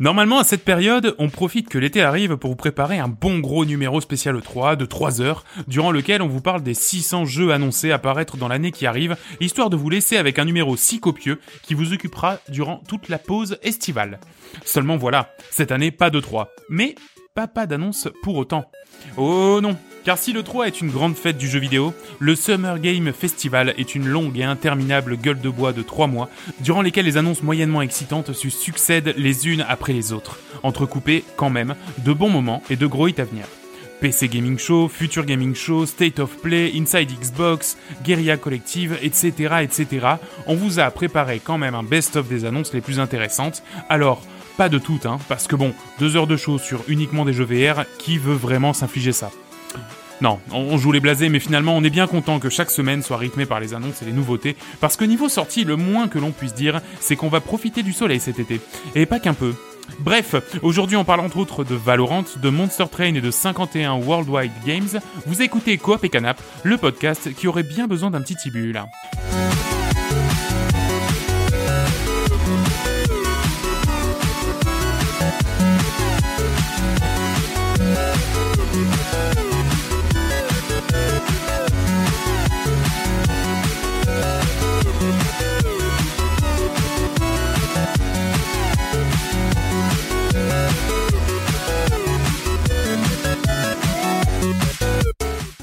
Normalement, à cette période, on profite que l'été arrive pour vous préparer un bon gros numéro spécial E3 de 3 heures, durant lequel on vous parle des 600 jeux annoncés à paraître dans l'année qui arrive, histoire de vous laisser avec un numéro si copieux qui vous occupera durant toute la pause estivale. Seulement voilà, cette année pas de 3, mais pas pas d'annonce pour autant. Oh non, car si le 3 est une grande fête du jeu vidéo, le Summer Game Festival est une longue et interminable gueule de bois de 3 mois, durant lesquelles les annonces moyennement excitantes se succèdent les unes après les autres, entrecoupées quand même de bons moments et de gros hits à venir. PC Gaming Show, Future Gaming Show, State of Play, Inside Xbox, Guerilla Collective, etc., etc. On vous a préparé quand même un best-of des annonces les plus intéressantes. Alors, pas de toutes, hein, parce que bon, deux heures de show sur uniquement des jeux VR, qui veut vraiment s'infliger ça non, on joue les blasés, mais finalement, on est bien content que chaque semaine soit rythmée par les annonces et les nouveautés, parce que niveau sortie, le moins que l'on puisse dire, c'est qu'on va profiter du soleil cet été. Et pas qu'un peu. Bref, aujourd'hui on parle entre autres de Valorant, de Monster Train et de 51 Worldwide Games. Vous écoutez Coop et Canap, le podcast qui aurait bien besoin d'un petit tibu là.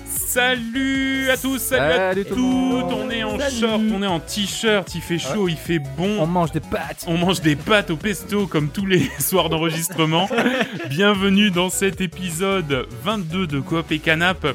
Salut à tous, salut, Salut à tout toutes. le monde. On est en Salut. short, on est en t-shirt, il fait chaud, il fait bon. On mange des pâtes. On mange des pâtes au pesto comme tous les soirs d'enregistrement. Bienvenue dans cet épisode 22 de Coop et Canap.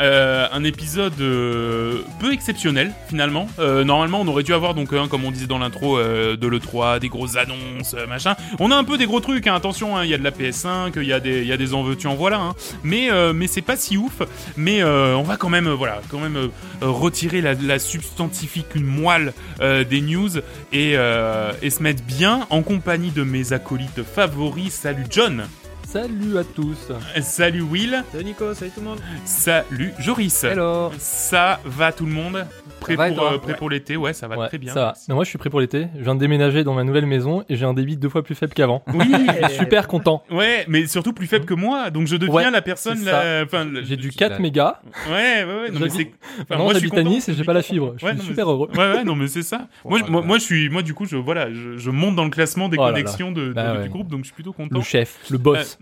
Euh, un épisode euh, peu exceptionnel finalement. Euh, normalement, on aurait dû avoir donc, hein, comme on disait dans l'intro, euh, de l'E3, des grosses annonces, euh, machin. On a un peu des gros trucs, hein, attention, hein, il y a de la PS5, il y a des, il y a des en veux-tu, en voilà. hein. Mais, euh, mais c'est pas si ouf. Mais euh, on va quand même, euh, voilà, quand même euh, euh, retirer la, la substantifique une moelle euh, des news et, euh, et se mettre bien en compagnie de mes acolytes favoris. Salut John, Salut à tous. salut Will, Salut Nico, salut tout le monde. salut Joris. Hello. Ça va tout le monde Prêt Ça va et pour, toi euh, prêt pour l'été Ouais, ça va Ouais, Ah, très bien. Ça va. Mais moi, je suis prêt pour l'été. Je viens de déménager dans ma nouvelle maison et j'ai un débit deux fois plus faible qu'avant. Oui, Je suis Super content. Eh, ouais, mais surtout plus faible que moi, donc je deviens Mmh. Ouais, la personne. c'est La... Enfin, le- J'ai du qui- 4 là. mégas. Ouais, ouais, ouais. Non, mais c'est... J'habite- enfin, Non, moi, je suis j'habite à content, Nice et j'ai pas la content. fibre. Je Ouais, suis non, mais super heureux. Ouais, ouais, non, mais c'est ça. moi, je- moi, moi, je suis, moi, du coup, je, voilà, je, je monte dans le classement des Oh là là. connexions de, de- Bah ouais. du groupe, donc je suis plutôt content. Euh, Le chef, le boss.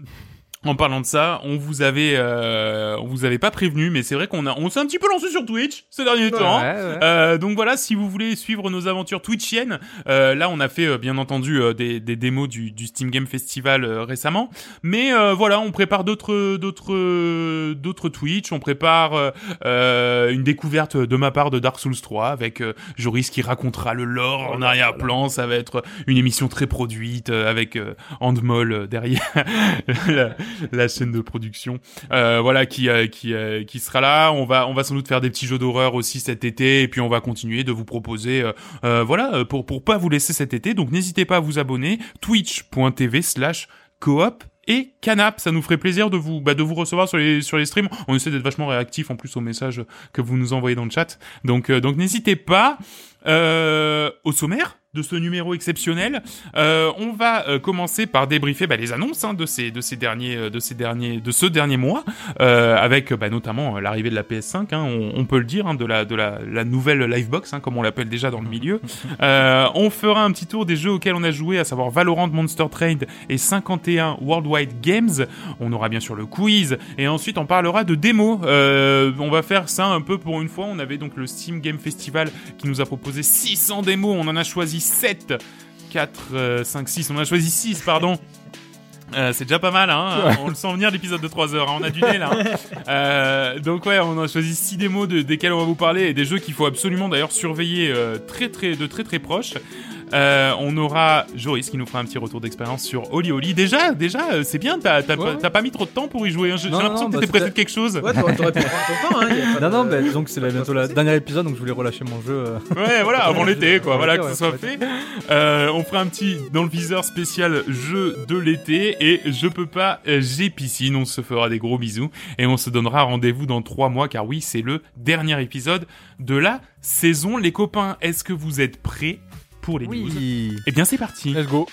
En parlant de ça, on vous avait, euh, on vous avait pas prévenu, mais c'est vrai qu'on a, on s'est un petit peu lancé sur Twitch ces derniers temps. Euh, donc voilà, si vous voulez suivre nos aventures twitchiennes, euh, là on a fait euh, bien entendu euh, des, des démos du, du Steam Game Festival euh, récemment, mais euh, voilà, on prépare d'autres d'autres euh, d'autres Twitch, on prépare euh, euh, une découverte de ma part de Dark Souls 3 avec euh, Joris qui racontera le lore en arrière-plan, ça va être une émission très produite euh, avec euh, Handmall euh, derrière la, la chaîne de production. Euh, voilà qui euh, qui euh, qui sera là. On va on va sans doute faire des petits jeux d'horreur aussi cet été et puis on va continuer de vous proposer euh, euh, voilà euh, pour pour pas vous laisser cet été. Donc n'hésitez pas à vous abonner twitch.tv/coop et canap, ça nous ferait plaisir de vous bah, de vous recevoir sur les sur les streams. On essaie d'être vachement réactif en plus aux messages que vous nous envoyez dans le chat. Donc euh, donc n'hésitez pas euh, au sommaire de ce numéro exceptionnel, euh, on va euh, commencer par débriefer bah, les annonces hein, de ces de ces derniers euh, de ces derniers de ce dernier mois, euh, avec euh, bah, notamment euh, l'arrivée de la PS5, hein, on, on peut le dire, hein, de la de la, la nouvelle Livebox, hein, comme on l'appelle déjà dans le milieu. Euh, on fera un petit tour des jeux auxquels on a joué, à savoir Valorant, Monster Train et 51 Worldwide Games. On aura bien sûr le quiz et ensuite on parlera de démos. Euh, on va faire ça un peu pour une fois. On avait donc le Steam Game Festival qui nous a proposé 600 démos. On en a choisi 7. 4, 5, 6. On en a choisi 6, pardon. Euh, c'est déjà pas mal, hein. on le sent venir l'épisode de 3 heures, hein. on a du nez là. hein. Euh, donc ouais, on a choisi 6 démos de- desquelles on va vous parler et des jeux qu'il faut absolument d'ailleurs surveiller euh, très, très, de très très proche. Euh, on aura Joris qui nous fera un petit retour d'expérience sur Oli Oli. Déjà, déjà, euh, c'est bien, t'as t'as Ouais, pas- ouais. t'as pas mis trop de temps pour y jouer. hein. J'ai j'ai Non, l'impression non, que t'étais bah, c'est pressé vrai. de quelque chose. Ouais, t'aurais t'aurais pu prendre ton temps, hein. y a pas Non, de- non, bah, disons que c'est la- pas de bientôt le stress. dernier épisode, donc je voulais relâcher mon jeu. euh. Ouais, voilà, avant l'été, quoi. Ouais, Voilà, que ouais, ce soit ouais. fait. Euh, on fera un petit dans le viseur spécial jeu de l'été et je peux pas, euh, j'ai piscine. On se fera des gros bisous et on se donnera rendez-vous dans trois mois car oui, c'est le dernier épisode de la saison. Les copains, est-ce Ah que vous êtes prêts pour les news Eh bien, c'est parti. Let's go.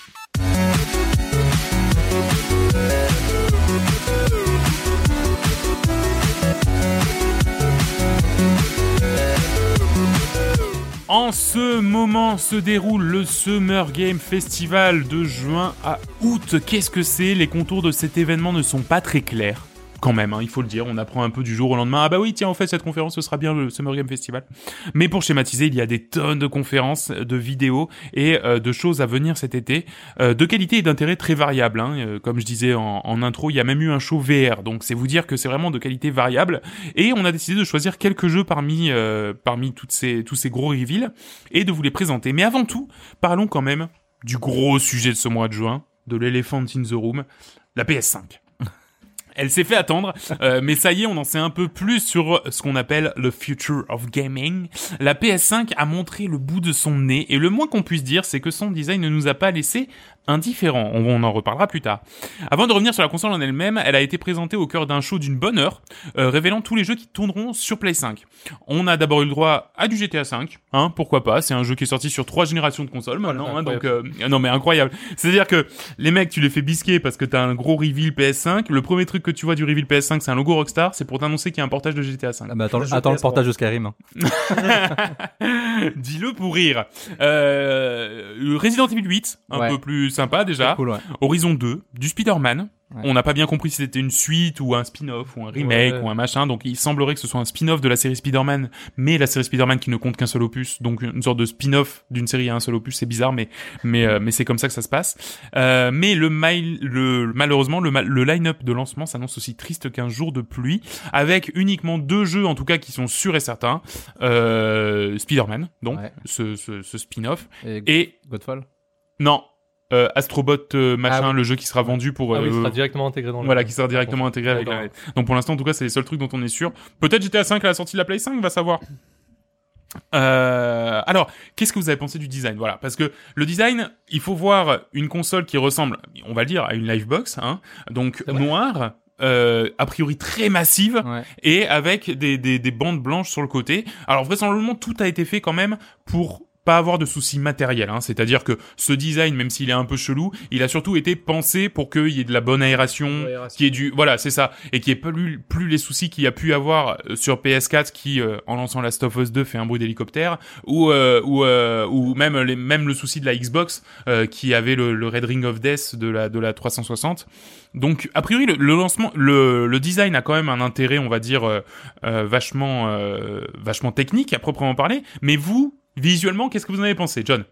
en ce moment se déroule le Summer Game Festival de juin à août. Qu'est-ce que c'est Les contours de cet événement ne sont pas très clairs. Quand même, hein, il faut le dire, on apprend un peu du jour au lendemain. Ah bah oui, tiens, en fait, cette conférence, ce sera bien le Summer Game Festival. Mais pour schématiser, il y a des tonnes de conférences, de vidéos et euh, de choses à venir cet été, euh, de qualité et d'intérêt très variable. hein. Euh, comme je disais en, en intro, il y a même eu un show VR, donc c'est vous dire que c'est vraiment de qualité variable. Et on a décidé de choisir quelques jeux parmi, euh, parmi toutes ces, tous ces gros reveals et de vous les présenter. Mais avant tout, parlons quand même du gros sujet de ce mois de juin, de l'éléphant in the room, la PS5. Elle s'est fait attendre, euh, mais ça y est, on en sait un peu plus sur ce qu'on appelle le future of gaming. La PS5 a montré le bout de son nez, et le moins qu'on puisse dire, c'est que son design ne nous a pas laissé indifférents. On, on en reparlera plus tard. Avant de revenir sur la console en elle-même, elle a été présentée au cœur d'un show d'une bonne heure, euh, révélant tous les jeux qui tourneront sur Play 5. On a d'abord eu le droit à du GTA 5, hein, pourquoi pas, c'est un jeu qui est sorti sur trois générations de consoles maintenant, hein, donc euh, non mais incroyable. C'est-à-dire que les mecs, tu les fais bisquer parce que t'as un gros reveal PS5, le premier truc que tu vois du reveal PS5, c'est un logo Rockstar, c'est pour t'annoncer qu'il y a un portage de GTA 5. Ah, mais attends, Le jeu attends le PS3. portage de Skyrim. hein. Dis-le pour rire. Euh, Resident Evil 8, un Ouais. peu plus sympa déjà. Cool, ouais. Horizon 2, du Spider-Man. Ouais. On n'a pas bien compris si c'était une suite ou un spin-off ou un remake Ouais. ou un machin. Donc il semblerait que ce soit un spin-off de la série Spider-Man, mais la série Spider-Man qui ne compte qu'un seul opus, donc une sorte de spin-off d'une série à un seul opus. C'est bizarre, mais mais euh, mais c'est comme ça que ça se passe. Euh, mais le, mile- le malheureusement le, ma- le line-up de lancement s'annonce aussi triste qu'un jour de pluie, avec uniquement deux jeux en tout cas qui sont sûrs et certains. Euh, Spider-Man, donc Ouais. ce, ce, ce spin-off Et, et Godfall non. Euh, Astrobot euh, machin Ah le jeu qui sera vendu pour Ah oui, euh, il sera directement intégré dans le. voilà, jeu. Ah, qui sera directement intégré avec la Donc pour l'instant, en tout cas, c'est les seuls trucs dont on est sûr. Peut-être GTA 5 à la sortie de la Play 5, va savoir. Euh, alors, qu'est-ce que vous avez pensé du design Voilà, parce que le design, il faut voir une console qui ressemble, on va le dire, à une Livebox, hein, donc C'est vrai. noire, euh, a priori très massive, Ouais. et avec des, des, des bandes blanches sur le côté. Alors vraisemblablement tout a été fait quand même pour pas avoir de soucis matériels, hein. c'est-à-dire que ce design, même s'il est un peu chelou, il a surtout été pensé pour qu'il y ait de la bonne aération, qui est du voilà c'est ça et qui est plus plus les soucis qu'il y a pu avoir euh, sur PS4 qui euh, en lançant Last of Us 2 fait un bruit d'hélicoptère ou euh, ou euh, ou même les, même le souci de la Xbox euh, qui avait le, le Red Ring of Death de la de la 360 donc a priori le, le lancement le, le design a quand même un intérêt on va dire euh, euh, vachement euh, vachement technique à proprement parler mais vous visuellement qu'est-ce que vous en avez pensé John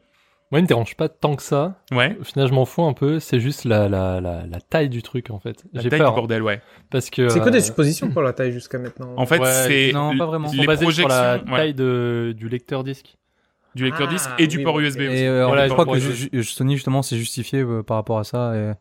Moi, il me dérange pas tant que ça. ouais Au final, je m'en fous un peu. C'est juste la, la, la, la taille du truc, en fait. la J'ai taille peur. hein. du bordel ouais Parce que. C'est que euh, des suppositions pour la taille jusqu'à maintenant. Hmm. en fait Ouais, c'est non, pas vraiment. ils sont les basés projections sur la ouais, taille de, du lecteur disque. du lecteur disque Ah, et du oui, port oui. USB aussi. Et euh, Voilà, je crois que ouais. ju- ju- Sony justement s'est justifié euh, par rapport à ça et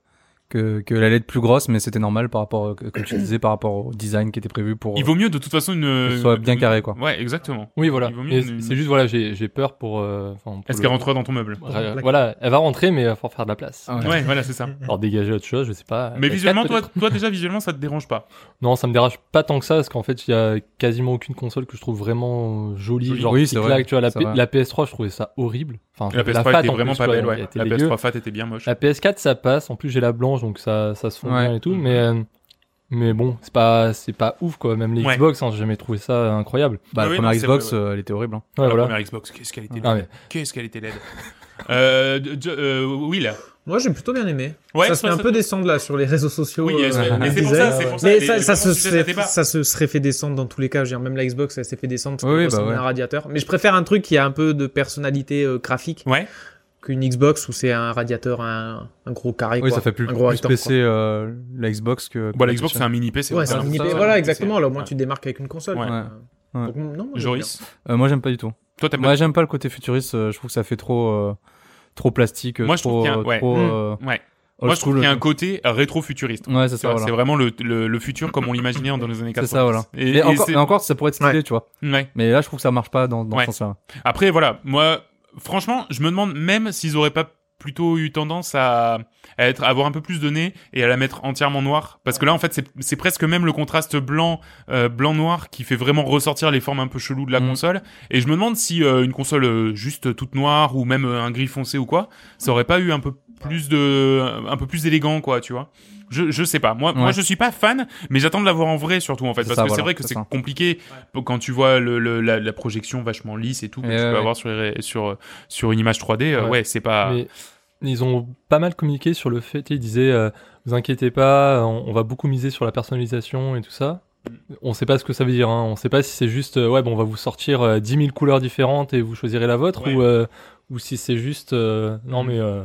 que, que la lettre plus grosse, mais c'était normal par rapport, euh, que- comme tu disais, par rapport au design qui était prévu pour. Il vaut mieux euh, de toute façon une. Que ce soit bien une- carré, quoi. Ouais, exactement. Oui, voilà. Il vaut mieux Mais une- C'est juste, voilà, j'ai j'ai peur pour. euh, enfin, pour Est-ce le- qu'elle rentrera dans ton meuble Euh, Voilà, elle va rentrer, mais il va falloir faire de la place. Ah ouais. Ouais, voilà, c'est ça. Alors dégager autre chose, je sais pas. Mais La visuellement, quatre, toi, peut-être toi déjà visuellement, ça te dérange pas. Non, ça me dérange pas tant que ça, parce qu'en fait, il y a quasiment aucune console que je trouve vraiment jolie. Jolie. Genre, Oui, petit c'est claque, vrai, tu vois, la, c'est P- vrai. la PS3, je trouvais ça horrible. Enfin, La PS3 fat, était en vraiment plus, pas quoi, belle, elle ouais. était La dégueu. PS3 Fat était bien moche. La PS4, ça passe. En plus, j'ai la blanche, donc ça, ça se fond Ouais. bien et tout. Mais, euh, mais bon, c'est pas, c'est pas ouf, quoi. Même les Ouais. Xbox, hein, j'ai jamais trouvé ça incroyable. Ah Bah, la oui, première non, c'est Xbox, vrai, euh, elle était horrible. hein. Ouais, la voilà. première Xbox, qu'est-ce qu'elle était laide. Ah, mais- Qu'est-ce qu'elle était laide. euh, de- de- euh, Will. Moi, j'ai plutôt bien aimé. Ouais, ça se fait ça- un peu descendre là sur les réseaux sociaux. Oui, euh, mais le c'est pour design. ça, c'est pour ça. Mais les- ça, les ça, grands se sujets, serait, débat. ça se serait fait descendre dans tous les cas. Je veux dire, même la Xbox, elle s'est fait descendre parce Oui, que oui, bah ouais. un radiateur. Mais je préfère un truc qui a un peu de personnalité euh, graphique Ouais. qu'une Xbox où c'est un radiateur, un, un gros carré. Oui, quoi. ça fait plus, un gros plus rectangle, PC euh, la Xbox que. que Bon, Bah, la la Xbox, c'est PlayStation. un mini PC. quoi. Ouais, c'est un Ouais, mini. c'est ça, Voilà, ouais. exactement. Là, au moins, Ouais. tu te démarques avec une console. Ouais. quoi. Ouais. Donc, non, moi, j'aime Joris, Euh, moi, j'aime pas du tout. toi, t'as pas. Moi, j'aime pas le côté futuriste. euh, je trouve que ça fait trop, euh, trop plastique. euh, Moi, je trouve trop, qu'il y a- euh, ouais. trop, Mm. euh, Ouais. old Moi, je trouve school. qu'il y a un côté rétro-futuriste. Ouais, c'est Tu ça. vois, Voilà. C'est vraiment le, le, le futur comme on l'imaginait dans les années 80. C'est ça, voilà. Et, Mais, et encore, c'est- mais encore, ça pourrait être stylé, Ouais. tu vois. Ouais. Mais là, je trouve que ça marche pas dans, dans Ouais. ce sens-là. Après, voilà, moi, franchement, je me demande même s'ils auraient pas plutôt eu tendance à, à être à avoir un peu plus de nez et à la mettre entièrement noire parce que là en fait c'est- c'est presque même le contraste blanc euh, blanc noir qui fait vraiment ressortir les formes un peu cheloues de la Mm. console et je me demande si euh, une console euh, juste toute noire ou même euh, un gris foncé ou quoi ça aurait pas eu un peu plus de un peu plus élégant quoi tu vois Je, je sais pas. Moi, moi, Ouais. je suis pas fan, mais j'attends de la voir en vrai surtout en fait, parce C'est ça, que c'est voilà, vrai que c'est c'est ça. compliqué quand tu vois le, le- la, la projection vachement lisse et tout que Et tu ouais, peux ouais. avoir sur, les- sur euh, sur une image 3D. euh, ouais, Ouais. c'est pas. Mais ils ont pas mal communiqué sur le fait, ils disaient euh, vous inquiétez pas, on, on va beaucoup miser sur la personnalisation et tout ça. Mm. On sait pas ce que ça veut dire, hein. on sait pas si c'est juste euh, ouais bon on va vous sortir euh, 10 000 couleurs différentes et vous choisirez la vôtre Ouais. Mm. ou euh, ou si c'est juste euh, non mais euh,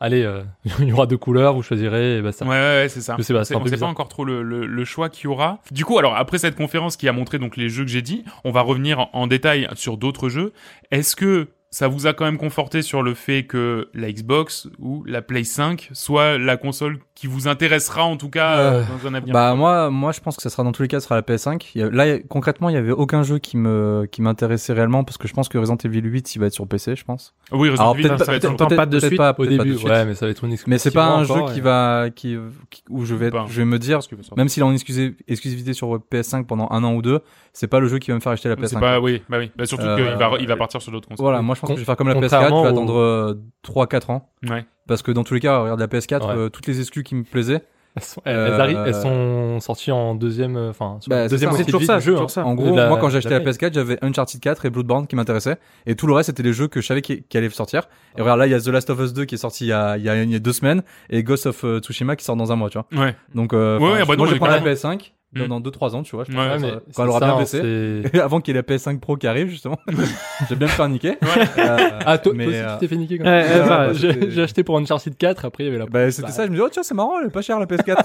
allez euh, il y aura deux couleurs, vous choisirez et bah ça. Ouais, ouais, ouais, c'est ça. Je sais pas, C'est- c'est un on peu sait pas bizarre. encore trop le, le- le choix qu'il y aura. Du coup, alors après cette conférence qui a montré donc les jeux que j'ai dit, on va revenir en, en détail sur d'autres jeux. Est-ce que ça vous a quand même conforté sur le fait que la Xbox ou la Play 5 soit la console qui vous intéressera en tout cas euh, Euh, dans un avenir Bah moi, moi je pense que ça sera dans tous les cas, ça sera la PS5. Il y a- là il y a- concrètement, il y avait aucun jeu qui me qui m'intéressait réellement parce que je pense que Resident Evil 8 il va être sur PC, je pense. Oui, Resident Alors, Evil, peut-être ça va être pas- longtemps. pas de peut-être suite pas- Au peut-être pas de début, suite. ouais, mais ça va être une exclusive. Mais c'est pas un encore, jeu et- qui va qui, qui- où je vais être- Pas. je vais me dire même s'il est en exclusi- exclusivité sur PS5 pendant un an ou deux, c'est pas le jeu qui va me faire acheter la C'est PS5. pas, oui, bah oui. Bah, surtout Euh, qu'il va, il va partir sur d'autres consoles. Voilà, moi je pense que je vais faire comme la PS4, je Contrairement vais au- attendre euh, 3-4 ans. Ouais. Parce que dans tous les cas, regarde la PS4, Ouais. euh, toutes les exclus qui me plaisaient, Elles sont, elles- elles arrivent- Euh, elles sont sorties en deuxième, euh, enfin sur Bah, le c'est deuxième ça, moitié c'est de vie toujours ça, du jeu. c'est hein. toujours ça. en gros, De la- moi quand j'ai acheté de la la PS4, j'avais Uncharted 4 et Bloodborne qui m'intéressaient, et tout le reste c'était les jeux que je savais qui, qui allaient sortir. Et regarde là, il y a The Last of Us 2 qui est sorti il y a, il y a- il y a deux semaines, et Ghost of euh, Tsushima qui sort dans un mois, tu vois. Ouais. Donc, euh, Ouais, enfin, ouais, bah non, moi je mais vais prendre la quand PS5 Mm. dans 2-3 ans, tu vois. je pense, Ouais, euh, Ouais, mais quand elle c'est aura ça, bien hein, baissé. c'est- Avant qu'il y ait la PS5 Pro qui arrive, justement, j'ai bien me faire Ouais. niquer. Euh, Ah, toi, toi mais, aussi, euh, tu t'es fait niquer quand Ouais, même. ouais, ouais, ouais, j'ai, c'était- j'ai acheté pour Uncharted 4, après il y avait la. Bah, c'était Bah, ça, je me dis, oh tiens, c'est marrant, elle est pas chère la PS4.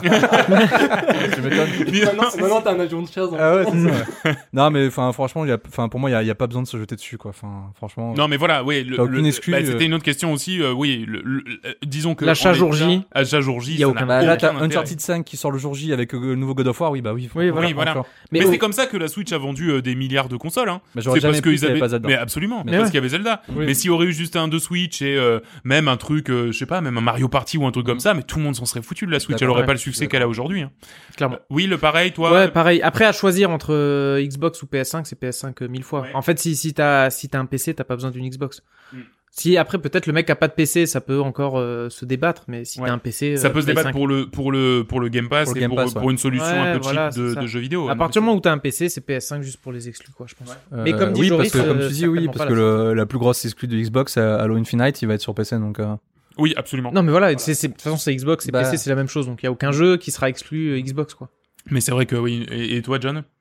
je m'étonne. Maintenant, maintenant, t'as un avion de chaise. dans- Ah ouais, c'est ça. ouais. non, mais enfin, franchement, il y a, enfin, pour moi, il y a, il y a pas besoin de se jeter dessus, quoi. Enfin, franchement. Non mais voilà, oui, le, T'as aucune le- excuse, bah, euh. c'était une autre question aussi, euh, oui, le- le- euh, disons que... L'achat on est jour J. déjà- Achat jour J, Il y a ça aucun- n'a Bah, là, t'as aucun intérêt. Uncharted 5 qui sort le jour J avec euh, le nouveau God of War. Oui, bah oui. faut- Oui, faut voilà. Oui, voilà. encore. Mais, au- c'est comme ça que la Switch a vendu euh, des milliards de consoles, hein. Mais C'est j'aurais jamais parce pu qu'ils s'il y avaient avait pas Zelda. Mais absolument, Mais parce ouais. qu'il y avait Zelda. Oui. Mais s'il y aurait eu juste un de Switch et euh, même un truc, euh, je sais pas, même un Mario Party ou un truc comme ça, mais tout le monde s'en serait foutu de la Switch. Elle D'accord, aurait ouais. pas le succès qu'elle a aujourd'hui. hein. Clairement. Oui, le pareil, toi. Ouais, pareil. Après, à choisir entre euh, Xbox ou PS5, c'est PS5 euh, mille fois. Ouais. En fait, si, si t'as si t'as un PC, t'as pas besoin d'une Xbox. Mm. Si après, peut-être le mec a pas de PC, ça peut encore euh, se débattre, mais si Ouais. t'as un PC, ça euh, peut se débattre PS5. pour le pour le pour le Game Pass Pour le et Game pour, Pass, pour ouais. une solution Ouais, un peu cheap voilà, c'est de, ça. de jeux vidéo. hein. À partir du moment où t'as un PC, c'est PS5 juste pour les exclus, quoi, je pense. Mais Euh, comme dit oui, Joris, parce que, comme euh, tu dis, oui, certainement parce pas que la le- la plus grosse exclue de Xbox, euh, Halo Infinite, il va être sur PC, donc. euh, oui, absolument. Non, mais voilà, c'est- c'est- de toute façon, c'est Xbox, c'est Bah. PC, c'est la même chose. Donc, il y a aucun jeu qui sera exclu euh, Xbox, quoi. Mais c'est vrai que oui. Et, et toi, John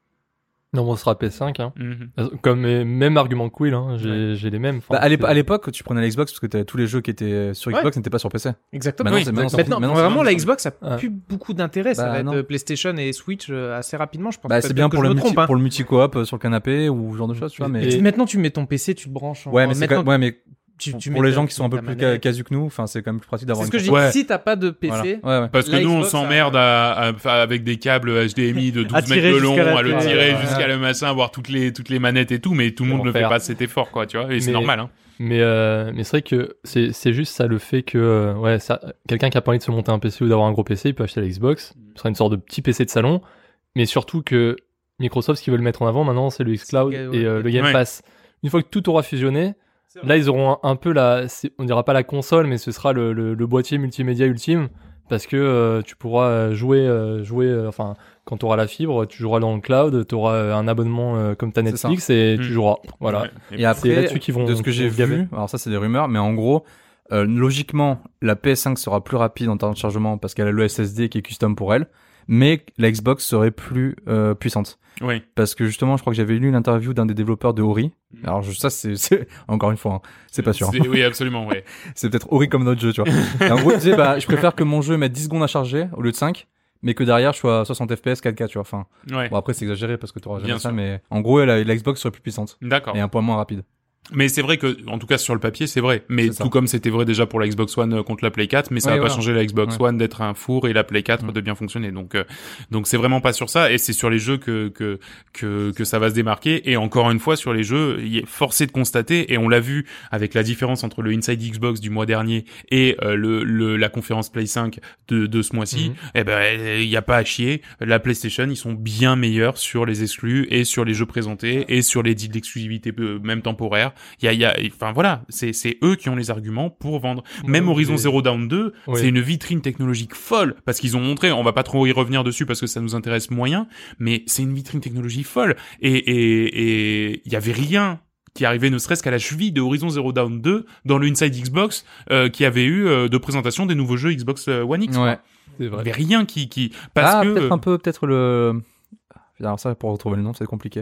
Non, bon, ce sera PS5. Hein. Mhm. Comme euh, même argument que Will, hein. j'ai, j'ai les mêmes. enfin, Bah, à l'ép- c'est- à l'époque, tu prenais la Xbox parce que t'avais tous les jeux qui étaient sur Xbox n'étaient pas sur PC. Exactement. Maintenant, oui, c'est maintenant, exactement. c'est- Maintenant, maintenant, c'est- vraiment, la Xbox a Ouais. plus beaucoup d'intérêt. ça Bah, va être non. euh, PlayStation et Switch euh, assez rapidement, je pense. Bah, Peut-être c'est bien que pour je le, me multi, trompe, hein. Mm. pour le multi-coop euh, sur le canapé ou ce genre de choses, tu vois. Mais... Et- Tu- Maintenant, tu mets ton PC, tu le branches. en- Ouais, mais c'est maintenant, quand- ouais, mais tu- tu pour mets les ta- gens qui sont un ta peu plus ca- manette. casus que nous, enfin, c'est quand même plus pratique d'avoir C'est ce une que je dis. Ouais. Si t'as pas de PC, Voilà. Ouais, ouais. Parce que La nous, on Xbox, ça- s'emmerde à, à- à- avec des câbles HDMI de 12 À mètres tirer de long, jusqu'à la à le télé. tirer Ouais. jusqu'à le machin, à voir toutes les, toutes les manettes et tout, mais tout le C'est monde ne fait l'enfer. pas cet effort, quoi, tu vois, et c'est Mais- normal, hein. Mais, euh, mais c'est vrai que c'est, c'est juste ça le fait que euh, ouais, ça, quelqu'un qui a pas envie de se monter un PC ou d'avoir un gros PC, il peut acheter la Xbox. Ce sera une sorte de petit PC de salon. Mais surtout que Microsoft, ce qu'ils veulent mettre en avant maintenant, c'est le xCloud C'est le- et euh, le Game Ouais. Pass. Une fois que tout aura fusionné, là, ils auront un, un peu la. c'est- On dira pas la console, mais ce sera le, le- le boîtier multimédia ultime. Parce que euh, tu pourras euh, jouer, euh, jouer euh, enfin, quand tu auras la fibre, tu joueras dans le cloud, tu auras un abonnement euh, comme ta C'est ça. Netflix et Mm. tu joueras. Voilà. Ouais. Et C'est après, là-dessus qu'ils vont. de ce que qu'ils j'ai vont gaver. vu, alors ça c'est des rumeurs, mais en gros, euh, logiquement, la PS5 sera plus rapide en temps de chargement parce qu'elle a le SSD qui est custom pour elle, mais la Xbox serait plus euh, puissante. Oui. Parce que justement, je crois que j'avais lu l'interview d'un des développeurs de Ori. Mm. Alors je- ça, c'est c'est- encore une fois, hein, c'est pas sûr. hein. C'est- Oui, absolument, ouais. C'est peut-être Ori comme notre jeu, tu vois. Et en gros, il disait, bah, je préfère que mon jeu mette 10 secondes à charger au lieu de 5, mais que derrière, je sois à 60 FPS 4K, tu vois. Enfin, Ouais. bon, après, c'est exagéré parce que tu auras jamais Bien ça, sûr. mais en gros, la, la Xbox serait plus puissante D'accord. et un point moins rapide. Mais c'est vrai que, en tout cas sur le papier, c'est vrai. Mais C'est ça. tout comme c'était vrai déjà pour la Xbox One euh, contre la Play 4, mais ça Ouais, va pas voilà. changer la Xbox Ouais. One d'être un four et la Play 4 Mm. de bien fonctionner. Donc, euh, donc c'est vraiment pas sur ça. Et c'est sur les jeux que que que que ça va se démarquer. Et encore une fois, sur les jeux, il est forcé de constater, et on l'a vu avec la différence entre le Inside Xbox du mois dernier et euh, le, le la conférence Play 5 de de ce mois-ci. Mhm. Eh ben, il y a pas à chier. La PlayStation, ils sont bien meilleurs sur les exclus et sur les jeux présentés et sur les deals d'exclusivité euh, même temporaires faire. Il y a, il y a, enfin voilà, c'est, c'est eux qui ont les arguments pour vendre. Même Mm-hmm. Ouais, Horizon mais- Zero Dawn 2, Oui. c'est une vitrine technologique folle parce qu'ils ont montré. On va pas trop y revenir dessus parce que ça nous intéresse moyen, mais c'est une vitrine technologique folle. Et et et il y avait rien qui arrivait ne serait-ce qu'à la cheville de Horizon Zero Dawn 2 dans le Inside Xbox euh, qui avait eu euh, de présentation des nouveaux jeux Xbox euh, One X. Ouais. C'est Il y vrai. avait rien qui qui parce ah, que peut-être un peu, peut-être le. Alors ça, pour retrouver le nom, c'est compliqué.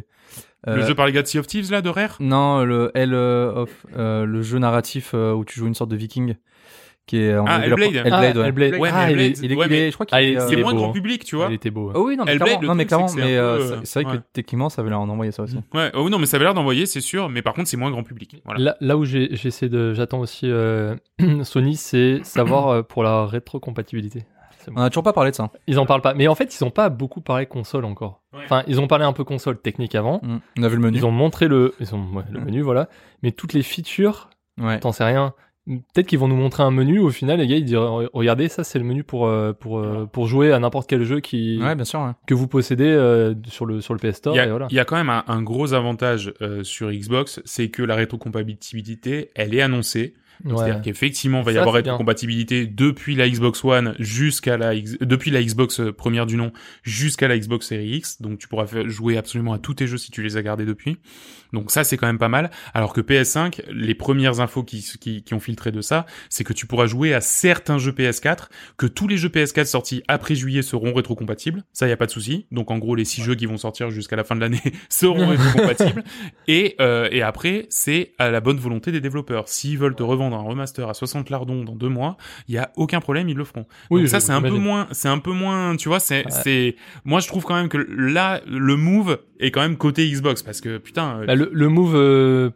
euh, le Euh, jeu par les gars de Sea of Thieves là de Rare. Non, le L euh, of, euh, le jeu narratif euh, où tu joues une sorte de viking qui est en Ah, Hellblade. Hellblade, Ah, ouais. Hellblade. Ouais, Ah, mais Oh il Hellblade, est- il est- ouais, il est- je crois qu'il ah, est, il- euh, C'est il est moins beau, grand hein. public, tu vois. il était beau. ouais. Ah oui, non, mais Hellblade, clairement, le non, mais truc, c'est que clairement, c'est mais un euh, peu, c'est- euh, c'est vrai que ouais. techniquement, ça avait l'air d'envoyer ça aussi. Ouais, oh non, mais ça avait l'air d'envoyer, c'est sûr, mais par contre, c'est moins grand public. Voilà. Là, là où j'ai- j'essaie de, j'attends aussi euh, Sony, c'est savoir euh, pour la rétrocompatibilité. On a toujours pas parlé de ça. Ils en parlent pas, mais en fait, ils ont pas beaucoup parlé console encore. Ouais. Enfin, ils ont parlé un peu console technique avant. Mm. On a vu le menu. Ils ont montré le, ils ont ouais, Mm. le menu, voilà. Mais toutes les features, Ouais. t'en sais rien. Peut-être qu'ils vont nous montrer un menu. Au final, les gars, ils diront oh, regardez, ça, c'est le menu pour euh, pour euh, pour jouer à n'importe quel jeu qui Ouais, bien sûr. ouais. que vous possédez euh, sur le sur le PS Store. Il y, a, et voilà. il y a quand même un, un gros avantage euh, sur Xbox, c'est que la rétrocompatibilité, elle est annoncée. Ouais. C'est-à-dire qu'effectivement, il va y Ça, avoir c'est bien. rétrocompatibilité depuis la Xbox One jusqu'à la X- depuis la Xbox euh, première du nom jusqu'à la Xbox Series X. Donc tu pourras faire jouer absolument à tous tes jeux si tu les as gardés depuis. Donc ça, c'est quand même pas mal. Alors que PS5, les premières infos qui, qui, qui ont filtré de ça, c'est que tu pourras jouer à certains jeux PS4, que tous les jeux PS4 sortis après juillet seront rétrocompatibles. Ça, il y a pas de souci. Donc en gros, les six jeux qui vont sortir jusqu'à la fin de l'année seront rétrocompatibles. Et, euh, et après, c'est à la bonne volonté des développeurs. S'ils veulent te revendre un remaster à 60 lardons dans deux mois, il y a aucun problème, ils le feront. Oui, Donc ça, je- c'est un peu j'imagine. moins, c'est un peu moins, tu vois, c'est, c'est, moi, je trouve quand même que là, le move est quand même côté Xbox parce que putain, euh, Bah, le, le move, euh,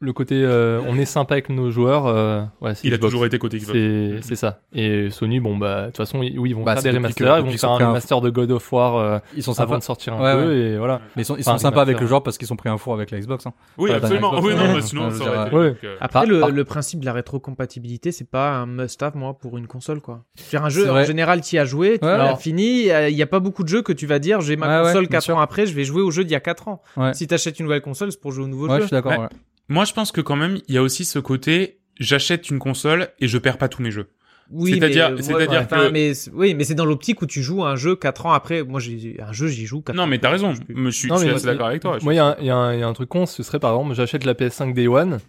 le côté euh, on est sympa avec nos joueurs, euh, ouais, c'est il a Xbox. toujours été côté Xbox. Mm. C'est c'est ça. Et Sony, bon, bah, de toute façon, ils- oui, ils vont Bah, faire c'est des depuis remasters, que- ils vont depuis qu'ils faire ont un pris un- remaster de God of War euh, Ils sont sympas. avant de sortir un Ouais, peu, et voilà. Mais ils sont, ils Enfin, sont sympas avec remaster. le genre parce qu'ils ont pris un four avec la Xbox. hein. Oui, Pas la absolument. dernière Oui, fois, non, ouais. mais sinon, Je ça veux aurait été. dire, donc, euh, Après, Par- le, par- le principe de la rétrocompatibilité, c'est pas un must-have, moi, pour une console, quoi. Faire un C'est jeu, en vrai. général, tu y as joué, tu Ouais, l'as ouais. fini, euh, il n'y a pas beaucoup de jeux que tu vas dire, j'ai ma Ouais, ouais, console bien 4 sûr. ans après, je vais jouer au jeu d'il y a 4 ans. Ouais. Si t'achètes une nouvelle console, c'est pour jouer au nouveau Ouais, je jeu. suis d'accord. Ouais. ouais. Moi, je pense que quand même, il y a aussi ce côté, j'achète une console et je perds pas tous mes jeux. Oui, C'est-à-dire- mais, euh, c'est-à-dire moi, enfin, que- mais c'est- oui, mais c'est dans l'optique où tu joues à un jeu 4 ans après. Moi, j'ai un jeu, j'y joue 4 Non, mais t'as raison. Je suis, Non, je suis mais- assez d'accord avec toi. Je- Moi, il y, a un- il y a un il y a un truc con, ce serait par exemple, j'achète la PS5 Day One,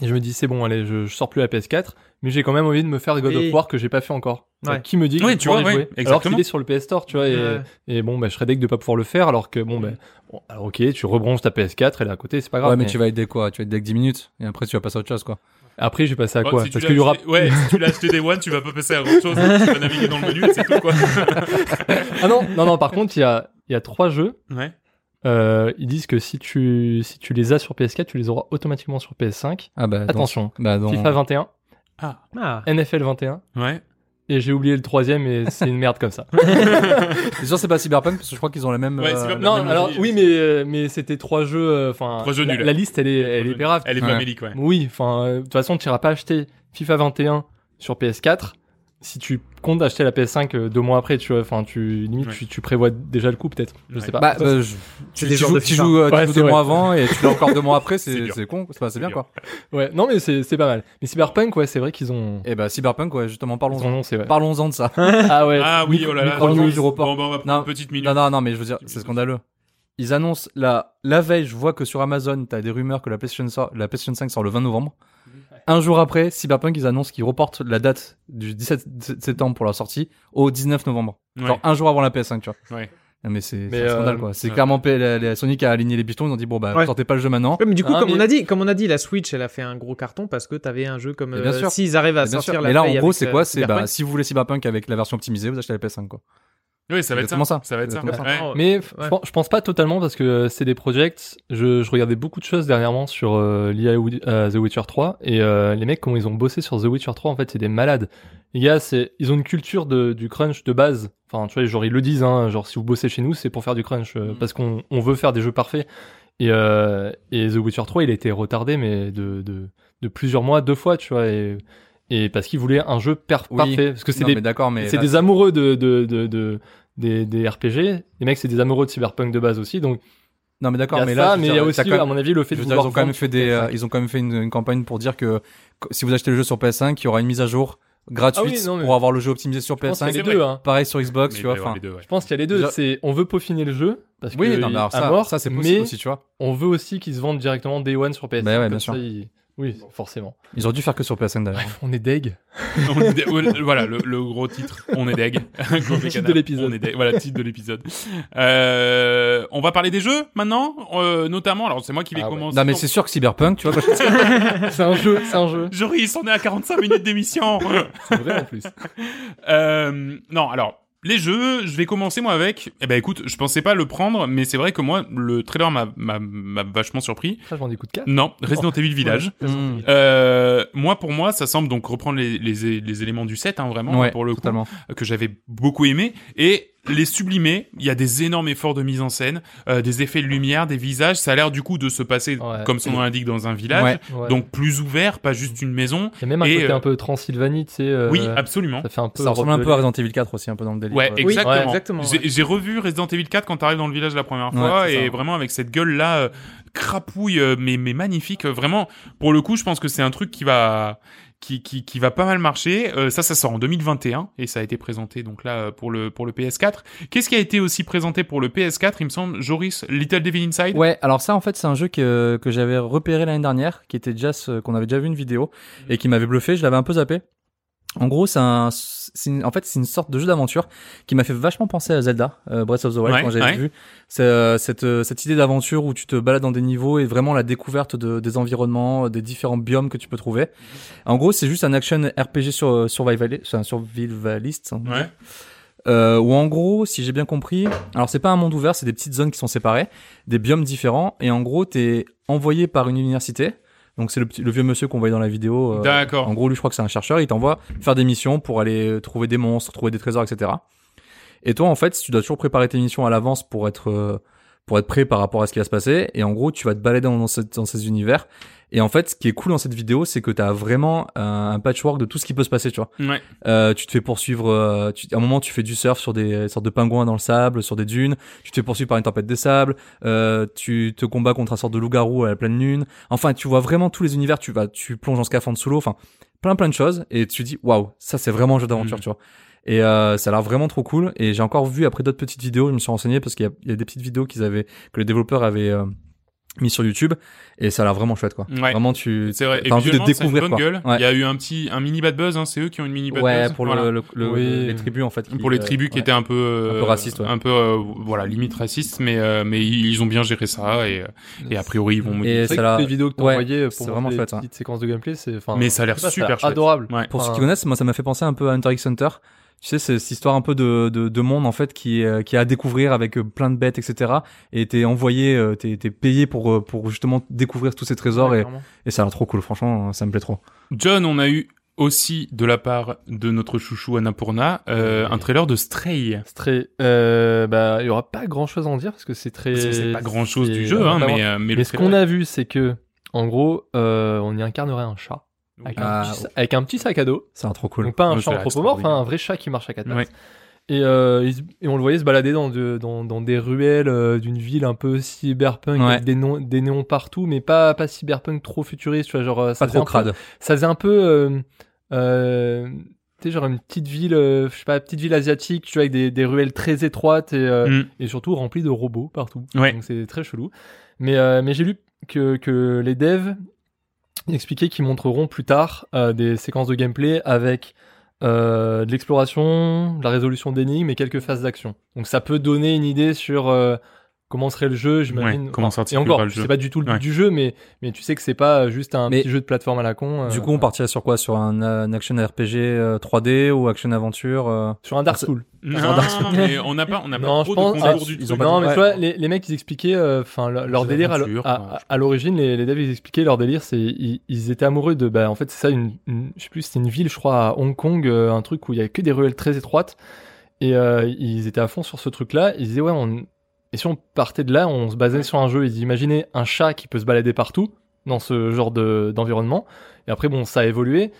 et je me dis, c'est bon, allez, je, je sors plus la PS4, mais j'ai quand même envie de me faire God Oui. of War que j'ai pas fait encore. Enfin, Ouais. Qui me dit que Oui, je tu pourrais vois, y ouais, jouer Alors qu'il exactement. est sur le PS Store, tu vois, et, Ouais. et bon, bah, je serais deg de pas pouvoir le faire, alors que bon, bah, bon, alors ok, tu rebranches ta PS4, elle est à côté, c'est pas grave. Ouais, mais tu vas aider quoi Tu vas aider avec 10 minutes et après tu vas passer à autre chose quoi. Après, j'ai passé à Oh, quoi si tu Parce l'as qu'il y aura. acheté- Ouais, si tu l'as acheté des One, tu vas pas passer à autre chose. hein. tu vas naviguer dans le menu, c'est tout, quoi. Ah non, non, non, par contre, il y a, il y a trois jeux. ouais. Euh, ils disent que si tu, si tu les as sur PS4, tu les auras automatiquement sur PS5. Ah bah. dans- Attention, Bah dans- FIFA 21, Ah. Ah. NFL 21, Ouais. et j'ai oublié le troisième et c'est une merde comme ça. C'est sûr c'est pas Cyberpunk parce que je crois qu'ils ont la même. Ouais, euh, Cyberpunk. non, même alors jeu. oui, mais, euh, mais c'était trois jeux, euh, enfin. Trois Eh. jeux la, nuls. la liste, elle est, elle est pérave. Elle est Ouais. famélique, ouais. Oui, enfin, euh, de toute façon, tu iras pas acheter FIFA 21 sur PS4 si tu comptes acheter la PS5 euh, deux mois après, tu vois. Enfin, tu, limite, Ouais. tu, tu prévois déjà le coup, peut-être. Je Ouais. sais pas. Bah, bah, je- tu, C'est des tu genres joues, de tu FIFA. joues, euh, tu Ouais, joues c'est deux vrai. mois avant et tu l'as encore deux mois après, C'est c'est dur. c'est con, c'est pas- c'est C'est bien dur. quoi. ouais, non, mais c'est c'est pas mal. Mais Cyberpunk, ouais, c'est vrai qu'ils ont. Et bah Cyberpunk, ouais, justement, Ils parlons-en. ont annoncé, ouais. Parlons-en de ça. Ah ouais. Ah oui, oh là là. micro-news du report. Bon, bah, on va prendre Non. une petite minute. non, non, non, mais je veux dire, c'est scandaleux. Ils annoncent la, la veille, je vois que sur Amazon, t'as des rumeurs que la PlayStation, sort- la PlayStation 5 sort le 20 novembre. Un jour après, Cyberpunk, ils annoncent qu'ils reportent la date du 17 septembre pour la sortie au 19 novembre. Ouais. Genre un jour avant la PS5, tu vois. Ouais. Non, mais c'est Mais, c'est un scandale euh, quoi. C'est ouais. clairement P- la- la Sony qui a aligné les pistons, ils ont dit bon bah Ouais. sortez pas le jeu maintenant. Ouais, mais du coup, Ah, comme, mais- on a dit, comme on a dit, la Switch, elle a fait un gros carton parce que t'avais un jeu comme. Mais bien euh, sûr. S'ils arrivent à Mais bien sortir sûr. la Mais là en Play gros avec, c'est euh, quoi C'est bah Cyberpunk, si vous voulez Cyberpunk avec la version optimisée, vous achetez la PS5 quoi. Oui, ça va être ça. Exactement ça. Ça va être ça. Exactement Ouais. ça. Mais f- Ouais. je, pense, je pense pas totalement parce que euh, c'est des projects. Je, je regardais beaucoup de choses dernièrement sur euh, l'IA Wi- euh, The Witcher 3 et euh, les mecs comment ils ont bossé sur The Witcher 3 en fait c'est des malades. Les gars c'est ils ont une culture de, du crunch de base. Enfin tu vois genre ils le disent hein, genre si vous bossez chez nous c'est pour faire du crunch euh, Mm. parce qu'on on veut faire des jeux parfaits. Et, euh, et The Witcher 3 il a été retardé mais de, de, de plusieurs mois deux fois tu vois et, et parce qu'ils voulaient un jeu per- Oui. parfait parce que c'est Non, des mais d'accord mais c'est là, des amoureux de, de, de, de- des, des RPG. Les mecs, c'est des amoureux de cyberpunk de base aussi. Donc, Non, mais Il y d'accord, a mais ça, là, je mais veux il y a dire, aussi, t'as quand même- à mon avis, le je fait de veux dire, ils vouloir ont quand même vendre- fait des, euh, ils ont quand même fait une, une campagne pour dire que que si vous achetez le jeu sur PS5, il y aura une mise à jour gratuite Ah oui, non, mais- pour avoir le jeu optimisé sur Je pense qu'il y a PS5. c'est les vrai. deux, hein. Pareil sur Xbox, Mais il tu va y vois. avoir enfin. les deux, ouais. Je pense qu'il y a les deux. Déjà- C'est, on veut peaufiner le jeu parce Oui, que non, mais alors à ça, mort, ça c'est possible mais aussi, tu vois. on veut aussi qu'ils se vendent directement Day One sur PS. Bah ouais, Comme bien ça, sûr. ils- Oui, forcément. Ils auraient dû faire que sur PS5 d'ailleurs. Bref, on est deg. On est dé- voilà le, le gros titre. On est deg. Titre de l'épisode. On est deg. Voilà titre de l'épisode. Euh, on va parler des jeux maintenant, euh, notamment. Alors c'est moi qui vais Ah ouais. commencer. Non, mais c'est sûr que Cyberpunk, tu vois, quand je- c'est un jeu, c'est un jeu. Joris, on est à 45 minutes d'émission. C'est vrai en plus. Euh, non, alors. Les jeux, je vais commencer moi avec. Eh ben écoute, je pensais pas le prendre, mais c'est vrai que moi, le trailer m'a- m'a m'a vachement surpris. Ça, je m'en écoute 4. Non, Resident Evil Village. Mm. Euh, moi, pour moi, ça semble donc reprendre les, les, les éléments du set, hein, vraiment, Ouais, pour le coup, totalement. que j'avais beaucoup aimé, et les sublimer. Il y a des énormes efforts de mise en scène, euh, des effets de lumière, des visages. Ça a l'air du coup de se passer, Ouais. comme son nom l'indique, dans un village, donc plus ouvert, pas juste une maison. il y a même un et, côté euh, un peu Transylvanie, tu sais. euh, Oui, absolument. ça fait un peu. Ça ressemble un Europe peu de à Resident Evil 4 aussi, un peu dans le délire. Ouais, Oui, exactement. ouais, exactement, J'ai- ouais. J'ai revu Resident Evil 4 quand t'arrives dans le village la première fois, Ouais, c'est et ça. vraiment avec cette gueule là crapouille, euh, mais mais magnifique. euh, Vraiment, pour le coup, je pense que c'est un truc qui va qui, qui, qui va pas mal marcher. Euh, ça, ça sort en 2021 et ça a été présenté donc là euh, pour le pour le PS4. Qu'est-ce qui a été aussi présenté pour le PS4 Il me semble, Joris, Little Devil Inside. Ouais, alors ça en fait c'est un jeu que, que j'avais repéré l'année dernière, qui était déjà ce- qu'on avait déjà vu une vidéo Mm. et qui m'avait bluffé, je l'avais un peu zappé. En gros, c'est un, c'est une- en fait c'est une sorte de jeu d'aventure qui m'a fait vachement penser à Zelda euh, Breath of the Wild Ouais, quand j'avais ouais. vu C'est, euh, cette euh, cette idée d'aventure où tu te balades dans des niveaux et vraiment la découverte de, des environnements, euh, des différents biomes que tu peux trouver. En gros, c'est juste un action RPG sur euh, survivaliste, c'est un survivaliste, hein, Ouais. euh, où en gros, si j'ai bien compris, alors c'est pas un monde ouvert, c'est des petites zones qui sont séparées, des biomes différents, et en gros, t'es envoyé par une université. Donc c'est le, petit- le vieux monsieur qu'on voyait dans la vidéo. euh, D'accord. en gros, lui, je crois que c'est un chercheur. Il t'envoie faire des missions pour aller trouver des monstres, trouver des trésors, etc. Et toi, en fait, tu dois toujours préparer tes missions à l'avance pour être euh, pour être prêt par rapport à ce qui va se passer. Et en gros, tu vas te balader dans, dans cette- dans ces univers. Et en fait, ce qui est cool dans cette vidéo, c'est que t'as vraiment euh, un, un patchwork de tout ce qui peut se passer, tu vois. Ouais. Euh, tu te fais poursuivre. euh, tu, à un moment, tu fais du surf sur des sortes de pingouins dans le sable, sur des dunes. Tu te fais poursuivre par une tempête de sable. Euh, tu te combats contre un sort de loup-garou à la pleine lune. Enfin, tu vois vraiment tous les univers. Tu vas, tu plonges en scaphandre sous l'eau. Enfin, plein plein de choses. Et tu te dis, waouh, ça c'est vraiment un jeu d'aventure, Mhm. tu vois. Et euh, ça a l'air vraiment trop cool. Et j'ai encore vu après d'autres petites vidéos. Je me suis renseigné parce qu'il y a, il y a des petites vidéos qu'ils avaient, que les développeurs avaient euh, mis sur YouTube. Et ça a l'air vraiment chouette, quoi. Mm. Ouais. Vraiment, tu, C'est vrai. Et t'as envie de visuellement, ça a une découvrir, bonne quoi. gueule. Ouais. Il y a eu un petit un mini bad buzz. Hein. C'est eux qui ont une mini bad ouais, buzz. pour Voilà. le, le- le- Oui. les tribus en fait. qui, pour les euh, tribus qui ouais. étaient un peu euh, Un peu racistes, ouais. un peu euh, voilà limite racistes mais euh, mais ils ont bien géré ça et, euh, et a priori ils vont modifier. Et C'est ça vrai que l'a- toutes les vidéos que t'as ouais, envoyées c'est pour vraiment montrer les chouette, hein. ouais. petites séquences de gameplay, c'est enfin. mais ça a l'air je sais pas, super chouette. adorable. Ouais. Pour ceux qui Enfin, connaissent, moi ça m'a fait penser un peu à Hunter x Hunter. Tu sais, c'est cette histoire un peu de, de, de monde en fait qui, est, euh, qui est à découvrir avec euh, plein de bêtes, etc. Et t'es envoyé, euh, t'es t'es payé pour, euh, pour justement découvrir tous ces trésors et, clairement. et ça a l'air trop cool, franchement, euh, ça me plaît trop. John, on a eu aussi de la part de notre chouchou Annapurna euh, un trailer de Stray. C'est très. euh, bah, il y aura pas grand chose à en dire parce que c'est très. Parce que C'est pas grand chose du c'est- jeu, on va hein, pas mais, voir. euh, mais, Mais ce qu'on a vu, c'est que, en gros, euh, on y incarnerait un chat avec, Ah, un, petit, avec un petit sac à dos. Ça a l'air trop cool. Donc pas un Ouais, chat ça a l'air anthropomorphe, extraordinaire. hein, un vrai chat qui marche à quatre pattes. Ouais. Et, euh, il se- et on le voyait se balader dans, de- dans, dans des ruelles euh, d'une ville un peu cyberpunk, Ouais. avec des, non- des néons partout, mais pas, pas cyberpunk trop futuriste, tu vois, genre euh, ça Pas faisait trop un peu- crade. ça faisait un peu, euh, euh, tu sais, genre une petite ville, euh, je sais pas, petite ville asiatique, tu vois, avec des, des ruelles très étroites et, euh, Mm. et surtout rempli de robots partout. Ouais. Donc c'est très chelou. Mais, euh, mais j'ai lu que, que les devs expliquaient qu'ils montreront plus tard euh, des séquences de gameplay avec euh, de l'exploration, de la résolution d'énigmes et quelques phases d'action. Donc ça peut donner une idée sur euh, comment serait le jeu, j'imagine. Ouais, comment Enfin, et s'articulera encore, le je jeu. sais pas du tout le but Ouais. du jeu, mais, mais tu sais que c'est pas euh, juste un Mais- petit jeu de plateforme à la con. euh, Du coup, on voilà. partirait sur quoi Sur un, euh, un action RPG euh, 3D ou action aventure euh, sur un Dark Ah, c'est- Souls. Non, mais on n'a pas, on n'a pas Non, je trop pense. de ah, contours du ils truc. ont pas non, dit- mais ouais. tu vois, les, les mecs, ils expliquaient, euh, enfin, leur, leur Jeux délire à l'o- d'aventure, à, quoi, je- à- à l'origine, les, les devs, ils expliquaient leur délire, c'est ils, ils étaient amoureux de, bah, en fait, c'est ça, une, une- je sais plus, c'était une ville, je crois, à Hong Kong, euh, un truc où il y avait que des ruelles très étroites, et euh, ils étaient à fond sur ce truc-là. Ils disaient, ouais, on, et si on partait de là, on se basait sur un jeu, ils imaginaient un chat qui peut se balader partout dans ce genre de d'environnement. Et après, bon, ça a évolué.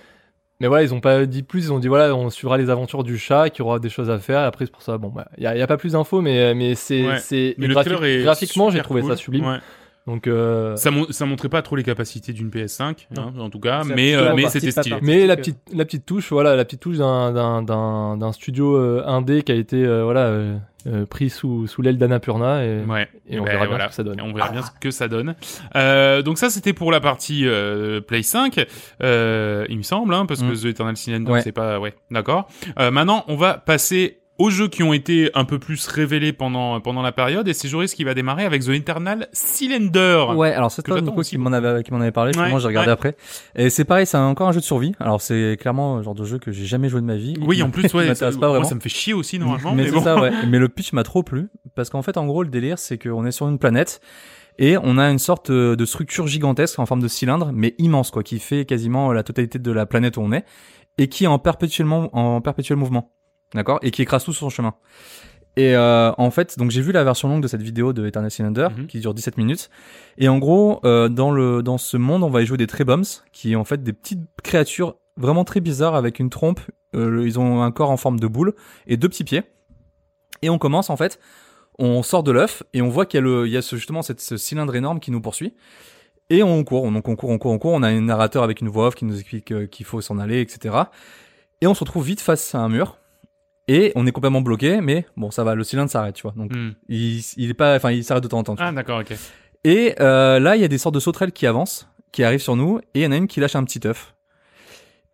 Mais voilà, ils ont pas dit plus, ils ont dit voilà, on suivra les aventures du chat, qui aura des choses à faire. Et après, c'est pour ça, bon, il n'y a, y a pas plus d'infos, mais, mais c'est. Ouais. c'est- Mais et le graphi- trailer est Graphiquement, j'ai super trouvé cool. ça sublime. Ouais. Donc, euh, Ça, mon- ça montrait pas trop les capacités d'une PS5, hein, en tout cas, C'est mais, absolument euh, mais parti c'était de papa. stylé. Mais la que- petite, la petite touche, voilà, la petite touche d'un, d'un, d'un, d'un studio euh, indé qui a été euh, voilà, euh, euh, pris sous, sous l'aile d'Annapurna et, Ouais. et on Ben, verra bien voilà. ce que ça donne. On verra bien ce que ça donne. Euh, donc ça, c'était pour la partie euh, Play 5, euh, il me semble, hein, parce Mm. que The Eternal Sin Ouais. c'est pas... Ouais, d'accord. Euh, maintenant, on va passer aux jeux qui ont été un peu plus révélés pendant, pendant la période, et c'est Joris qui va démarrer avec The Eternal Cylinder. Ouais, alors c'est Que toi j'attends Nico aussi qui m'en avait qui m'en avait parlé, Ouais, moi j'ai regardé ouais. après. Et c'est pareil, c'est encore un jeu de survie. Alors c'est clairement le genre de jeu que j'ai jamais joué de ma vie. Oui, en plus, Il ouais, ça, m'intéresse pas moi, vraiment. ça me fait chier aussi normalement. mais Mais, c'est bon. ça, ouais. Mais le pitch m'a trop plu parce qu'en fait, en gros, le délire, c'est qu'on est sur une planète et on a une sorte euh, de structure gigantesque en forme de cylindre, mais immense, quoi, qui fait quasiment la totalité de la planète où on est et qui est en perpétuellement en perpétuel mouvement, d'accord, et qui écrase tout sur son chemin. Et euh, en fait, donc j'ai vu la version longue de cette vidéo de Eternal Cylinder Mhm. qui dure 17 minutes. Et en gros, euh, dans le dans ce monde, on va y jouer des tréboms, qui est en fait des petites créatures vraiment très bizarres avec une trompe. Euh, le- ils ont un corps en forme de boule et deux petits pieds. Et on commence en fait, on sort de l'œuf et on voit qu'il y a, le, il y a ce, justement cette, ce cylindre énorme qui nous poursuit. Et on court, on- donc on court, on court, on court. On a un narrateur avec une voix off qui nous explique euh, qu'il faut s'en aller, etc. Et on se retrouve vite face à un mur. Et on est complètement bloqué, mais bon, ça va, le cylindre s'arrête, tu vois. Donc Hmm. il, il est pas, enfin, il s'arrête de temps en temps. tu Ah d'accord, ok. et euh, là, il y a des sortes de sauterelles qui avancent, qui arrivent sur nous, et il y en a une qui lâche un petit œuf.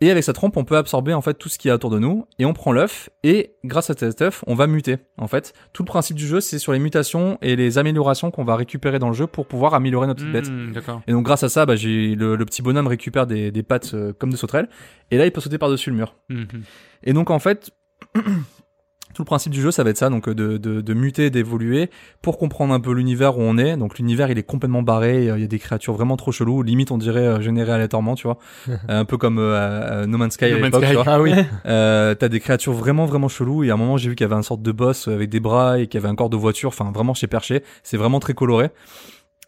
Et avec sa trompe, on peut absorber en fait tout ce qu'il y a autour de nous, et on prend l'œuf, et grâce à cet œuf, on va muter. En fait, tout le principe du jeu, c'est sur les mutations et les améliorations qu'on va récupérer dans le jeu pour pouvoir améliorer nos petites bêtes. Hmm, d'accord. Et donc grâce à ça, bah, j'ai le, le petit bonhomme récupère des, des pattes euh, comme des sauterelles, et là, il peut sauter par-dessus le mur. Hmm, hmm. Et donc en fait, tout le principe du jeu, ça va être ça, donc euh, de, de, de muter, d'évoluer pour comprendre un peu l'univers où on est. Donc l'univers, il est complètement barré, euh, il y a des créatures vraiment trop cheloues, limite on dirait euh, générées aléatoirement, tu vois, Euh, un peu comme euh, euh, No Man's Sky. No à Man's l'époque, Sky. tu vois. Ah oui, Euh, T'as des créatures vraiment vraiment cheloues. Et à un moment, j'ai vu qu'il y avait un sorte de boss avec des bras et qu'il y avait un corps de voiture. Enfin, vraiment chez perché. C'est vraiment très coloré.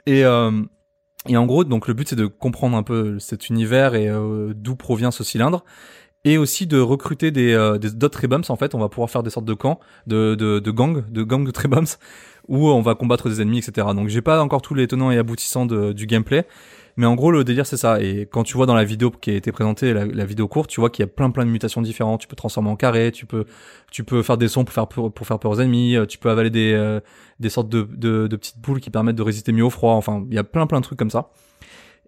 Et euh, et en gros, donc le but c'est de comprendre un peu cet univers et euh, d'où provient ce cylindre. Et aussi de recruter des euh, des- d'autres Rebums en fait, on va pouvoir faire des sortes de camps, de de, de gangs, de gangs de Rebums où on va combattre des ennemis, etc. Donc j'ai pas encore tous les tenants et aboutissants de- du gameplay, mais en gros, le délire, c'est ça. Et quand tu vois dans la vidéo qui a été présentée, la, la vidéo courte, tu vois qu'il y a plein plein de mutations différentes. Tu peux te transformer en carré, tu peux, tu peux faire des sons pour faire peur, pour faire peur aux ennemis, euh, tu peux avaler des, euh, des sortes de, de, de petites boules qui permettent de résister mieux au froid. Enfin, il y a plein plein de trucs comme ça.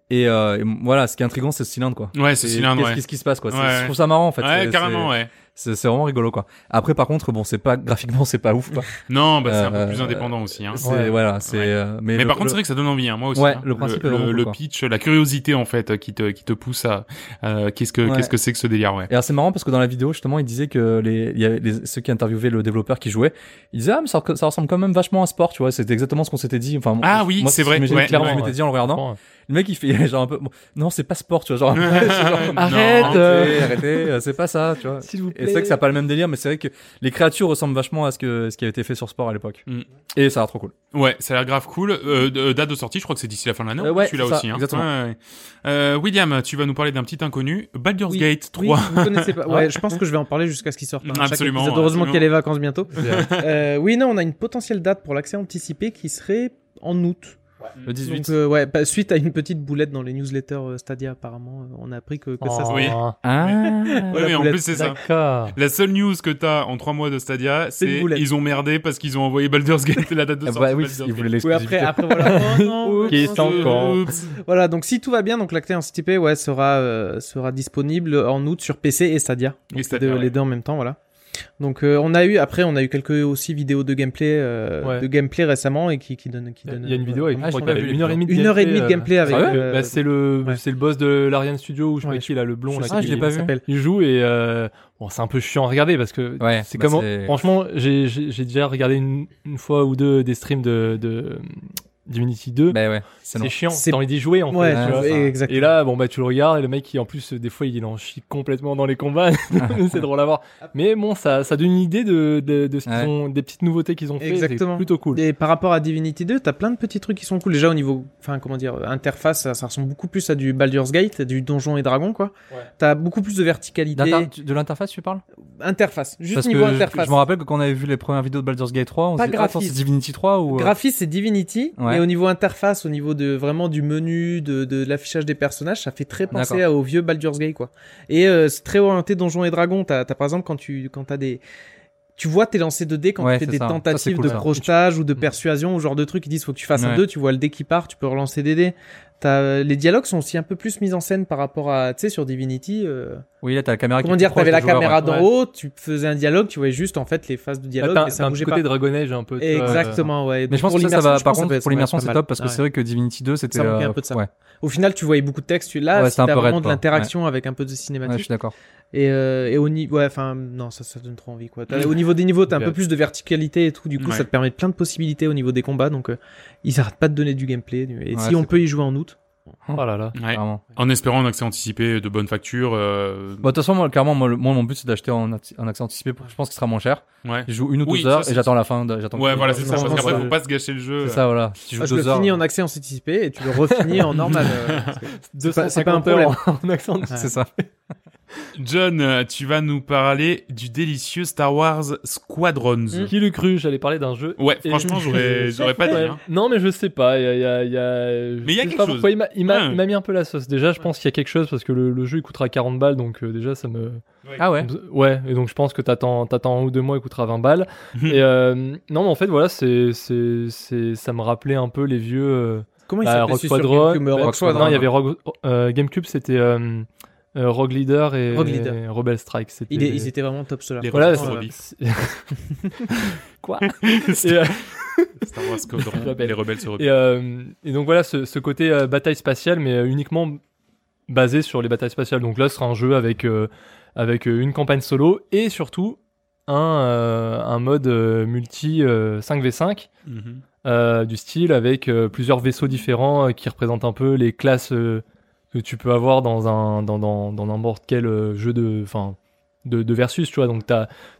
Et, euh, et voilà, ce qui est intriguant, c'est ce cylindre, quoi. Ouais, c'est Et cylindre, Qu'est-ce ouais. qu'est-ce qui se passe, quoi. C'est- Ouais, Je trouve ça marrant, en fait. ouais, C'est- carrément, ouais. C'est c'est vraiment rigolo, quoi. Après, par contre, bon, c'est pas, graphiquement, c'est pas ouf, quoi. Non, bah, c'est un peu Euh, plus indépendant aussi. Hein. C'est, Ouais. voilà, c'est, Ouais. euh, mais, Mais le- par contre, le- c'est vrai que ça donne envie, hein, moi aussi. Ouais, hein. le principe est vraiment le, cool, le quoi. pitch, la curiosité en fait, euh, qui te, qui te pousse à euh, qu'est-ce que Ouais. qu'est-ce que c'est que ce délire, ouais. Et alors c'est marrant parce que dans la vidéo justement il disait que les, il y avait les- ceux qui interviewaient le développeur qui jouait, ils disaient ah mais ça, rec- ça ressemble quand même vachement à un sport tu vois c'est exactement ce qu'on s'était dit enfin Ah oui, moi, c'est ce que vrai, j'imagine ouais, clairement ouais, je m'étais dit en le regardant le mec il fait genre un peu bon, non c'est pas sport tu vois genre Non. Arrête, euh, arrêtez arrêtez euh, c'est pas ça tu vois s'il vous plaît. et c'est vrai que ça n'a pas le même délire mais c'est vrai que les créatures ressemblent vachement à ce que ce qui avait été fait sur sport à l'époque Mm. et ça a l'air trop cool Ouais, ça a l'air grave cool. Euh, d- euh, date de sortie, je crois que c'est d'ici la fin de l'année. Euh, en ouais, plus, celui-là c'est ça, aussi. Hein. exactement. Ouais, ouais. Euh, William, tu vas nous parler d'un petit inconnu, Baldur's Oui, Gate Oui, 3. vous connaissez pas. Ouais, je pense que je vais en parler jusqu'à ce qu'il sorte. hein, chaque Absolument, épisode. Heureusement absolument. qu'il y a les vacances bientôt. Euh, oui, non, on a une potentielle date pour l'accès anticipé qui serait en août. le 18 Donc, euh, ouais, bah, suite à une petite boulette dans les newsletters euh, Stadia, apparemment, euh, on a appris que, que ça. Oh, Oui. ah Oui, mais en boulette, plus c'est ça. D'accord. La seule news que t'as en trois mois de Stadia, C'est une c'est boulette. ils ont merdé parce qu'ils ont envoyé Baldur's Gate la date de Ah, sortie. bah oui Baldur's il voulait Gate. Oui, après, l'exclusivité après, voilà. Oh, non, Qui est non, en c'est- encore. Oups. Voilà, donc si tout va bien, donc l'acte anticipé ouais, sera, euh, sera disponible en août sur PC et Stadia. Donc, Et Stadia, les, deux, ouais. les deux en même temps, voilà. Donc euh, on a eu, après, on a eu quelques aussi vidéos de gameplay, euh, Ouais. de gameplay récemment et qui, qui donnent. Qui donnent Il y a une euh, vidéo avec vraiment je crois son qu'il y avait gameplay. une heure et demie de Une heure et demie de gameplay avec. Ah ouais euh, Bah, c'est le ouais. c'est le boss de l'Ariane Studio ou je sais Ouais, pas qui là le blond là sais pas, Ah, qui- je l'ai pas ça vu. s'appelle. il joue et euh, bon, c'est un peu chiant à regarder parce que ouais c'est bah, comme franchement j'ai j'ai j'ai déjà regardé une, une fois ou deux des streams de de Divinity 2, Bah ouais, c'est c'est long. chiant. C'est- T'as envie d'y jouer en Ouais, fait. ouais, tu vois. ça- exactement. Et là, bon, bah, tu le regardes, et le mec, qui en plus, euh, des fois, il en chie complètement dans les combats. c'est drôle à voir. Mais bon, ça, ça donne une idée de, de, de ce qu'ils Ouais. ont, des petites nouveautés qu'ils ont fait. c'est Exactement. plutôt cool. Et par rapport à Divinity 2, t'as plein de petits trucs qui sont cool. Déjà au niveau, enfin comment dire, euh, interface, ça, ça ressemble beaucoup plus à du Baldur's Gate, du Donjon et Dragon quoi. Ouais. T'as beaucoup plus de verticalité. D'inter- tu- De l'interface, tu parles Interface, juste Parce que niveau je- interface. je me rappelle que quand on avait vu les premières vidéos de Baldur's Gate 3, on Pas s'est dit, attends, graphisme. c'est Divinity 3 ou. euh, Graphisme c'est Divinity, Ouais. mais au niveau interface, au niveau de vraiment du menu, de, de l'affichage des personnages, ça fait très penser à- au vieux Baldur's Gate quoi. Et euh, c'est très orienté Donjon et Dragon. T'as t'as, par exemple quand tu quand t'as des tu vois tes lancers de dés quand Ouais, tu c'est fais des ça. Ça, c'est tentatives cool, de ça. Mm. projetage ou de persuasion, ou genre de trucs, ils disent faut que tu fasses un Ouais. 2, tu vois le dé qui part, tu peux relancer des dés. T'as, euh, les dialogues sont aussi un peu plus mis en scène par rapport à, tu sais, sur Divinity. euh, Oui, là, t'as la caméra comment Ah, qui est dire, plus proche t'avais des la joueurs, caméra ouais. Bah, d'en ouais. haut, tu faisais un dialogue, tu voyais juste en fait les phases de dialogue, Ah, mais t'as ça un bougeait petit pas. côté dragonnage un peu. tu vois, euh, Exactement, ouais. Mais Donc, je pense pour que ça, ça l'immersion, va, euh, je par pense que ça peut contre, être- pour l'immersion, ça c'est va être top parce que pas mal. c'est vrai que Divinity 2, c'était. Ça manquait un euh, peu de ça. Ouais, Au final, tu voyais beaucoup de texte, là, Ouais, si c'était un t'as peu vraiment raide, de quoi. l'interaction avec un peu de cinématique. Ouais, je suis d'accord. Et, euh, et au niveau, ouais, enfin, non, ça, ça donne trop envie, quoi. T'as- Au niveau des niveaux, t'as un peu Ouais. plus de verticalité et tout, du coup, Ouais. ça te permet plein de possibilités au niveau des combats, donc euh, ils arrêtent pas de donner du gameplay. du- Et Ouais, si c'est on peut y jouer en août, euh, Oh là là. Ouais. Vraiment. Ah. En espérant un accès anticipé de bonne facture. euh, Bah, de toute façon, moi, clairement, moi, le- moi, mon but, c'est d'acheter en, anti- en accès anticipé. Je pense que ce sera moins cher. ouais. Je joue une ou deux Oui, ça, heures c'est- et j'attends la fin. de- j'attends Ouais, que- voilà, c'est je ça. pense Parce qu'après, que- faut pas se gâcher le jeu. C'est ça, voilà. Si je Ah, joue je le deux heures. finis en accès anticipé et tu le refinis en normal. euh, parce que c'est pas- c'est pas un 250 problème. heures en accent. C'est ça. John, euh, tu vas nous parler du délicieux Star Wars Squadrons. Mm. Qui l'eût cru J'allais parler d'un jeu. Ouais, Et- franchement, j'aurais, j'aurais pas dit. Mhm. Ouais. hein. Non, mais je sais pas. Il y a, il y a- il y a- je il y a sais quelque pas chose. pourquoi il m'a- il m'a Ouais. il m'a mis un peu la sauce. Déjà, je pense qu'il y a quelque chose parce que le, le jeu il coûtera 40 balles, donc euh, déjà ça me. Ah ouais. Ouais, et donc je pense que t'attends, t'attends un ou deux mois, il coûtera 20 balles. et euh, non, mais en fait, voilà, c'est, c'est, c'est, ça me rappelait un peu les vieux. euh, Comment il bah, s'appelle Rock celui sur Squadron. GameCube, euh, Rock Squadron. Non, il y avait Rogue- euh, GameCube, c'était euh, euh, Rogue Leader et, Rogue Leader. et Rebel Strike. C'était, Il est- ils étaient vraiment top ceux-là. Les Voilà, Robots c'est- Robbie. Quoi Et, Star euh, Star Wars Squadrons, J'appelle. les rebelles se rebellent. Et, euh, et donc voilà, ce, ce côté euh, bataille spatiale, mais euh, uniquement basé sur les batailles spatiales. Donc là, ce sera un jeu avec, euh, avec euh, une campagne solo et surtout un, euh, un mode euh, multi euh, 5v5 Mhm. euh, du style avec euh, plusieurs vaisseaux différents euh, qui représentent un peu les classes euh, que tu peux avoir dans un dans dans dans n'importe quel euh, jeu de enfin de, de versus tu vois donc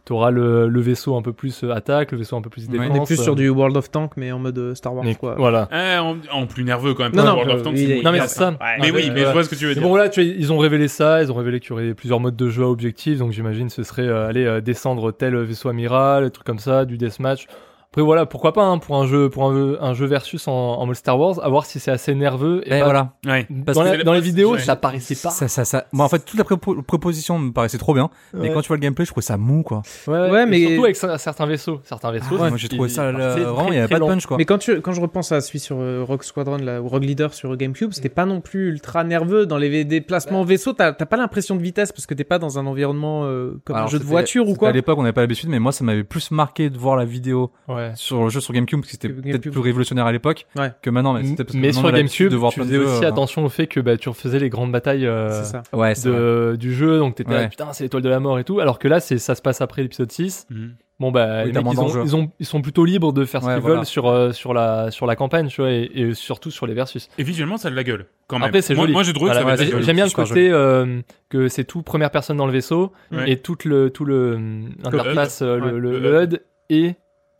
tu auras le, le vaisseau un peu plus euh, attaque le vaisseau un peu plus Ouais, on est défense On est plus euh, sur du World of Tank, mais en mode euh, Star Wars, mais- quoi. voilà Eh, en, en plus nerveux quand même. Non, parce non, que World of euh, Tanks, il c'est est- une Non mais merde. c'est ça. Mais oui, mais je voilà. vois ce que tu veux Mais dire. bon là, tu vois, ils ont révélé ça, ils ont révélé qu'il y aurait plusieurs modes de jeu à objectifs, donc j'imagine ce serait euh, aller euh, descendre tel vaisseau amiral, des trucs comme ça, du deathmatch. Après voilà, pourquoi pas hein, pour un jeu pour un, un jeu versus en, en mode Star Wars, à voir si c'est assez Eh, nerveux. Et Ben pas- voilà. Ouais. Parce dans, que la- dans les vidéos, Ouais. ça paraissait pas. Ça, ça, ça. Moi, en fait, toute la prépo- proposition me paraissait trop bien. Mais Ouais. quand tu vois le gameplay, je trouve ça mou, quoi. Ah Ouais, Ouais, et mais- surtout avec ça- certains vaisseaux, certains vaisseaux. Moi, j'ai trouvé ils- ça, ils là, partaient vraiment, il très, n'y avait très pas de lent. punch, quoi. Mais quand, tu, quand je repense à celui sur euh, Rogue Squadron là, ou Rogue Leader sur GameCube, c'était pas non plus ultra nerveux. Dans les v- déplacements vaisseaux, t'as t'as pas l'impression de vitesse parce que t'es pas dans un environnement euh, comme Alors, un jeu de c'était- voiture ou c'était quoi. À l'époque, on n'avait pas l'habitude, mais moi, ça m'avait plus marqué de voir la vidéo Ouais. sur le jeu sur GameCube, parce que c'était Que peut-être GameCube. plus révolutionnaire à l'époque Ouais. que maintenant. Mais, Mais, c'était parce que maintenant, on sur a l'habitude GameCube, de voir tu plein de faisais jeux, aussi euh, attention au fait que bah, tu refaisais les grandes batailles euh, C'est ça. Ouais, c'est vrai. de- euh, du jeu, donc t'étais là, Ouais. putain c'est l'étoile de la mort et tout, alors que là c'est ça se passe après l'épisode 6. Mhm. Bon bah Oui, les t'as mecs, moins ils, ont, d'enjeux. ils, ont- ils sont plutôt libres de faire ce Ouais, qu'ils voilà. veulent sur euh, sur la sur la campagne, tu vois, et, et surtout sur les versus. Et visuellement, ça a de la gueule. Quand même. Après, c'est moi, joli. moi, j'ai trouvé Voilà, que ça avait j'ai- de la gueule. J'aime bien le Super côté euh, que c'est tout première personne dans le vaisseau Ouais. et tout le tout le euh, interface, euh, le, Ouais. le Le HUD et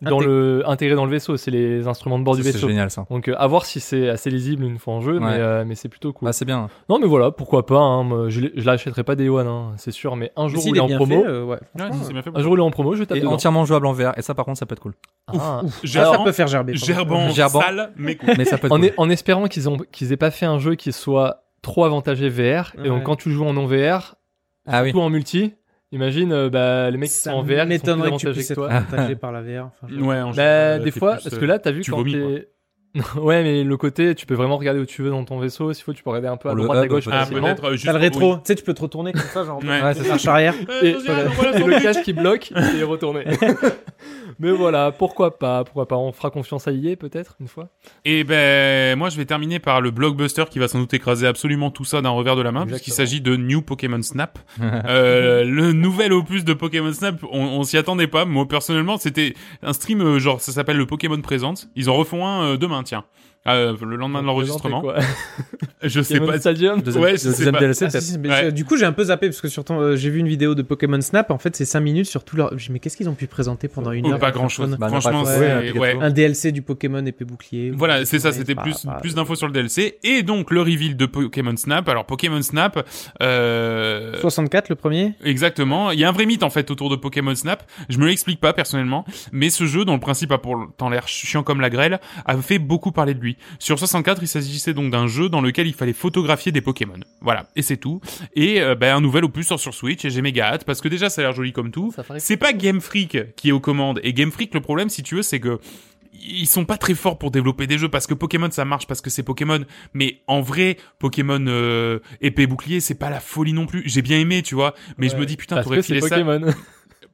dans Intég- le intégré dans le vaisseau, c'est les instruments de bord du Ça, C'est vaisseau. génial, ça. Donc euh, à voir si c'est assez lisible une fois en jeu, mais Ouais. euh, mais c'est plutôt cool. Ah, c'est bien. non mais voilà, pourquoi pas. hein, moi, je l'ai- je l'achèterai pas Day One, hein, c'est sûr, mais un Mais jour s'il où il est en bien promo, fait, euh, ouais, Ouais, franchement, c'est bien fait. un jour où il est en promo, je tape Et dedans. entièrement jouable en VR. Et ça, par contre, ça peut être cool. Ah. J'ai- ça, ça Alors, peut faire gerber. pardon. Gerbant, Gerbant. sale, mais cool. Mais ça peut être en, cool. est- en espérant qu'ils ont qu'ils aient pas fait un jeu qui soit trop avantagé VR et Ouais. donc quand tu joues en non VR Ah oui. tout en multi imagine euh, bah, les mecs qui sont Ça en VR ils sont plus m'étonnerait que tu avantagés puisses que être toi Ah, avantagé par la VR. enfin, je- Ouais, en bah, général, des t'es fois plus, parce euh, que là t'as vu tu quand vomis, t'es ouais mais le côté tu peux vraiment regarder où tu veux dans ton vaisseau s'il faut tu peux regarder un peu à Pour le droite à hub, gauche peut-être. Ah, facilement. peut-être. euh, juste- T'as le oui. rétro, tu sais, tu peux te retourner comme ça, genre Ouais. Ouais, c'est ça. marche arrière. Euh, Et, vas-y, allez, on va la et le sortir. casque qui bloque et retourné mais voilà pourquoi pas pourquoi pas on fera confiance à IE peut-être une fois Et ben, moi, je vais terminer par le blockbuster qui va sans doute écraser absolument tout ça d'un revers de la main, puisqu'il Exactement. s'agit de New Pokémon Snap. Euh, le nouvel opus de Pokémon Snap, on, on s'y attendait pas. Moi, personnellement, c'était un stream, euh, genre, ça s'appelle le Pokémon Présente. Ils en refont un euh, demain, tiens. Euh, le lendemain de l'enregistrement. Présenté, quoi. Je sais Pokémon pas. Stadium. Deuxième, Ouais, je sais deuxième pas. DLC, Ah, si, peut-être. si, mais Ouais. je- Du coup, j'ai un peu zappé parce que sur ton- euh, j'ai vu une vidéo de Pokémon Snap. En fait, c'est 5 minutes sur tout leur. Je dis, Mais qu'est-ce qu'ils ont pu présenter pendant une Ou heure pas grand chose. Bah, non, Franchement, pas grand-chose. c'est- Ouais, Pikachu. ouais. Un DLC du Pokémon épée bouclier. Voilà, c'est ça, Ouais, c'était bah, plus, bah, plus d'infos sur le DLC. Et donc, le reveal de Pokémon Snap. Alors, Pokémon Snap, euh, 64 le premier Exactement. Il y a un vrai mythe en fait autour de Pokémon Snap. Je me l'explique pas personnellement, mais ce jeu, dont le principe a pour le temps l'air chiant comme la grêle, a fait beaucoup parler de lui. Sur 64, il s'agissait donc d'un jeu dans lequel il fallait photographier des Pokémon. Voilà, et c'est tout. Et euh, bah, un nouvel opus sort sur Switch et j'ai méga hâte parce que déjà ça a l'air joli comme tout. Ça ferait- C'est pas Game Freak qui est aux commandes. Et Game Freak, le problème, si tu veux, c'est que ils sont pas très forts pour développer des jeux parce que Pokémon ça marche parce que c'est Pokémon mais en vrai Pokémon euh, épée bouclier c'est pas la folie non plus j'ai bien aimé tu vois mais je Ouais. me dis putain Parce que t'aurais c'est filé ça Pokémon.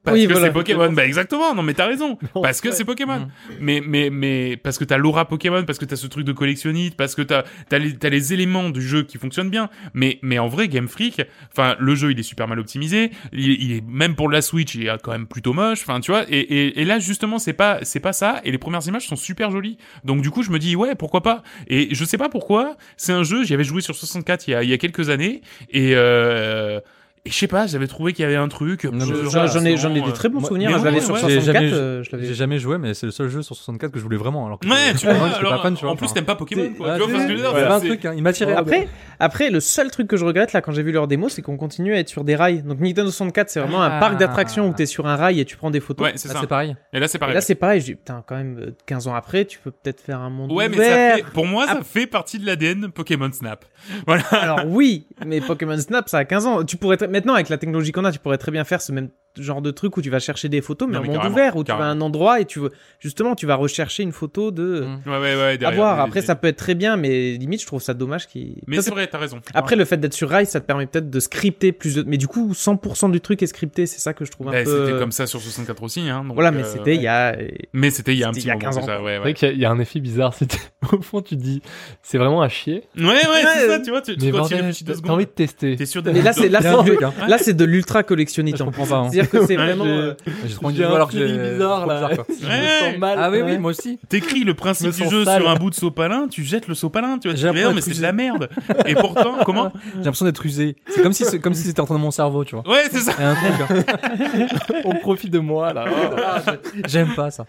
parce Oui, que voilà. c'est Pokémon bah exactement non mais t'as raison Non, parce que ouais. Mm. c'est Pokémon mais mais mais parce que t'as l'aura Pokémon parce que t'as ce truc de collectionniste parce que t'as t'as les t'as les éléments du jeu qui fonctionnent bien mais mais en vrai Game Freak enfin le jeu il est super mal optimisé il, il est même pour la Switch il est quand même plutôt moche enfin tu vois et, et, et là justement c'est pas c'est pas ça et les premières images sont super jolies donc du coup je me dis ouais pourquoi pas et je sais pas pourquoi c'est un jeu j'y avais joué sur 64 il y a il y a quelques années et euh, et je sais pas, j'avais trouvé qu'il y avait un truc. Non, mais plus genre, J'en j'en ai, j'en ai euh, des très bons moi- souvenirs. mais hein, Je ouais, l'avais sur ouais, j'ai 64. jamais- euh, je l'avais. J'ai jamais joué, mais c'est le seul jeu sur 64 que je voulais vraiment. Alors que Ouais, tu vois, Avant, j'étais alors, pas fan, tu vois, en plus enfin. t'aimes pas Pokémon, quoi. Ah, Tu vois, parce que je veux il y dire, avait un c'est- truc, hein, il m'attirait. Après, après, le seul truc que je regrette là quand j'ai vu leur démo, c'est qu'on continue à être sur des rails. Donc Nintendo 64, c'est vraiment un Ah. parc d'attractions où t'es sur un rail et tu prends des photos. Ouais, c'est Ah, ça. c'est pareil. Et là, c'est Et pareil. là, c'est pareil. J'ai dit, putain, quand même, euh, 15 ans après, tu peux peut-être faire un monde ouais, mais ouvert. ça fait, pour moi, ça fait partie de l'ADN Pokémon Snap. Voilà. Alors oui, mais Pokémon Snap, ça a 15 ans. Tu pourrais très- maintenant avec la technologie qu'on a, tu pourrais très bien faire ce même genre de truc où tu vas chercher des photos, mais Non, un mais monde carrément, ouvert où tu vas à un carrément. endroit et tu veux justement tu vas rechercher une photo de Mm. Ouais, ouais, ouais. à derrière, voir. oui, Après, oui. ça peut être très bien, mais limite, je trouve ça dommage qu'il. Mais Ça, c'est c'est- vrai, t'as raison. Après, le fait d'être sur rail, ça te permet peut-être de scripter plus de. Mais du coup, 100% du truc est scripté. C'est ça que je trouve un Bah, peu. euh, c'était comme ça sur 64 aussi, hein. donc, Voilà, mais euh, c'était il y a. Mais c'était il y a un c'était petit il y a moment, 15 ans, c'est ça, ouais, C'est ouais. vrai qu'il y a- il y a un effet bizarre. c'est- Au fond, tu te dis, c'est vraiment à chier. Ouais, ouais, c'est Ouais, euh, ça, tu vois, tu, tu mais dois bordel, tirer une petite deux t'as envie secondes. de tester. T'es sûr Mais là, c'est là, Il y a un c'est truc, de- hein. là, c'est de l'ultra collectionnite. Je en plus. comprends pas. hein. C'est-à-dire que c'est Ouais, vraiment. j'ai- euh, J'ai trop envie J'ai de jouer un alors que j'ai- feeling bizarre trop là. bizarre, quoi. Je me Ouais. sens mal. Ah oui, Ouais. oui, moi aussi. T'écris le Je principe me du sens jeu sale. sur un bout de sopalin, tu jettes le sopalin, tu vois, tu J'ai te dis, l'impression mais que c'est de j'ai- la merde. Et pourtant, comment? J'ai l'impression d'être rusé. C'est comme si c'est- comme si c'était en train de mon cerveau, tu vois. Ouais, c'est ça. Il y a un truc, hein. On profite de moi là. Ah, J'aime pas ça.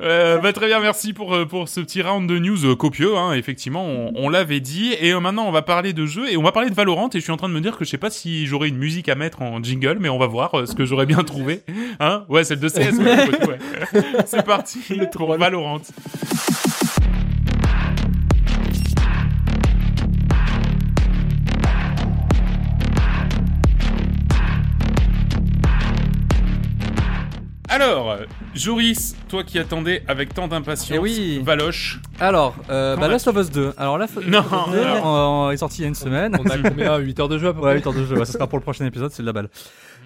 Euh, bah, très bien, merci pour euh, pour ce petit round de news euh, copieux. Hein, effectivement, on, on l'avait dit. Et euh, maintenant, on va parler de jeux et on va parler de Valorant. Et je suis en train de me dire que je sais pas si j'aurai une musique à mettre en jingle, mais on va voir euh, ce que j'aurais bien trouvé. Hein ouais, celle de CS. ouais, ouais. C'est parti pour Valorant. Alors, Joris, toi qui attendais avec tant d'impatience, Eh oui. Valoche. Alors, euh, bah, Comment Last of Us 2. Alors, Last of Us Non, 2 euh, est sorti il y a une semaine. On a combien 8 Ah, heures de jeu à peu près Ouais, 8 heures de jeu, ouais, ça sera pour le prochain épisode, c'est de la balle.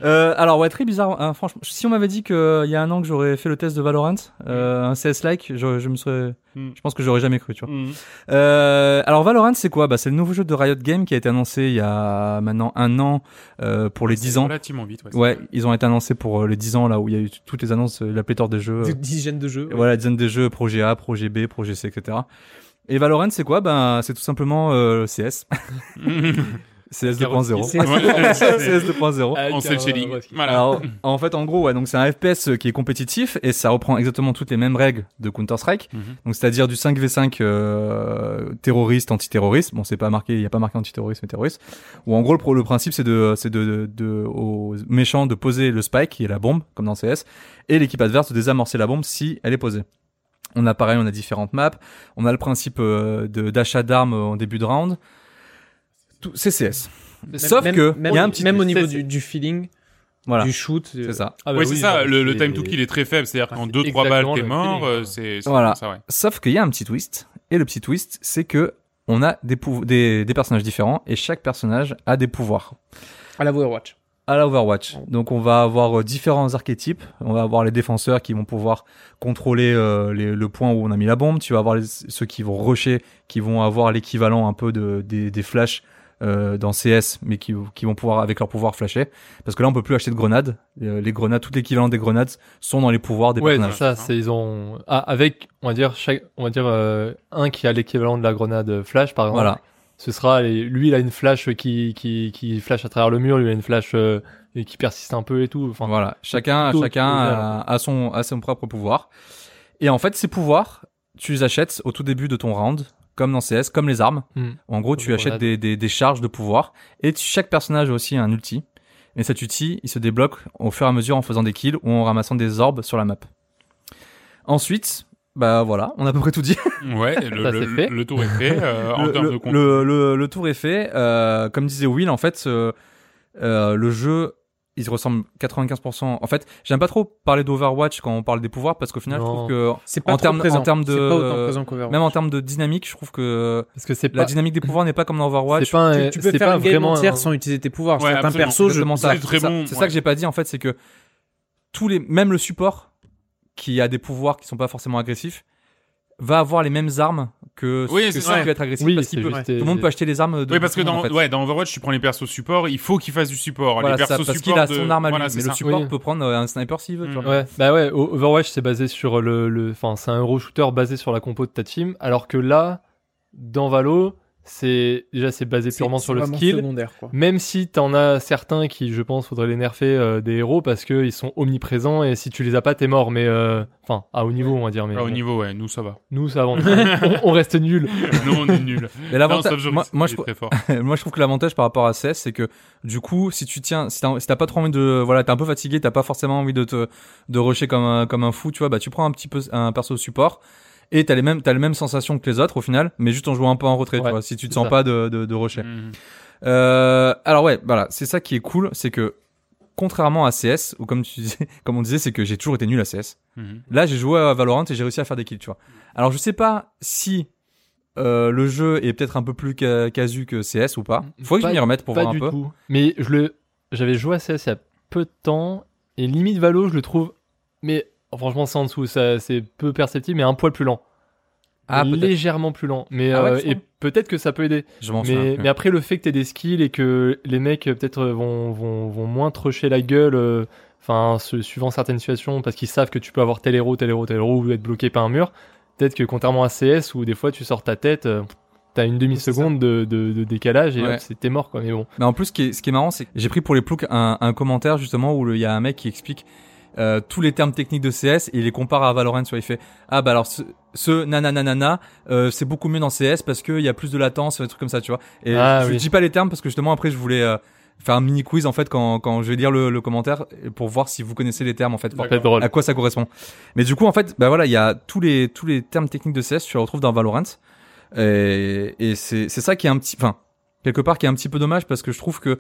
Euh, alors, ouais, très bizarre. hein, franchement, si on m'avait dit qu'il y a un an que j'aurais fait le test de Valorant, euh, Mm. un CS-like, je, je me serais. Mm. Je pense que j'aurais jamais cru, tu vois. Mm. Euh, alors, Valorant, c'est quoi bah, C'est le nouveau jeu de Riot Games qui a été annoncé il y a maintenant un an euh, pour les 10 ans. Relativement vite. Ouais. Ouais, ils ont été annoncés pour euh, les 10 ans, là où il y a eu toutes les annonces, euh, la pléthore des jeux. euh, des dizaines de jeux. et Voilà, dizaine des jeux, projet A, projet B, projet C, etc. Et Valorant, c'est quoi Ben, c'est tout simplement euh, CS, CS 2.0. Ouais, c'est- CS 2.0. Avec On sait le un- shading. Ah, ouais, c'est- Voilà. Alors, en fait, en gros, ouais, donc c'est un FPS euh, qui est compétitif et ça reprend exactement toutes les mêmes règles de Counter-Strike. Mhm. Donc, c'est-à-dire du 5v5 euh, terroriste, antiterroriste. Bon, c'est pas marqué, il n'y a pas marqué antiterroriste, mais terroriste. Ou en gros, le, pro- le principe, c'est de, c'est de, de, de- aux méchants de poser le spike, qui est la bombe, comme dans CS, et l'équipe adverse de désamorcer la bombe si elle est posée. On a pareil, on a différentes maps. On a le principe euh, de- d'achat d'armes en début de round. Tout, c'est CS. Sauf même, que, même, il y a un petit même au twist. niveau C'est- du, du feeling, Voilà. du shoot, euh, de- C'est ça. Ah bah oui, c'est oui, ça, non, le, le c'est- Ah, time to kill est très faible, c'est-à-dire qu'en c'est 2-3 balles, exactement t'es le mort, feeling, euh, quoi. c'est c'est Voilà. comme ça, ouais. Sauf qu'il y a un petit twist. Et le petit twist, c'est que on a des, pou- des, des personnages différents et chaque personnage a des pouvoirs. à la Overwatch. À la Overwatch. Donc on va avoir euh, différents archétypes. On va avoir les défenseurs qui vont pouvoir contrôler euh, les- le point où on a mis la bombe. Tu vas avoir les- ceux qui vont rusher, qui vont avoir l'équivalent un peu de, des, des flashs euh, dans CS, mais qui, qui vont pouvoir, avec leur pouvoir, flasher. Parce que là, on peut plus acheter de grenades. Euh, les grenades, tout l'équivalent des grenades sont dans les pouvoirs des Ouais, personnages. ça, c'est ils ont ah, avec on va dire chaque on va dire euh, un qui a l'équivalent de la grenade flash par exemple. Voilà. Ce sera les- lui il a une flash qui qui qui flash à travers le mur, lui il a une flash euh, et qui persiste un peu et tout. Enfin voilà. Chacun, hein. plutôt- chacun plutôt ouvert, a, a son, a son propre pouvoir. Et en fait, ces pouvoirs, tu les achètes au tout début de ton round, comme dans CS, comme les armes. Hmm. En gros, Comme tu les achètes grenades. des, des, des charges de pouvoir. Et tu- chaque personnage a aussi un ulti. Et cet ulti, il se débloque au fur et à mesure en faisant des kills ou en ramassant des orbes sur la map. Ensuite, bah voilà, on a à peu près tout dit. Ouais, le, Ça, le- c'est fait. le tour est fait euh, en le, termes le- de contenu. le- le- le tour est fait. Euh, comme disait Will, en fait, euh, euh, le jeu, il se ressemble 95%. En fait, j'aime pas trop parler d'Overwatch quand on parle des pouvoirs parce qu'au final, Non. je trouve que, C'est pas en trop termes- en présent. termes de- C'est pas autant présent qu'Overwatch. même en termes de dynamique, je trouve que parce que c'est la pas dynamique des pouvoirs n'est pas comme dans Overwatch. Bah, c'est pas un- tu, tu peux c'est faire pas une game vraiment entière un- sans utiliser tes pouvoirs. Ouais, Certains absolument. C'est persos, je... exactement ça. c'est très ça, bon, c'est ouais. ça que j'ai pas dit en fait, c'est que tous les, même le support qui a des pouvoirs qui sont pas forcément agressifs, va avoir les mêmes armes que Oui, que c'est ceux ça. qui vont être agressifs oui, parce c'est qu'il peut- juste- tout le monde peut acheter les armes de Oui, parce que tout le dans, monde, en fait. ouais, dans Overwatch, tu prends les persos support, il faut qu'ils fassent du support. Voilà, les ça, persos parce support qu'il a de- son arme à lui, voilà, mais c'est le ça. support Oui. peut prendre euh, un sniper s'il veut. tu Mm. vois. Ouais, bah ouais, O- Overwatch c'est basé sur le, le, enfin c'est un hero shooter basé sur la compo de ta team, alors que là, dans Valo, c'est déjà c'est basé c'est- purement c'est sur le vraiment skill. secondaire, quoi. Même si t'en as certains qui, je pense, faudrait les nerfer euh, des héros parce que ils sont omniprésents et si tu les as pas, t'es mort. Mais euh, enfin, à haut niveau, on va dire. Mais Ah, au bon, niveau, ouais, nous ça va. nous, ça, on, on- on reste nuls. nous on est nuls. Mais Mm. Non, l'avantage, sauf Joris, moi, moi, il je, est très fort. moi, je trouve que l'avantage par rapport à CS, c'est que du coup, si tu tiens, si t'as si t'as pas trop envie de, voilà, t'es un peu fatigué, t'as pas forcément envie de te de rusher comme un, comme un fou, tu vois, bah tu prends un petit peu un perso support et t'as les mêmes t'as les mêmes sensations que les autres au final, mais juste en jouant un peu en retrait, Ouais, tu vois, si tu te c'est sens ça. pas de de, de rusher. Mhm. Euh, alors ouais, voilà, c'est ça qui est cool, c'est que contrairement à CS ou comme tu disais, comme on disait, c'est que j'ai toujours été nul à CS. Mhm. Là, j'ai joué à Valorant et j'ai réussi à faire des kills, tu vois. Alors, je sais pas si euh, le jeu est peut-être un peu plus ca- casu que CS ou pas. Faut que Mm. Pas- je m'y remette pour Pas voir un du peu. tout. Mais je le, j'avais joué à CS il y a peu de temps et limite Valo, je le trouve. Mais franchement, c'est en dessous, ça, c'est peu perceptible, mais un poil plus lent, Ah, peut-être. légèrement plus lent. Mais Ah ouais, euh, tu et trouves peut-être que ça peut aider. Je m'en souviens. Mais, plus. mais après, le fait que t'aies des skills et que les mecs euh, peut-être euh, vont, vont, vont moins te rusher la gueule, euh, enfin, se- suivant certaines situations, parce qu'ils savent que tu peux avoir tel héros, tel héros, tel héros, ou être bloqué par un mur, peut-être que contrairement à CS, où des fois tu sors ta tête, euh, t'as une demi-seconde de, de- de décalage et Ouais. hop, c'est- t'es mort, quoi. Mais bon, Mais en plus, ce qui est, ce qui est marrant, c'est que j'ai pris pour les ploucs un, un commentaire justement où le- il y a un mec qui explique euh, tous les termes techniques de CS et il les compare à Valorant. Tu vois, il fait ah bah alors ce, ce nananana, euh, c'est beaucoup mieux dans CS parce qu'il y a plus de latence, des trucs comme ça, tu vois. Et Ah, je oui. dis pas les termes parce que justement après je voulais euh, faire un mini quiz en fait quand, quand je vais lire le, le commentaire pour voir si vous connaissez les termes en fait. ça peut être drôle. à quoi ça correspond. Mais du coup, en fait, bah voilà, il y a tous les tous les termes techniques de CS, tu les retrouves dans Valorant, et, et c'est c'est ça qui est un petit, enfin quelque part qui est un petit peu dommage parce que je trouve que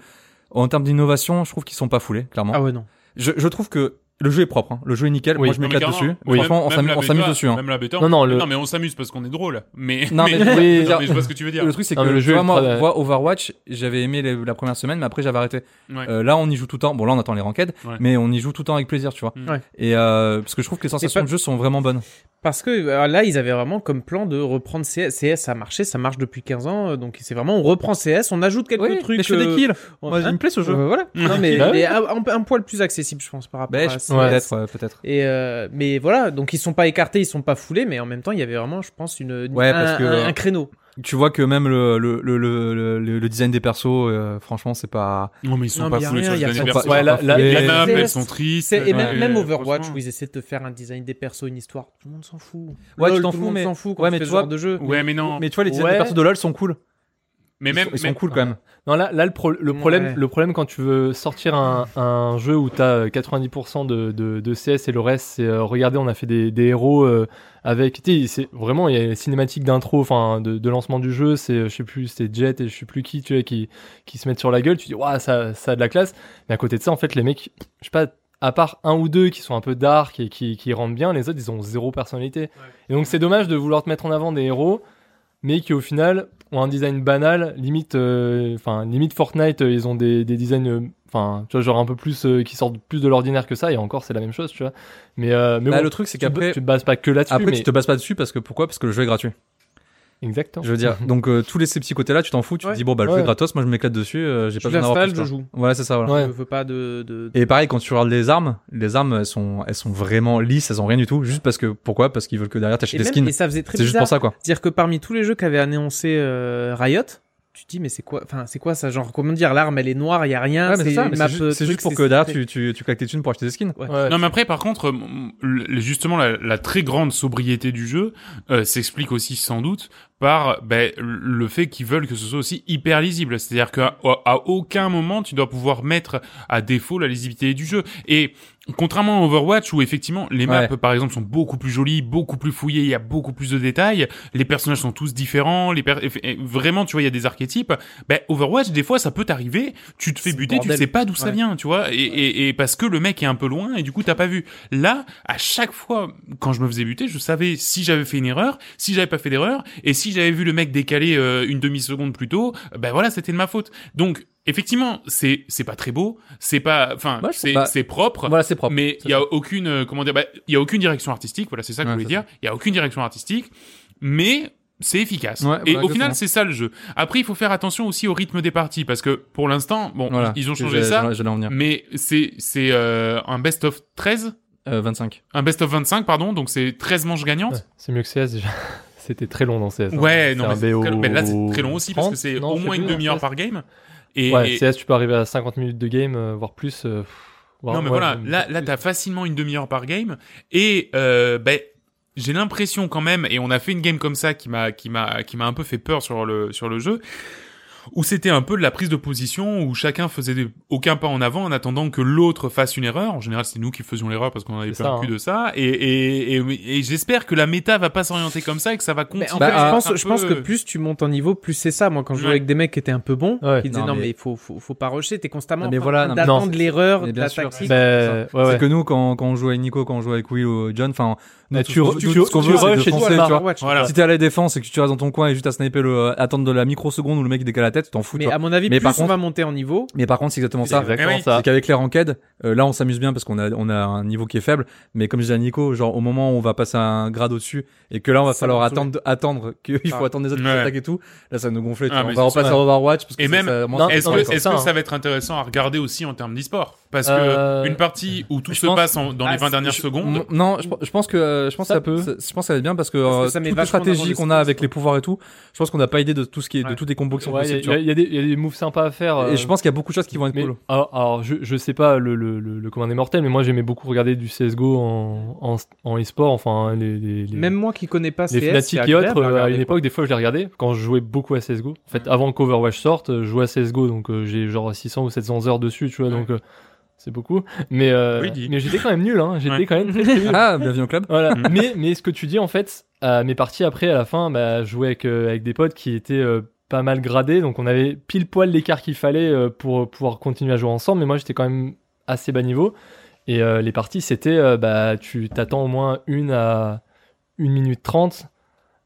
en termes d'innovation, je trouve qu'ils sont pas foulés, clairement. Ah ouais, non. je, je trouve que le jeu est propre, hein. le jeu est nickel. Oui. Moi, je Non, mais m'éclate carrément, dessus. même- Franchement, on même s'amuse- la on s'amuse bêta, dessus. hein. Même la bêta, Non, on- non, le- mais on s'amuse parce qu'on est drôle. Mais, Non, mais- oui, non, mais je vois ce que tu veux dire. Le truc, c'est que Non, mais le tu jeu vois, est moi, très- moi, Overwatch, j'avais aimé les- la première semaine, mais après j'avais arrêté. Ouais. Euh, là, on y joue tout le temps. Bon, là, on attend les ranked, Ouais. mais on y joue tout le temps avec plaisir, tu vois. Mm. Ouais. Et euh, parce que je trouve que les sensations pas- de jeu sont vraiment bonnes. Parce que euh, là, ils avaient vraiment comme plan de reprendre CS. CS, ça a marché, ça marche depuis 15 ans. euh, Donc c'est vraiment, on reprend CS, on ajoute quelques Oui, trucs. mais je fais des euh, kills. on- Moi, il me plaît ce jeu. Euh, voilà. Non, mais, Bah mais un, un- un poil plus accessible, je pense, par rapport Ben, à je- CS. ouais. peut-être, ouais, peut-être. Et euh, mais voilà, donc ils sont pas écartés, ils sont pas foulés, mais en même temps, il y avait vraiment, je pense, une, Ouais, un, parce que- un- un créneau. Tu vois que même le, le, le, le, le- le design des persos, euh, franchement, c'est pas. Non, mais ils sont Non, pas mais y a foulés sur rien, les y a derniers pas- persos. Ouais, là- là- les là- maps, c'est- elles sont tristes. C'est- Et même, ouais, même euh, Overwatch, où franchement. ils essaient de te faire un design des persos, une histoire, tout le monde s'en fout. Ouais, LOL, tu t'en tout fous, le monde mais- s'en fout quand ouais, tu mais fais tu ce vois- genre de jeu. Ouais, mais non. Mais tu vois, les designs Ouais. des persos de LoL sont cool. Mais Ils même. sont- ils sont mais- cool quand même. Bah, Non, là, là, le, pro- le Ouais. problème, le problème quand tu veux sortir un, un jeu où euh, tu as 90% de, de, de CS et le reste, c'est euh, regardez, on a fait des, des héros euh, avec. Tu sais, c'est vraiment, il y a une cinématique d'intro, enfin, de, de lancement du jeu, c'est, euh, je sais plus, c'était Jet et je sais plus qui, tu vois, qui, qui se mettent sur la gueule. Tu dis, waouh, ça, ça a de la classe. Mais à côté de ça, en fait, les mecs, je sais pas, à part un ou deux qui sont un peu dark et qui, qui rendent bien, les autres, ils ont zéro personnalité. Et donc, c'est dommage de vouloir te mettre en avant des héros, mais qui au final ont un design banal, limite, euh, enfin, limite Fortnite, euh, ils ont des, des designs, euh, enfin, tu vois, genre un peu plus, euh, qui sortent plus de l'ordinaire que ça, et encore, c'est la même chose, tu vois. Mais, euh, mais Là, bon, Bah, le truc, c'est tu, qu'après, tu te bases pas que là-dessus, après, mais tu te bases pas dessus parce que pourquoi Parce que le jeu est gratuit. Exactement. Je veux dire, donc euh, tous les, ces petits côtés-là, tu t'en fous, tu Ouais. te dis, bon, bah, le jeu Ouais. est gratos, moi je m'éclate dessus, euh, j'ai Je pas besoin d'avoir l'installe, plus. je quoi. joue. Voilà, c'est ça, voilà. Ouais. Je veux pas de. de- Et pareil, quand tu regardes les armes, les armes, elles sont, elles sont vraiment lisses, elles ont rien du tout, juste parce que, pourquoi? Parce qu'ils veulent que derrière Et, t'achètes des même- skins. et ça faisait très C'est juste bizarre. pour ça, quoi. C'est-à-dire que parmi tous les jeux qu'avait annoncé euh, Riot, tu te dis mais c'est quoi Enfin c'est quoi ça genre comment dire l'arme elle est noire, il y a rien, Ouais, mais c'est ça, une mais map, c'est euh, juste, c'est truc, juste pour c'est- que derrière c'est- tu, tu, tu claques tes thunes pour acheter des skins. Ouais. Non, mais après, par contre, euh, m- le- justement, la, la très grande sobriété du jeu euh, s'explique aussi sans doute par ben, le fait qu'ils veulent que ce soit aussi hyper lisible. C'est-à-dire qu'à à aucun moment, tu dois pouvoir mettre à défaut la lisibilité du jeu. Et contrairement à Overwatch, où effectivement, les maps, par exemple, sont beaucoup plus jolies, beaucoup plus fouillées, il y a beaucoup plus de détails, les personnages sont tous différents, les per- eff- eh, vraiment, tu vois, il y a des archétypes. Ben, Overwatch, des fois, ça peut t'arriver, tu te fais C'est le buter, tu bordel. sais pas d'où ça Ouais. vient, tu vois, et, et, et parce que le mec est un peu loin, et du coup, t'as pas vu. Là, à chaque fois, quand je me faisais buter, je savais si j'avais fait une erreur, si j'avais pas fait d'erreur, et si j'avais vu le mec décaler euh, une demi-seconde plus tôt, ben voilà, c'était de ma faute. Donc, effectivement, c'est c'est pas très beau, c'est pas, enfin, Moi, je c'est trouve pas- c'est propre, Voilà, c'est propre. mais il y a aucune, euh, comment dire, bah, il y a aucune direction artistique. Voilà, c'est ça que Ouais, je voulais c'est dire. Il y a aucune direction artistique, mais c'est efficace. Ouais, et voilà, au final, exactement. c'est ça le jeu. Après, il faut faire attention aussi au rythme des parties parce que pour l'instant, bon, Voilà. ils ont Et changé j'ai- ça, Mm. j'allais- J'allais en venir. mais c'est c'est euh, un best of 13, Euh, 25. un best of 25 pardon, donc c'est 13 manches gagnantes. Ouais, c'est mieux que CS déjà. C'était très long dans CS. hein. Ouais, C'est non, mais, un c'est BO très long. Mais là c'est très long aussi parce que 30, c'est non, au je sais moins une plus, hein. en demi-heure CS. par game. Et, ouais, et- CS, tu peux arriver à 50 minutes de game, euh, voire plus. euh, pff, voire- non mais ouais, voilà, même là plus. là t'as facilement une demi-heure par game et euh, ben j'ai l'impression quand même et on a fait une game comme ça qui m'a qui m'a qui m'a un peu fait peur sur le sur le jeu où c'était un peu de la prise de position où chacun faisait des- aucun pas en avant en attendant que l'autre fasse une erreur. En général, c'est nous qui faisions l'erreur parce qu'on avait C'est plein ça, le cul hein. de ça et et, et- et j'espère que la méta va pas s'orienter comme ça et que ça va continuer. Mais en Bah, fait, ah, je pense, un je pense peu- que plus tu montes en niveau, plus c'est ça. Moi, quand je jouais Ouais. avec des mecs qui étaient un peu bons, Ouais. ils disaient Non, non, mais mais- il faut, faut, faut pas rusher. T'es constamment Non, mais en train voilà, non, mais- Non, d'attendre l'erreur, mais de bien la sûr, Bah, tactique. Ben, ouais, c'est ouais. que nous, quand, quand on joue avec Nico, quand on joue avec Will ou John, enfin, nous, Eh, tout- tu- tout- tu- tout tu- ce qu'on tu veut, c'est de rushes et tu foncer, tu marches. vois. Overwatch. Voilà. Si t'es à la défense et que tu restes dans ton coin et juste à sniper le, attendre de la microseconde où le mec décale la tête, tu t'en fous, tu Mais vois. à mon avis, Mais plus par on contre- va monter en niveau. Mais par contre, c'est exactement ça. C'est exactement Eh oui. ça. C'est qu'avec les ranked, euh, là on s'amuse bien parce qu'on a on a un niveau qui est faible, mais comme je disais à Nico, genre au moment où on va passer à un grade au-dessus et que là on va Ça falloir va me attendre attendre qu'il Ah. faut attendre les autres qui Ouais. s'attaquent et tout, là ça va nous gonfler. tu Ah, vois. mais on va c'est repasser ça. à Overwatch parce que Et ça- même- ça, non, ça- Est-ce ça- que, ça- est-ce ça, que hein. ça va être intéressant à regarder aussi en termes d'e-sport Parce que Euh, une partie où tout je se pense- passe en- dans les Ah, 20 dernières je- secondes, Non, je, je pense que euh, je pense Ça que peut. ça- Je pense que ça va être bien parce que, Parce que euh, ça met toutes les vachement en avant stratégies les qu'on a avec skills, les pouvoirs et tout, je pense qu'on n'a pas idée de tout ce qui est de Ouais. toutes les combos qui sont Ouais, possibles. Il tu y, a- vois. il y a des- il y a des moves sympas à faire. euh, Et je pense qu'il y a beaucoup de choses qui vont être mais- cool. alors, alors, je, je sais pas le, le, le, le commun des mortels, mais moi j'aimais beaucoup regarder du CSGO en, en, en e-sport, enfin hein, les, les, les- Même moi qui connais pas les CS, c'est Fnatic et agréable autres, euh, à regarder, une quoi. époque, des fois je les regardais quand je jouais beaucoup à CSGO. En fait, avant qu'Overwatch sorte, euh, je jouais à CSGO, donc euh, j'ai genre 600 ou 700 heures dessus, tu vois, donc euh, c'est beaucoup. Mais, euh, Oui, dis. mais j'étais quand même nul, hein, j'étais Ouais. quand même très, très nul. Ah, bienvenue au club. Voilà. Mm. mais, mais ce que tu dis, en fait, à mes parties après, à la fin, bah, je jouais avec, euh, avec des potes qui étaient euh, pas mal gradés, donc on avait pile poil l'écart qu'il fallait euh, pour pouvoir continuer à jouer ensemble, mais moi j'étais quand même assez bas niveau. Et euh, les parties, c'était, euh, bah, tu t'attends au moins une à une minute trente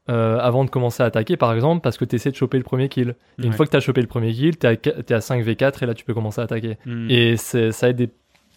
euh, avant de commencer à attaquer, par exemple, parce que tu essaies de choper le premier kill. Et une Ouais. fois que tu as chopé le premier kill, tu es, à qu- t'es à 5v4 et là tu peux commencer à attaquer. hmm, Et c'est- ça aide des-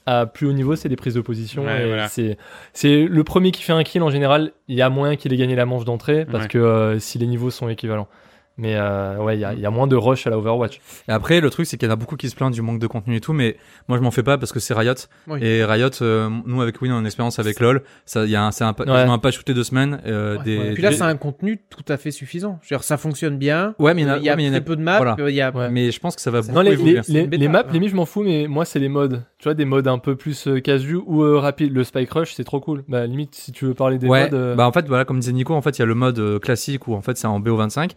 à plus haut niveau, c'est des prises de position. Ouais, et voilà. C'est c'est le premier qui fait un kill en général. Il y a moyen qu'il ait gagné la manche d'entrée parce Ouais. que euh, si les niveaux sont équivalents. Mais euh, ouais, il y, a- il y a moins de rush à la Overwatch. Et après, le truc, c'est qu'il y en a beaucoup qui se plaignent du manque de contenu et tout, mais moi, je m'en fais pas parce que c'est Riot. Oui. Et Riot, euh, nous, avec Win, on a une expérience avec LoL. Ça, il y a un, c'est un, pa- Ouais. quasiment un patch toutes les deux semaines, euh, Ouais. des, Puis là, des- c'est un contenu tout à fait suffisant. Je veux dire, ça fonctionne bien. ouais, mais Il il y en a, y a ouais, mais il y en a- très peu de maps. voilà. euh, Il y a Ouais. mais je pense que ça va Ça- beaucoup Non, les, évoluer. les, les, Bêta, les maps, hein ouais. les maps, je m'en fous, mais moi, c'est les modes. Tu vois, des modes un peu plus euh, casu ou euh, rapide. Le Spike Rush, c'est trop cool. Bah, limite, si tu veux parler des ouais, modes. euh, bah en fait voilà comme disait Nico en fait il y a le mode euh, classique où en fait c'est en BO25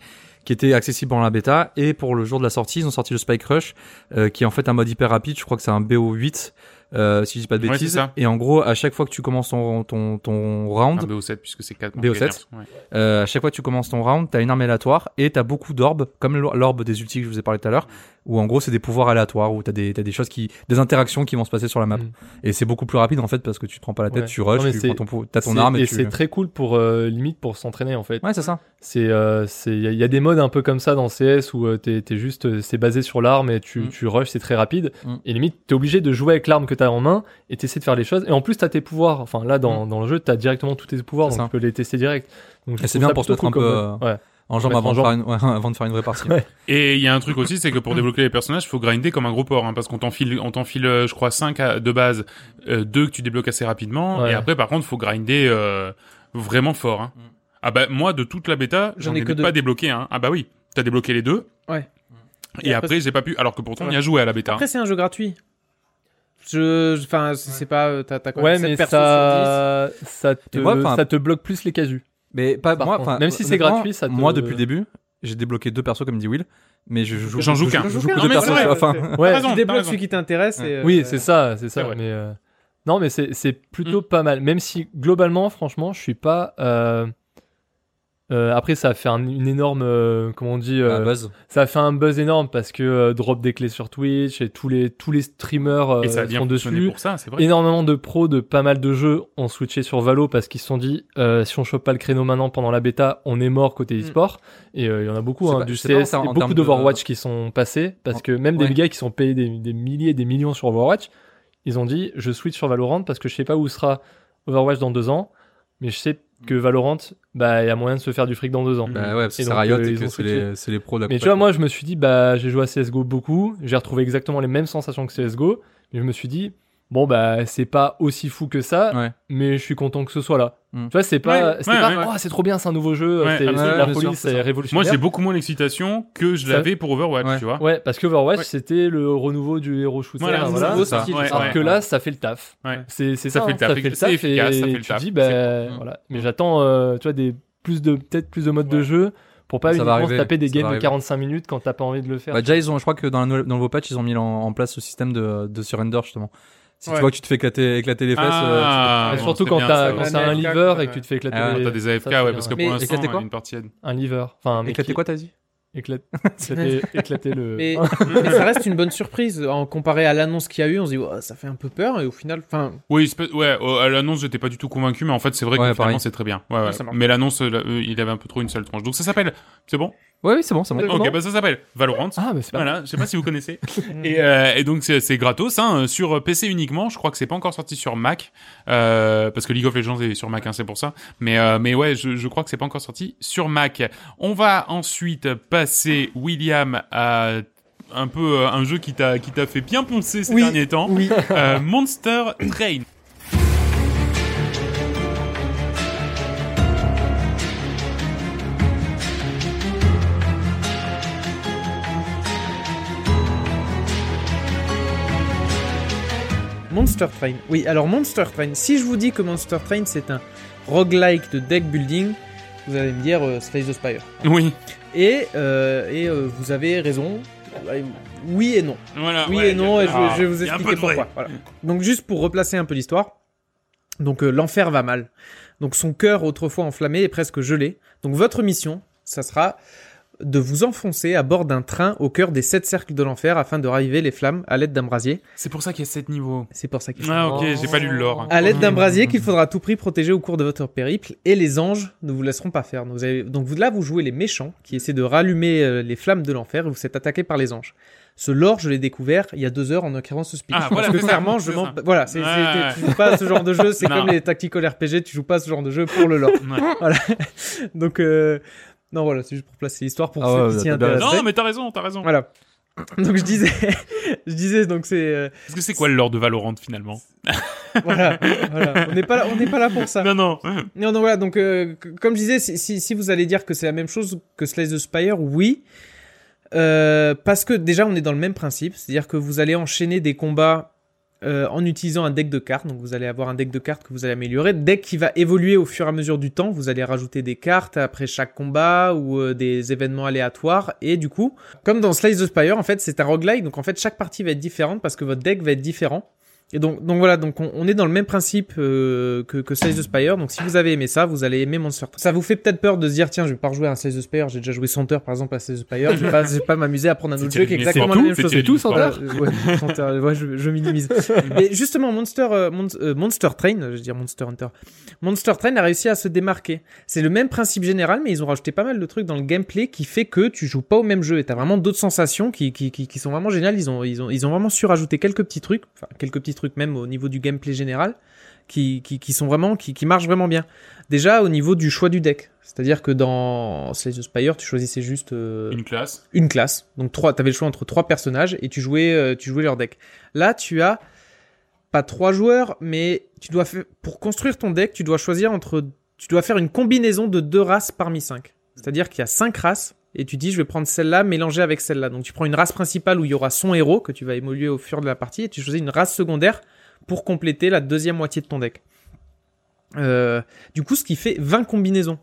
qui était accessible pendant la bêta et pour le jour de la sortie ils ont sorti le Spike Rush euh, qui est en fait un mode hyper rapide je crois que c'est un BO8 euh, si je dis pas de Ouais, bêtises c'est ça. et en gros à chaque fois que tu commences ton ton, ton round un BO7 puisque c'est 4 BO7. Euh, à chaque fois que tu commences ton round, t'as une arme aléatoire et t'as beaucoup d'orbes, comme l'or- l'orbe des ultis que je vous ai parlé tout à l'heure, où en gros c'est des pouvoirs aléatoires, où t'as des, t'as des choses qui, des interactions qui vont se passer sur la map. Mm. Et c'est beaucoup plus rapide en fait parce que tu te prends pas la tête, Ouais. tu rush, Non, mais tu c'est- prends ton, pou- t'as ton c'est- arme et, et tu. c'est très cool pour euh, limite pour s'entraîner en fait. Ouais, c'est ça. C'est, euh, c'est, il y, a- y a des modes un peu comme ça dans CS où euh, t'es, t'es juste, euh, c'est basé sur l'arme et tu, Mm. tu rushes, c'est très rapide. Mm. Et limite, t'es obligé de jouer avec l'arme que t'as en main et t'essaies de faire les choses. Et en plus, t'as tes pouvoirs. Enfin, là, dans, dans le jeu, t'as directement tous tes pouvoirs, Mm. C'est donc ça. tu peux les tester direct. Donc, je Et c'est trouve bien ça pour se plutôt mettre un cool peu, euh, comme mode. Ouais. en jambes mettre avant, en de faire une- ouais, avant de faire une vraie partie. Ouais. Et il y a un truc aussi, c'est que pour débloquer les personnages, il faut grinder comme un gros porc, hein, parce qu'on t'enfile, on t'enfile, euh, je crois, 5 de base, 2 que tu débloques assez rapidement, Ouais. et après, par contre, faut grinder euh, vraiment fort. hein. Mm. Ah bah, moi, de toute la bêta, J'en j'en ai ai que deux. pas débloqué. Hein. Ah bah oui, t'as débloqué les deux. Ouais. Et, Et après, après, j'ai pas pu, alors que pourtant, on y Ouais. a joué à la bêta. hein. Après, c'est un jeu gratuit. Je, enfin, c'est c'est pas, euh, t'as t'as quoi Ouais, sept mais persos sur ça, ça, te, Et moi, enfin- ça te bloque plus les casus. Mais pas Par moi, contre, enfin, même si c'est honnêtement, gratuit, ça te- Moi, depuis le début, j'ai débloqué deux persos, comme dit Will, mais je joue. J'en joue qu'un. Je J'en joue joue que qu'un. Non, deux mais persos c'est à la vrai, fin. ouais, T'as Ouais, dix. raison, Tu t'as débloques raison. celui qui t'intéresse. et, euh, oui, euh, c'est ça, c'est ça. vrai. Mm. Mais euh, non, mais c'est c'est plutôt pas mal. Même si globalement, franchement, je suis pas. euh, euh, après, ça a fait un- une énorme, euh, comment on dit, euh, Un buzz. ça a fait un buzz énorme parce que euh, drop des clés sur Twitch et tous les tous les streamers euh, et ça a bien sont fonctionné dessus. pour ça, c'est vrai. Énormément de pros de pas mal de jeux ont switché sur Valo parce qu'ils se sont dit euh, si on chope pas le créneau maintenant pendant la bêta, on est mort côté Mm. e-sport. Et euh, il y en a beaucoup, C'est hein, pas- du c'est pas en CS, termes- et en beaucoup termes d'Overwatch de- qui sont passés parce En- que même ouais. des gars qui sont payés des, des milliers et des millions sur Overwatch, ils ont dit je switch sur Valorant parce que je sais pas où sera Overwatch dans deux ans, mais je sais que Valorant, bah il y a moyen de se faire du fric dans deux ans. Mm. Mm. Bah ouais, parce que Et c'est donc, Riot euh, et ils que ont c'est switché. les, c'est les pros de la Mais tu vois, moi, je me suis dit, bah, j'ai joué à CSGO beaucoup, j'ai retrouvé exactement les mêmes sensations que CSGO, mais je me suis dit, bon, bah, c'est pas aussi fou que ça, Ouais. mais je suis content que ce soit là. Mm. Tu vois, c'est pas, Ouais, c'est ouais, pas, ouais. oh, c'est trop bien, c'est un nouveau jeu, euh, Ouais, c'est ah, c'est ouais, de la bien sûr, folie, c'est c'est ça. Moi, révolutionnaire. j'ai beaucoup moins l'excitation que je Ça- l'avais pour Overwatch, Ouais. tu vois. Ouais, parce que Overwatch, Ouais. c'était le renouveau du héros shooter, Voilà, voilà. c'est nouveau ça. style, Ouais, ça. Alors ouais. que là, ça fait le taf. Ouais. C'est c'est Ça ça, fait le hein, taf, ça fait le c'est taf. efficace, et ça fait le tu taf, dis, c'est bah, bon. Mm. voilà. Mais j'attends, euh, tu vois, des plus de peut-être plus de modes de jeu pour pas Ça va uniquement arriver, se taper des ça va games de arriver. 45 45 minutes quand t'as pas envie de le faire. Bah déjà, ils ont, je crois que dans, la nouvelle- dans le nouveau patch, ils ont mis en, en place ce système de, de surrender justement. Si Ouais. tu vois que tu te fais éclater, éclater les fesses, Ah, euh, Et tu- bon, surtout c'est quand bien, t'as ça, quand ouais. t'as un AFK, lever quoi, et que tu te fais éclater Ah, Quand les- t'as des AFK, ça, c'est ouais, bien, parce que pour ouais. Mais l'instant, éclater quoi une partie aide. un lever enfin mais éclater qui- quoi, t'as dit éclate- éclater éclater le Mais, mais ça reste une bonne surprise en comparé à l'annonce qu'il y a eu. On se dit Ouais, ça fait un peu peur et au final, enfin, Oui, c'est pas- ouais, euh, à l'annonce, j'étais pas du tout convaincu, mais en fait, c'est vrai Ouais, que finalement, pareil. c'est très bien. Ouais, ouais. ça marche. Mais l'annonce, euh, euh, il avait un peu trop une seule tranche. Donc ça s'appelle, c'est bon Ouais, oui, c'est bon, c'est bon. Ok, bah ça s'appelle Valorant. ah mais c'est pas Voilà, je sais pas si vous connaissez. et, euh, et donc c'est c'est gratos, hein, sur PC uniquement. Je crois que c'est pas encore sorti sur Mac, euh, parce que League of Legends est sur Mac, hein, c'est pour ça. Mais euh, mais ouais, je, je crois que c'est pas encore sorti sur Mac. On va ensuite passer William à un peu euh, un jeu qui t'a qui t'a fait bien poncer ces Oui. derniers temps, oui. Euh, Monster Train. Monster Train. Oui, alors Monster Train. Si je vous dis que Monster Train c'est un roguelike de deck building, vous allez me dire euh, Slay the Spire. Oui. Et, euh, et euh, vous avez raison. Oui et non. Voilà. Oui ouais, et non, il y a- et je, Ah, je vais vous il y a un peu expliquer de vrai. pourquoi. Voilà. Donc juste pour replacer un peu l'histoire, donc euh, l'enfer va mal. Donc son cœur autrefois enflammé est presque gelé. Donc votre mission, ça sera de vous enfoncer à bord d'un train au cœur des sept cercles de l'enfer afin de raviver les flammes à l'aide d'un brasier. C'est pour ça qu'il y a 7 niveaux. C'est pour ça qu'il Ah ok, Oh. j'ai pas lu le lore. à l'aide d'un Mmh. brasier qu'il faudra à tout prix protéger au cours de votre périple, et les anges ne vous laisseront pas faire. Donc, vous avez- donc vous- là, vous jouez les méchants qui essaient de rallumer euh, les flammes de l'enfer et vous êtes attaqué par les anges. Ce lore, je l'ai découvert il y a deux heures en acquérant ce speech. Ah, voilà, Parce que c'est ça, clairement, je c'est m'en... ça. Voilà, c'est, Ouais, c'est- ouais. tu joues pas à ce genre de jeu, c'est Non. comme les tactical RPG, tu joues pas à ce genre de jeu pour le lore. Ouais. Donc, euh, non, voilà, c'est juste pour placer l'histoire pour Ah ceux ouais, qui s'y bah, bah, intéressent. Non, mais t'as raison, t'as raison. Voilà. Donc je disais, je disais, donc c'est... euh, Parce que c'est quoi le lore de Valorant finalement voilà, voilà. On n'est pas, là- on n'est pas là pour ça. Non, non. Non, non, voilà, donc euh, c- comme je disais, si, si, si vous allez dire que c'est la même chose que Slay the Spire, oui. Euh, parce que déjà, on est dans le même principe, c'est-à-dire que vous allez enchaîner des combats euh, en utilisant un deck de cartes. Donc vous allez avoir un deck de cartes que vous allez améliorer, deck qui va évoluer au fur et à mesure du temps. Vous allez rajouter des cartes après chaque combat ou euh, des événements aléatoires. Et du coup, comme dans Slay the Spire, en fait, c'est un roguelike, donc en fait, chaque partie va être différente parce que votre deck va être différent. Et donc, donc voilà, donc on, on est dans le même principe euh, que, que Size the Spire. Donc si vous avez aimé ça, vous allez aimer Monster Train. Ça vous fait peut-être peur de se dire tiens, je vais pas rejouer à un Size the Spire. J'ai déjà joué 100 heures par exemple à Size the Spire. Je vais pas, je vais pas m'amuser à prendre un C'est autre jeu qui est tiré- exactement c'est la tout, même c'est chose. tiré du Voilà, euh, ouais, 100 heures, ouais, je, je minimise. Mais justement, Monster, euh, Mon- euh, Monster Train, je veux dire Monster Hunter, Monster Train a réussi à se démarquer. C'est le même principe général, mais ils ont rajouté pas mal de trucs dans le gameplay qui fait que tu joues pas au même jeu et t'as vraiment d'autres sensations qui, qui, qui, qui sont vraiment géniales. Ils ont, ils ont, ils ont vraiment su rajouter quelques petits trucs, enfin, quelques petits trucs même au niveau du gameplay général, qui, qui, qui sont vraiment, qui, qui marchent vraiment bien. Déjà au niveau du choix du deck. C'est-à-dire que dans Slay the Spire, tu choisissais juste euh, Une classe. une classe. Donc trois, t'avais le choix entre trois personnages et tu jouais, euh, tu jouais leur deck. Là, tu as pas trois joueurs, mais tu dois faire, pour construire ton deck, tu dois choisir entre, tu dois faire une combinaison de deux races parmi cinq. C'est-à-dire qu'il y a cinq races et tu dis je vais prendre celle-là mélangée avec celle-là. Donc tu prends une race principale où il y aura son héros que tu vas évoluer au fur de la partie et tu choisis une race secondaire pour compléter la deuxième moitié de ton deck. Euh, du coup, ce qui fait 20 combinaisons.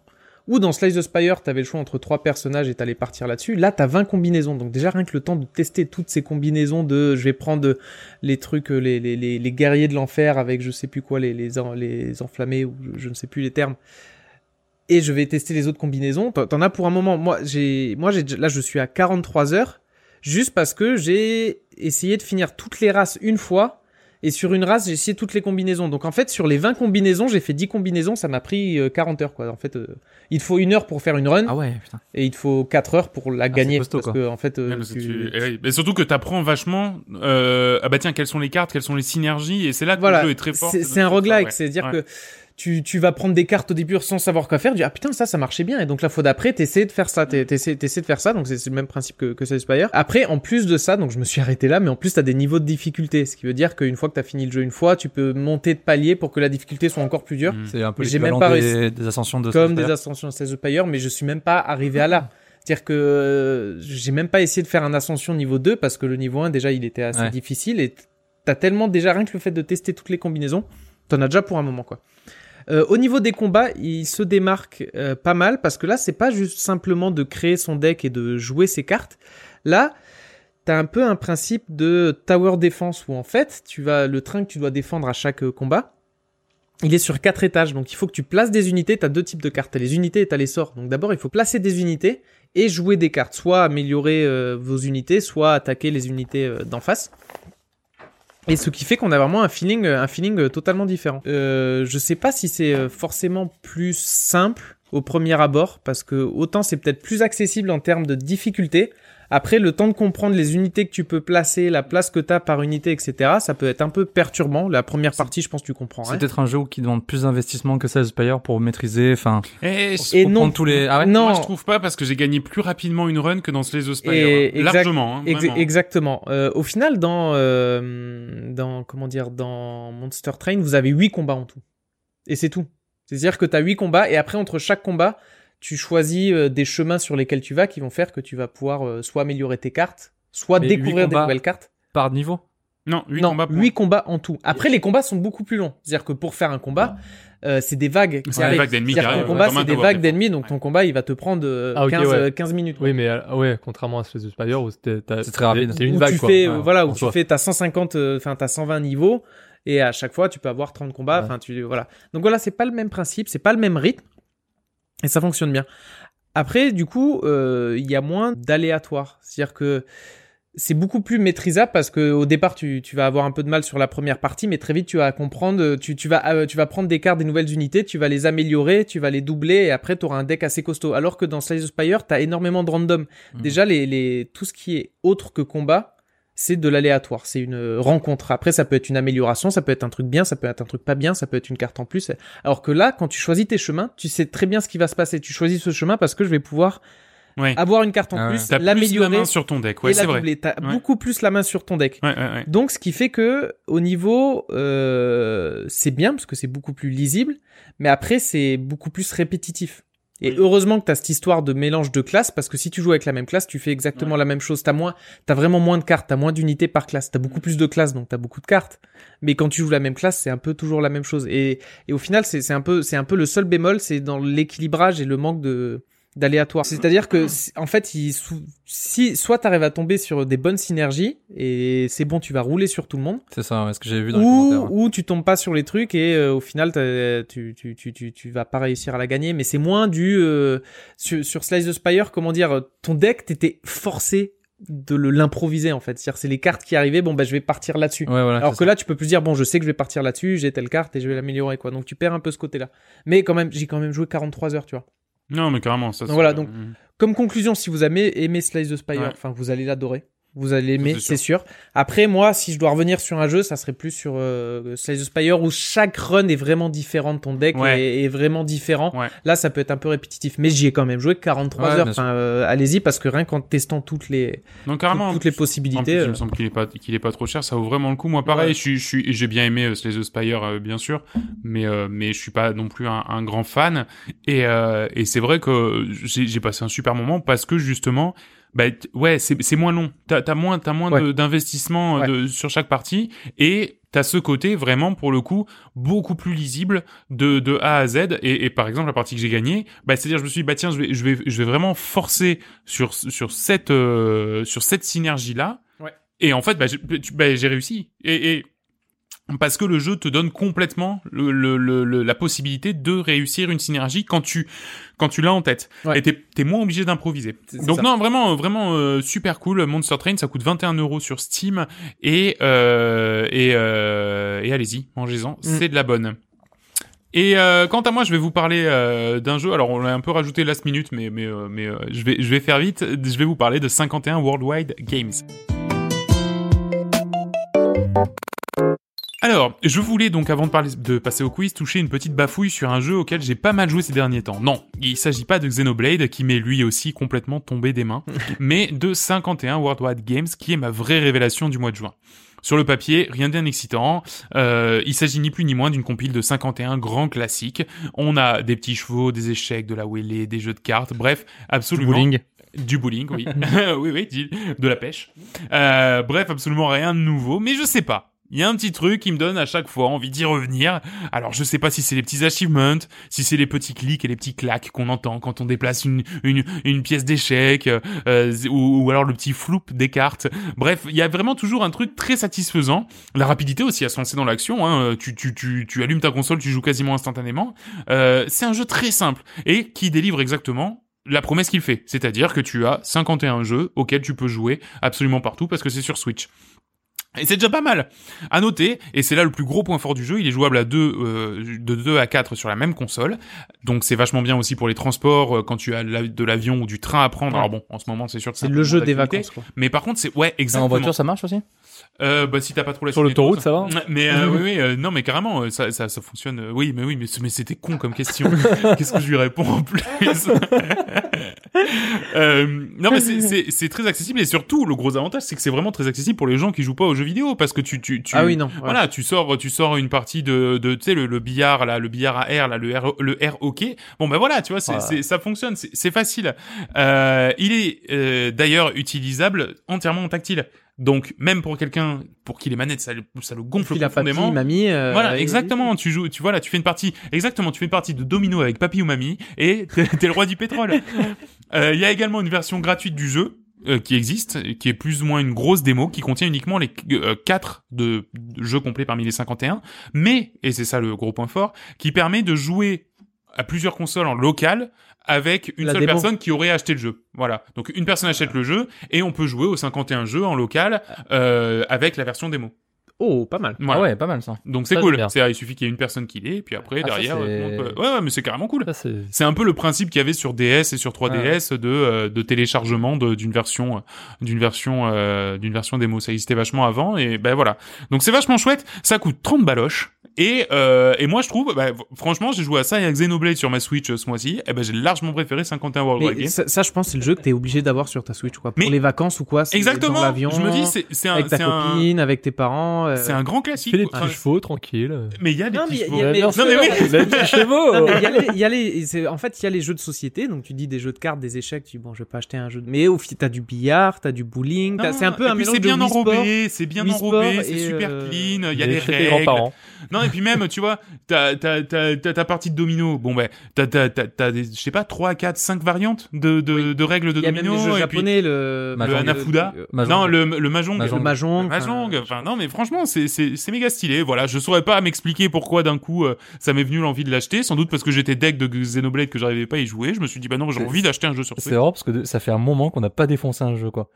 Ou dans Slice the Spire, t'avais le choix entre trois personnages et t'allais partir là-dessus. Là, t'as 20 combinaisons. Donc déjà, rien que le temps de tester toutes ces combinaisons de je vais prendre les trucs, euh, les, les, les, les guerriers de l'enfer avec je sais plus quoi, les, les, en- les enflammés ou je, je ne sais plus les termes. Et je vais tester les autres combinaisons. T'en t'en as pour un moment. Moi, j'ai, moi, j'ai, là, je suis à 43 heures juste parce que j'ai essayé de finir toutes les races une fois. Et sur une race, j'ai essayé toutes les combinaisons. Donc en fait, sur les 20 combinaisons, j'ai fait 10 combinaisons, ça m'a pris euh, 40 heures quoi. En fait, euh, il te faut une heure pour faire une run Ah ouais, putain. et il te faut 4 heures pour la gagner c'est costaud, parce quoi. que en fait euh, Ouais, parce que tu- tu- eh oui. Mais surtout que t'apprends vachement. euh, ah bah tiens, quelles sont les cartes, quelles sont les synergies, et c'est là que voilà, le jeu est très fort. c'est- C'est un roguelike, c'est-à-dire que tu, tu vas prendre des cartes au début sans savoir quoi faire, tu dis ah putain ça ça marchait bien et donc la fois d'après t'essaies de faire ça, t'es- t'essaies t'essaies de faire ça donc c'est c'est le même principe que que Slay the Spire. Après en plus de ça donc je me suis arrêté là mais en plus t'as des niveaux de difficulté ce qui veut dire qu'une fois que t'as fini le jeu une fois tu peux monter de palier pour que la difficulté soit encore plus dure. Mm. C'est un peu J'ai même l'équivalent pas des, des ascensions de comme des Star. ascensions Slay the Spire, mais je suis même pas arrivé à là. C'est-à-dire que euh, j'ai même pas essayé de faire un ascension niveau 2 parce que le niveau 1 déjà il était assez Ouais. difficile et t'as tellement déjà rien que le fait de tester toutes les combinaisons, t'en as déjà pour un moment quoi. Euh, au niveau des combats, il se démarque euh, pas mal parce que là c'est pas juste simplement de créer son deck et de jouer ses cartes. Là, t'as un peu un principe de tower défense où en fait tu vas le train que tu dois défendre à chaque euh, combat il est sur quatre étages donc il faut que tu places des unités t'as deux types de cartes t'as les unités et t'as les sorts donc d'abord il faut placer des unités et jouer des cartes soit améliorer euh, vos unités soit attaquer les unités euh, d'en face et ce qui fait qu'on a vraiment un feeling, euh, un feeling euh, totalement différent. Euh, je sais pas si c'est euh, forcément plus simple au premier abord, parce que autant c'est peut-être plus accessible en termes de difficulté. Après, le temps de comprendre les unités que tu peux placer, la place que t'as par unité, etc., ça peut être un peu perturbant. La première partie, je pense, que tu comprends C'est rien. peut-être un jeu qui demande plus d'investissement que Sales Spire pour maîtriser, enfin, Et pour Et non. prendre tous les. Ah ouais. non, Eh, Moi, je trouve pas parce que j'ai gagné plus rapidement une run que dans Slay the Spire. Et hein. exact- Largement. Hein, Ex- vraiment. exactement. Euh, au final, dans, euh, dans, comment dire, dans Monster Train, vous avez 8 combats en tout. Et c'est tout. C'est-à-dire que tu as 8 combats et après, entre chaque combat, tu choisis euh, des chemins sur lesquels tu vas qui vont faire que tu vas pouvoir euh, soit améliorer tes cartes, soit Mais huit découvrir des combats. nouvelles cartes. Par niveau. Non, 8 non, combats. pour- huit combats en tout. Après, les combats sont beaucoup plus longs. C'est-à-dire que pour faire un combat, euh, c'est des vagues qui C'est des arrivent. vagues d'ennemis qui C'est-à-dire que arrivent. ton combat, comme un c'est des tower vagues défense. d'ennemis, donc ton combat, il va te prendre euh, Ah, ok, 15, ouais. euh, 15 minutes. Oui, mais euh, ouais, contrairement à Slay the Spire, où c'était- t'as- C'est très rapide. C'est une où vague, tu quoi. fais Ouais, euh, voilà en où tu soi. fais t'as 150 euh, enfin t'as 120 niveaux et à chaque fois tu peux avoir 30 combats Ouais. enfin tu voilà donc voilà c'est pas le même principe c'est pas le même rythme et ça fonctionne bien après du coup euh, il y a moins d'aléatoire c'est à dire que c'est beaucoup plus maîtrisable parce que au départ tu, tu vas avoir un peu de mal sur la première partie mais très vite tu vas comprendre euh, tu, tu vas euh, tu vas prendre des cartes des nouvelles unités tu vas les améliorer tu vas les doubler et après tu auras un deck assez costaud alors que dans Slay the Spire t'as énormément de random Mhm. déjà les, les tout ce qui est autre que combat c'est de l'aléatoire, c'est une rencontre. Après, ça peut être une amélioration, ça peut être un truc bien, ça peut être un truc pas bien, ça peut être une carte en plus. Alors que là, quand tu choisis tes chemins, tu sais très bien ce qui va se passer. Tu choisis ce chemin parce que je vais pouvoir Ouais. avoir une carte en Ah ouais. plus, T'as plus la l'améliorer main sur ton deck. Ouais, et la c'est vrai. doubler. T'as Ouais. beaucoup plus la main sur ton deck. Ouais, ouais, ouais. Donc, ce qui fait que au niveau, euh, c'est bien parce que c'est beaucoup plus lisible, mais après c'est beaucoup plus répétitif. Et Oui. heureusement que t'as cette histoire de mélange de classes parce que si tu joues avec la même classe, tu fais exactement la même chose. T'as moins, t'as vraiment moins de cartes, t'as moins d'unités par classe. T'as beaucoup plus de classes donc t'as beaucoup de cartes. Mais quand tu joues la même classe, c'est un peu toujours la même chose. Et, et au final, c'est c'est un peu, c'est un peu le seul bémol, c'est dans l'équilibrage et le manque de d'aléatoire. C'est-à-dire que si- en fait, il sou- si soit t'arrives à tomber sur des bonnes synergies et c'est bon, tu vas rouler sur tout le monde, C'est ça, ouais, ce que j'avais vu dans les ou, commentaires. ou tu tombes pas sur les trucs et euh, au final t'as- tu, tu, tu, tu, tu vas pas réussir à la gagner. Mais c'est moins du euh, sur, sur Slice the Spire, comment dire, ton deck t'étais forcé de le- l'improviser en fait. C'est-à-dire c'est les cartes qui arrivaient, bon bah je vais partir là-dessus. Ouais, voilà. Alors que c'est ça. là, tu peux plus dire bon, je sais que je vais partir là-dessus, j'ai telle carte et je vais l'améliorer quoi. Donc tu perds un peu ce côté-là. Mais quand même, j'ai quand même joué 43 heures, tu vois. Non, mais carrément. Ça, Donc c'est- voilà, donc- Mm. Comme conclusion, si vous avez aimé Slice the Spire, Ouais. enfin vous allez l'adorer. Vous allez aimer, c'est sûr. Après, moi, si je dois revenir sur un jeu, ça serait plus sur euh, Slay the Spire où chaque run est vraiment différent de ton deck Ouais. et est vraiment différent. Ouais. Là, ça peut être un peu répétitif, mais j'y ai quand même joué 43 Ouais, heures. bien sûr. Enfin, euh, allez-y parce que rien qu'en testant toutes les Donc carrément, toutes les En possibilités. plus, il euh, me semble qu'il est pas qu'il est pas trop cher, ça vaut vraiment le coup. Moi, pareil, Ouais. je suis- je suis- j'ai bien aimé euh, Slay the Spire, euh, bien sûr, mais euh, mais je suis pas non plus un, un grand fan. Et euh, et c'est vrai que j'ai j'ai passé un super moment parce que justement, bah t- ouais, c'est c'est moins long. T'as as moins t'as moins Ouais. de- d'investissement euh, de- sur chaque partie et T'as ce côté vraiment pour le coup beaucoup plus lisible de, de A à Z et, et par exemple la partie que j'ai gagnée, bah, c'est-à-dire je me suis dit bah tiens je vais je vais je vais vraiment forcer sur sur cette euh, sur cette synergie là et en fait, bah, j'ai tu- bah, j'ai réussi. Et, et parce que le jeu te donne complètement le, le- le- le- la possibilité de réussir une synergie quand tu quand tu l'as en tête. Ouais. Et t'es es moins obligé d'improviser. c'est Donc ça. non, vraiment, euh, vraiment euh, super cool. Monster Train, ça coûte 21 euros sur Steam et euh, et, euh, et allez-y, mangez-en, Mm. c'est de la bonne. Et euh, quant à moi, je vais vous parler euh, d'un jeu. Alors, on l'a un peu rajouté last minute, mais mais euh, mais euh, je vais je vais faire vite. Je vais vous parler de 51 Worldwide Games. Alors, je voulais donc, avant de, parler, de passer au quiz, toucher une petite bafouille sur un jeu auquel j'ai pas mal joué ces derniers temps. Non, il s'agit pas de Xenoblade, qui m'est lui aussi complètement tombé des mains, mais de 51 Worldwide Games, qui est ma vraie révélation du mois de juin. Sur le papier, rien de bien excitant. Euh, il s'agit ni plus ni moins d'une compile de 51 grands classiques. On a des petits chevaux, des échecs, de la wheelie, des jeux de cartes, bref, absolument bowling. du bowling, oui. oui, oui, du- de la pêche. Euh, bref, absolument rien de nouveau, mais je sais pas. Il y a un petit truc qui me donne à chaque fois envie d'y revenir. Alors je sais pas si c'est les petits achievements, si c'est les petits clics et les petits clacs qu'on entend quand on déplace une une, une pièce d'échec, euh, euh, ou, ou alors le petit floup des cartes. Bref, il y a vraiment toujours un truc très satisfaisant. La rapidité aussi à se lancer dans l'action. Hein. Euh, Tu, tu, tu, tu allumes ta console, tu joues quasiment instantanément. Euh, c'est un jeu très simple et qui délivre exactement la promesse qu'il fait. C'est-à-dire que tu as 51 jeux auxquels tu peux jouer absolument partout parce que c'est sur Switch. Et c'est déjà pas mal. À noter, et c'est là le plus gros point fort du jeu, il est jouable à deux, euh, de 2 à 4 sur la même console. Donc c'est vachement bien aussi pour les transports euh, quand tu as de la- de l'avion ou du train à prendre. Alors bon, en ce moment c'est sûr que C'est un le peu jeu moins des d'actualité. vacances. quoi. Mais par contre, c'est ouais, exactement. En voiture, ça marche aussi Euh, bah si t'as pas trop la Sur sonnette, l'autoroute, ça va Mm-hmm. mais euh, oui, oui, euh, non, mais carrément, euh, ça, ça, ça fonctionne. euh, oui, mais oui, mais, c- mais c'était con comme question. Qu'est-ce que je lui réponds en plus Euh, Non, mais c'est- c'est c'est très accessible et surtout le gros avantage, c'est que c'est vraiment très accessible pour les gens qui jouent pas aux jeux vidéo parce que tu tu tu. Ah oui, non. ouais. Voilà, tu sors, tu sors une partie de, de tu sais, le, le billard, là, le billard à air, là, le air, le air hockey. Bon, ben voilà, tu vois, c'est, Voilà. c'est- ça fonctionne, c'est, c'est facile. Euh, il est euh, d'ailleurs utilisable entièrement en tactile. Donc, même pour quelqu'un pour qui les manettes, ça, le- ça le gonfle Puis la papy, profondément. mamie. euh, Voilà, et- exactement. Tu joues, tu vois là, tu fais une partie, exactement, tu fais une partie de domino avec papy ou mamie et t'es t'es le roi du pétrole. Euh, Il y a également une version gratuite du jeu. euh, qui existe, et qui est plus ou moins une grosse démo, qui contient uniquement les 4 de, de jeux complets parmi les 51, mais, et c'est ça le gros point fort, qui permet de jouer à plusieurs consoles en local avec une La seule démo. personne qui aurait acheté le jeu. Voilà. Donc une personne achète le jeu et on peut jouer aux 51 jeux en local Ah. euh, avec la version démo. Oh, pas mal. Voilà. Ah ouais, pas mal ça. Donc c'est Ça, cool. j'aime bien. C'est- ah, il suffit qu'il y ait une personne qui l'ait, puis après Ah, ça, derrière, c'est- tout le monde peut- ouais, ouais, mais c'est carrément cool. Ça, c'est- C'est un peu le principe qu'il y avait sur DS et sur 3DS de, euh, de téléchargement de- d'une version euh, d'une version euh, d'une version démo. Ça existait vachement avant et ben voilà. Donc c'est vachement chouette. Ça coûte 30 baloches. Et, euh, et moi je trouve, bah, franchement, j'ai joué à ça et à Xenoblade sur ma Switch euh, ce mois-ci. Et ben j'ai largement préféré 51 World Wide Mais Games. ça, ça, je pense, c'est le jeu que t'es obligé d'avoir sur ta Switch, quoi. Pour Mais- les vacances ou quoi. c'est Exactement. Dans l'avion. Je me dis c'est c'est un avec ta c'est un, copine, avec tes parents. euh, c'est un grand classique. Fais les petits Enfin, chevaux, tranquille. mais il y a des Non, petits mais il chevaux. y a- il y a- mais- bien non, sûr, mais oui. les petits chevaux. Non, mais il y a les- il y a les- c'est- en fait, il y a les jeux de société, donc tu dis des jeux de cartes, des échecs, tu dis bon, je vais pas acheter un jeu de. Mais au final, t'as du billard, t'as du bowling, t'as- Non, c'est un peu et un puis mélange c'est de bien Wii Sport. enrobé, c'est bien Wii enrobé, Sport c'est et, super euh, clean, il y a Des des chez tes règles. grands-parents. hein. Non et puis même tu vois, t'as t'as t'as t'as ta partie de domino. Bon ben t'as t'as t'as t'as des je sais pas 3 4 5 variantes de de de règles de Il y a même domino les jeux et japonais, le. puis le Mahjong. hanafuda. le- Mahjong. Non le le mahjong. Le Mahjong. Le Mahjong. Ah, Mahjong, enfin, enfin non mais franchement c'est c'est c'est méga stylé voilà je saurais pas m'expliquer pourquoi d'un coup euh, ça m'est venu l'envie de l'acheter sans doute parce que j'étais deck de Xenoblade que j'arrivais pas à y jouer je me suis dit bah non j'ai C'est- envie d'acheter un jeu sur C'est Switch vrai parce que de- ça fait un moment qu'on n'a pas défoncé un jeu quoi.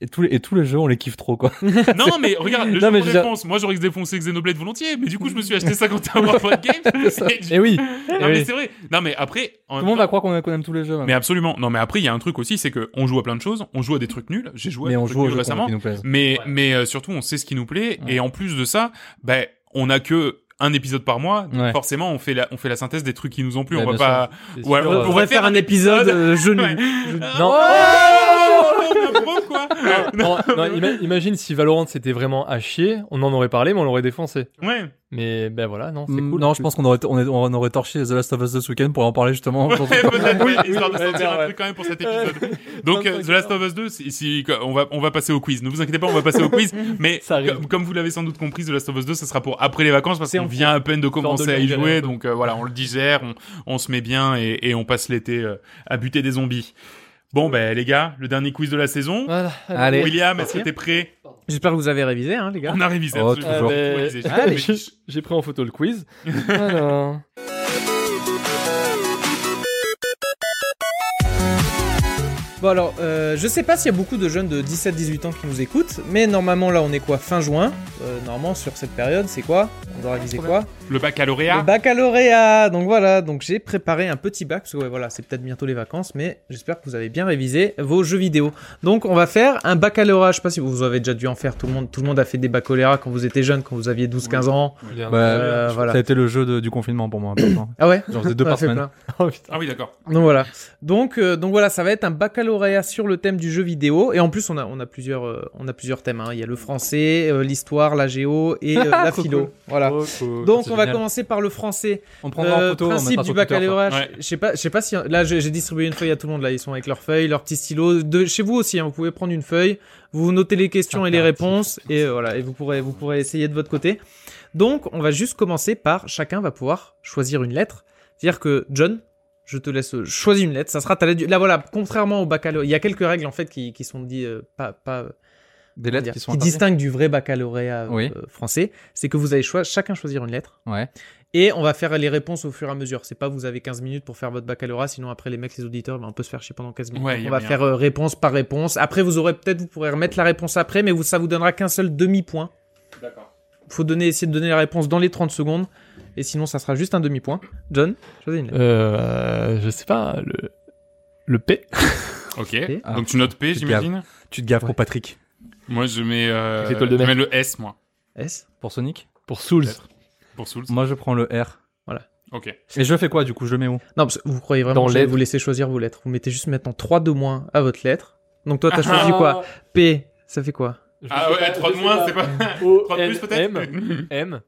Et tous, les, et tous les jeux, on les kiffe trop, quoi. Non, mais regarde, le Non, mais jeu de je veux dire- réponse. Moi, j'aurais défoncé Xenoblade volontiers, mais du coup, je me suis acheté 51 Warpoint Games. Et je- Et oui, Non, Eh oui. mais c'est vrai. Non, mais après. en tout le même monde temps- va croire qu'on qu'on aime tous les jeux. maintenant. Mais absolument. Non, mais après, il y a un truc aussi, c'est que on joue à plein de choses. On joue à des trucs nuls. J'ai joué à Mais des on trucs joue aux nuls jeux récemment. qui nous plaisent. Mais, mais euh, surtout, on sait ce qui nous plaît. Ouais. Et en plus de ça, ben, on a que un épisode par mois. Donc Ouais. forcément, on fait la, on fait la synthèse des trucs qui nous ont plu. Ouais, on va bien pas. C'est Ou alors, sûr, on euh, pourrait faire un épisode épisode. euh, jeu nul. Ouais. Jeu nul. Non. Oh, Ah, on apprend, quoi. Non, non, ima- imagine si Valorant c'était vraiment à chier, on en aurait parlé, mais on l'aurait défoncé. Ouais. Mais ben voilà, non, c'est Mm, cool. Non, je pense qu'on aurait, on est- on aurait torché The Last of Us ce week-end pour en parler justement. Ouais, bah, Dans- Eh, peut-être, oui, histoire de oui, sortir ouais, un ouais. truc quand même pour cet épisode. Donc, euh, The Last of Us 2, si, si- on, va, on va passer au quiz. Ne vous inquiétez pas, on va passer au quiz. Mais Ça arrive. comme, comme vous l'avez sans doute compris, The Last of Us 2, ça sera pour après les vacances parce C'est qu'on en- vient à peine de commencer à y longue jouer. période. Donc euh, voilà, on le digère, on, on se met bien et, et on passe l'été euh, à buter des zombies. Bon, ben les gars, le dernier quiz de la saison. Voilà. Allez. William, est-ce que t'es prêt J'espère que vous avez révisé, hein, les gars. On a révisé. Oh, absolument, toujours. tout Euh, révisé. J'ai Allez, tout j'ai- j'ai pris en photo le quiz. Alors. Bon alors, euh, je sais pas s'il y a beaucoup de jeunes de 17-18 ans qui nous écoutent, mais normalement là on est quoi Fin juin. Euh, normalement sur cette période c'est quoi On doit réviser quoi Le Le baccalauréat. baccalauréat Donc voilà, donc j'ai préparé un petit bac, parce que ouais, voilà, c'est peut-être bientôt les vacances, mais j'espère que vous avez bien révisé vos jeux vidéo. Donc on va faire un baccalauréat, je sais pas si vous avez déjà dû en faire, tout le monde, tout le monde a fait des baccalauréats quand vous étiez jeune, quand vous aviez 12-15 ans. Bah, Euh, voilà. Ça a été le jeu de- du confinement pour moi. un peu, hein. Ah ouais J'en faisais deux On a par fait semaine. plein. Oh, putain. Ah oui, d'accord. Donc voilà. Donc euh, donc voilà, ça va être un baccalauréat sur le thème du jeu vidéo et en plus on a on a plusieurs euh, on a plusieurs thèmes. hein. Il y a le français, euh, l'histoire, la géo et euh, la Trop philo. cool. Voilà. Oh, cool. Donc c'est on va génial. commencer par le français. On prendra en Euh, photo. on principe mettra du sur Twitter, baccalauréat. ça. Ouais. Je je sais pas je sais pas si là je- j'ai distribué une feuille à tout le monde là. Ils sont avec leurs feuilles, leurs petits stylos. De chez vous aussi, hein, vous pouvez prendre une feuille. Vous notez les questions et les Impératif. réponses et euh, voilà et vous pourrez vous pourrez essayer de votre côté. Donc on va juste commencer par chacun va pouvoir choisir une lettre. C'est-à-dire que John, je te laisse euh, choisir une lettre. Ça sera ta lettre. du- Là voilà, contrairement au baccalauréat, il y a quelques règles en fait qui, qui sont dites euh, pas pas quoi. Des lettres dire, qui sont. interdites. distinguent du vrai baccalauréat euh, Oui. euh, français. C'est que vous allez choi- chacun choisir une lettre. Ouais. Et on va faire les réponses au fur et à mesure. C'est pas vous avez 15 minutes pour faire votre baccalauréat, sinon après les mecs, les auditeurs, ben, on peut se faire chier pendant 15 minutes. Ouais, Donc, y a on va moyen. faire euh, réponse par réponse. Après, vous aurez peut-être, vous pourrez remettre la réponse après, mais vous, ça vous donnera qu'un seul demi-point. D'accord. Faut donner, essayer de donner la réponse dans les 30 secondes. Et sinon, ça sera juste un demi-point. John, choisis une lettre. Euh, je sais pas, le, le P. Ok. Ah. Donc tu notes P, Tu te j'imagine. Tu te gaffes pour Patrick. Moi, je mets, euh, Avec l'étoile de je mer. mets le S, moi, S. Pour Sonic Pour Souls. Peut-être. pour Souls. Moi, je prends le R. Ok. Et je fais quoi du coup Je le mets où Non, parce que vous croyez vraiment Dans que je vais lettres. vous laissez choisir vos lettres. Vous mettez juste maintenant 3 de moins à votre lettre. Donc toi, t'as choisi quoi P, ça fait quoi Ah ouais, 3 de moins, c'est pas. 3 de plus peut-être M. M.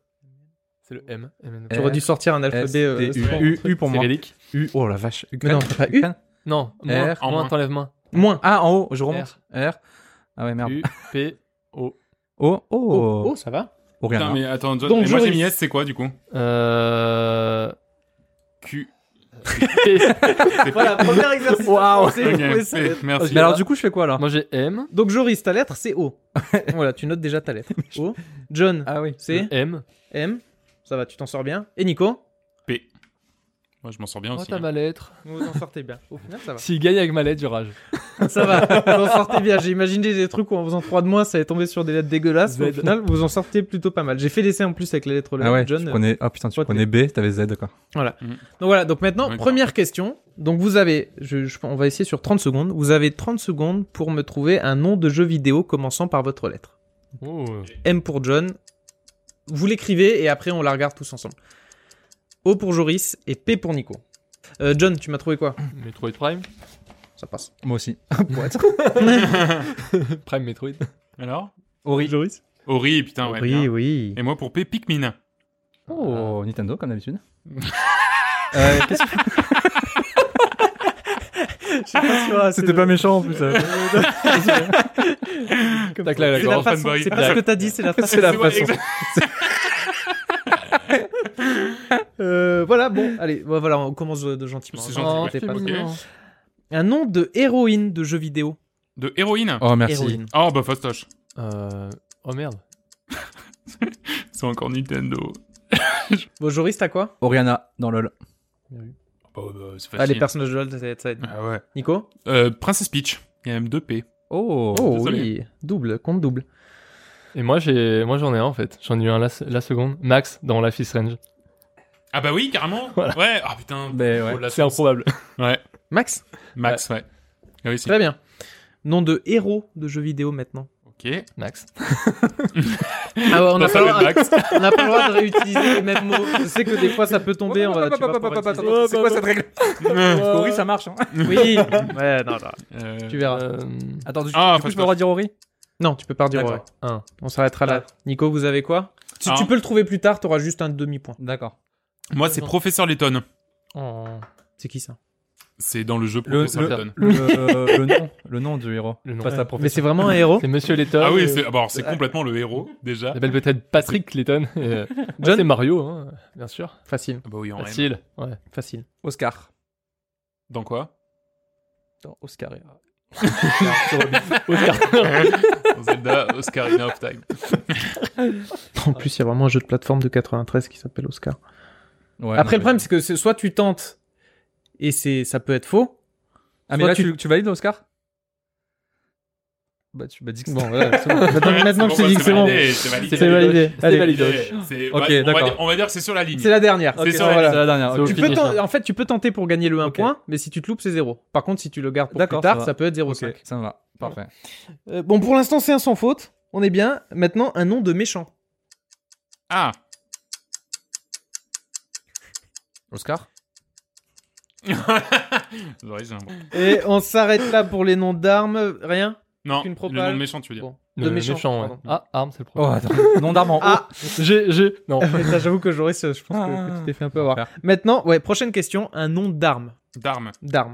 C'est le M. M. Tu T'aurais dû sortir un S, alphabet. euh, T, c'est U. U, U pour moi. Cyrillique. U. Oh la vache. Mais non, t'as pas U. Non, R. moins, En moins. moins t'enlèves moins. Moins. Ah, en haut, je remonte. R. Ah ouais, merde. U, P, O. O. Oh, O. oh, ça va. Oh, Putain, rien. mais attends, John. Donc, et moi j'ai Joris. mis S, c'est quoi du coup Euh... Q. P. C'est Voilà, premier exercice. Waouh. C'est- Ok, ouais, P, c'est- merci. Mais alors, du coup, je fais quoi là Moi j'ai M. Donc Joris, ta lettre c'est O. voilà, tu notes déjà ta lettre. O. John, Ah oui. C, M. M. Ça va, tu t'en sors bien. Et Nico Moi je m'en sors bien Moi aussi. Oh, t'as ma lettre. Vous en sortez bien. Au final, ça S'il gagne avec ma lettre, je rage. va. ça va, vous en sortez bien. J'ai imaginé des trucs où en faisant 3 de moins, ça allait tomber sur des lettres dégueulasses. mais Au Z. final, vous en sortez plutôt pas mal. J'ai fait l'essai en plus avec la lettre Ah ouais, John. tu prenais... ah, putain, tu toi, prenais B, t'avais Z quoi. Donc voilà, donc maintenant, D'accord. première question. Donc vous avez, je, je- on va essayer sur 30 secondes. Vous avez 30 secondes pour me trouver un nom de jeu vidéo commençant par votre lettre. M pour John. Vous l'écrivez et après on la regarde tous ensemble. O pour Joris et P pour Nico. Euh, John, tu m'as trouvé quoi Metroid Prime. Ça passe. Moi aussi. Prime Metroid. Alors Ori. Ah Joris Ori, putain, ouais. Oui, bien. oui. Et moi pour P, Pikmin. Oh, Nintendo comme d'habitude. Euh, qu'est-ce que- hein, C'était pas méchant en plus. euh. Tac, là, la C'est la gorge. fa- façon, fanboy. c'est pas ce que t'as dit, Ah, c'est la façon. C'est la C'est vrai, façon. exact. Euh, voilà, bon, allez, bon, voilà, on commence de, de gentiment. hein. C'est gentil, ouais. t'es c'est pas- mignon. mignon. Un nom de héroïne de jeu vidéo. De héroïne Oh, merci. Héroïne. Oh bah fastoche. Euh... Oh merde. C'est encore Nintendo. Bon, Joris, t'as quoi Oriana dans LoL. Oh, bah, c'est Ah, les facile. personnages de LoL, ça va être ça. va être- Ah ouais. Nico Euh, Princess Peach. Il y a même deux P. Oh, Oh désolé. oui, double, compte double. Et moi, j'ai, moi, j'en ai un en fait. J'en ai eu un la, la seconde. Max dans Life is Strange. Ah bah oui, carrément. Voilà. Ouais. Ah putain. Ben ouais. faut de la C'est chance. improbable. Ouais. Max, Max, ouais. Ah oui, si. très bien. Nom de héros de jeux vidéo maintenant. Ok. Max. Ah ouais, on Pas n'a ça, pas, le le droit- Max. on n'a pas le droit de réutiliser les mêmes mots. Je sais que des fois ça peut tomber. on va- tu vas pas pouvoir utiliser. C'est quoi cette règle Ori, ça marche. hein. Oui, ouais, non, non, Euh, tu verras. Euh, Attends, du, Ah, du coup, faut je peux le redire Ori Non, tu peux pas redire. D'accord. ouais. un. On s'arrêtera là. Nico, vous avez quoi Si Alors- tu peux le trouver plus tard, t'auras juste un demi-point. D'accord. Moi, c'est Professeur Letton. Oh, C'est qui ça C'est dans le jeu Le, Professeur le- Letton. le- le nom, le nom du héros. Le nom. Pas sa Mais profession. c'est vraiment un héros. C'est Monsieur Letton. Ah oui, euh, c'est ah bah alors, c'est complètement le héros déjà. Il s'appelle peut-être Patrick Clayton. et, euh, moi, John c'est Mario, hein, bien sûr. Facile, Ah bah oui, en vrai. Facile. Ouais. facile. Oscar. Dans quoi Attends, Oscar. et- Oscar. Dans Zelda, Ocarina of Time. En plus, il y a vraiment un jeu de plateforme de 93 qui s'appelle Oscar. Ouais, non, Après, le problème, mais- c'est que c'est- soit tu tentes et c'est ça peut être faux. Ah, mais soit là, tu- tu, tu valides Oscar Bah, tu m'as dit que Bon, voilà, c'est bon. Maintenant, Bah, maintenant que je te bah, dis que c'est bon, validé, c'est validé. c'est validé. C'est Allez. validé. C'est- Ok, ouais, on va d'accord. dire- On va dire que c'est sur la ligne. C'est la dernière. C'est Ok, sur la- voilà. c'est la dernière. ok. C'est Tu au peux finish, ten- là. en fait, tu peux tenter pour gagner le 1 Ok. point, mais si tu te loupes, c'est 0. Par contre, si tu le gardes pour plus D'accord, tard, ça ça, va. peut être 0,5. Ok, ça me va. Parfait. Euh, bon, pour l'instant, c'est un sans faute. On est bien. Maintenant, un nom de méchant. Ah, Oscar J'aurais dit un bon. Et on s'arrête là pour les noms d'armes. Rien Non, Aucune le propale. nom de méchant, tu veux dire. Bon. Le Euh, de méchant. ouais. pardon. Ah, Arm, c'est le Oh, premier. attends. Nom d'arme en haut. Ah, J'ai, j'ai. Non. ça, j'avoue que j'aurais ce. Je pense Ah. que, que tu t'es fait un peu avoir. Maintenant, ouais, prochaine question. Un nom d'arme. D'armes. D'arme.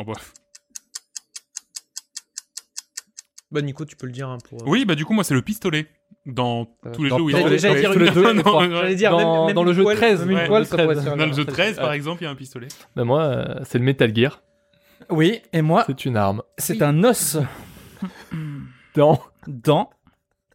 Oh, bah. Bah, Nico, tu peux le dire hein, pour. euh, Oui, bah du coup, moi, c'est le pistolet. Dans Euh, tous les dans jeux où il J'allais- est j'allais dire Tous les une- deux, Non, les trois. non, J'allais dire, Dans- même- même dans le une jeu poêle- 13, même une ouais, poêle, le ça pourrait 13. se faire Dans le jeu grave. 13, par exemple, il y a un pistolet. Bah, moi, euh, c'est le Metal Gear. Oui, et moi, C'est une arme. c'est un os Non. dans.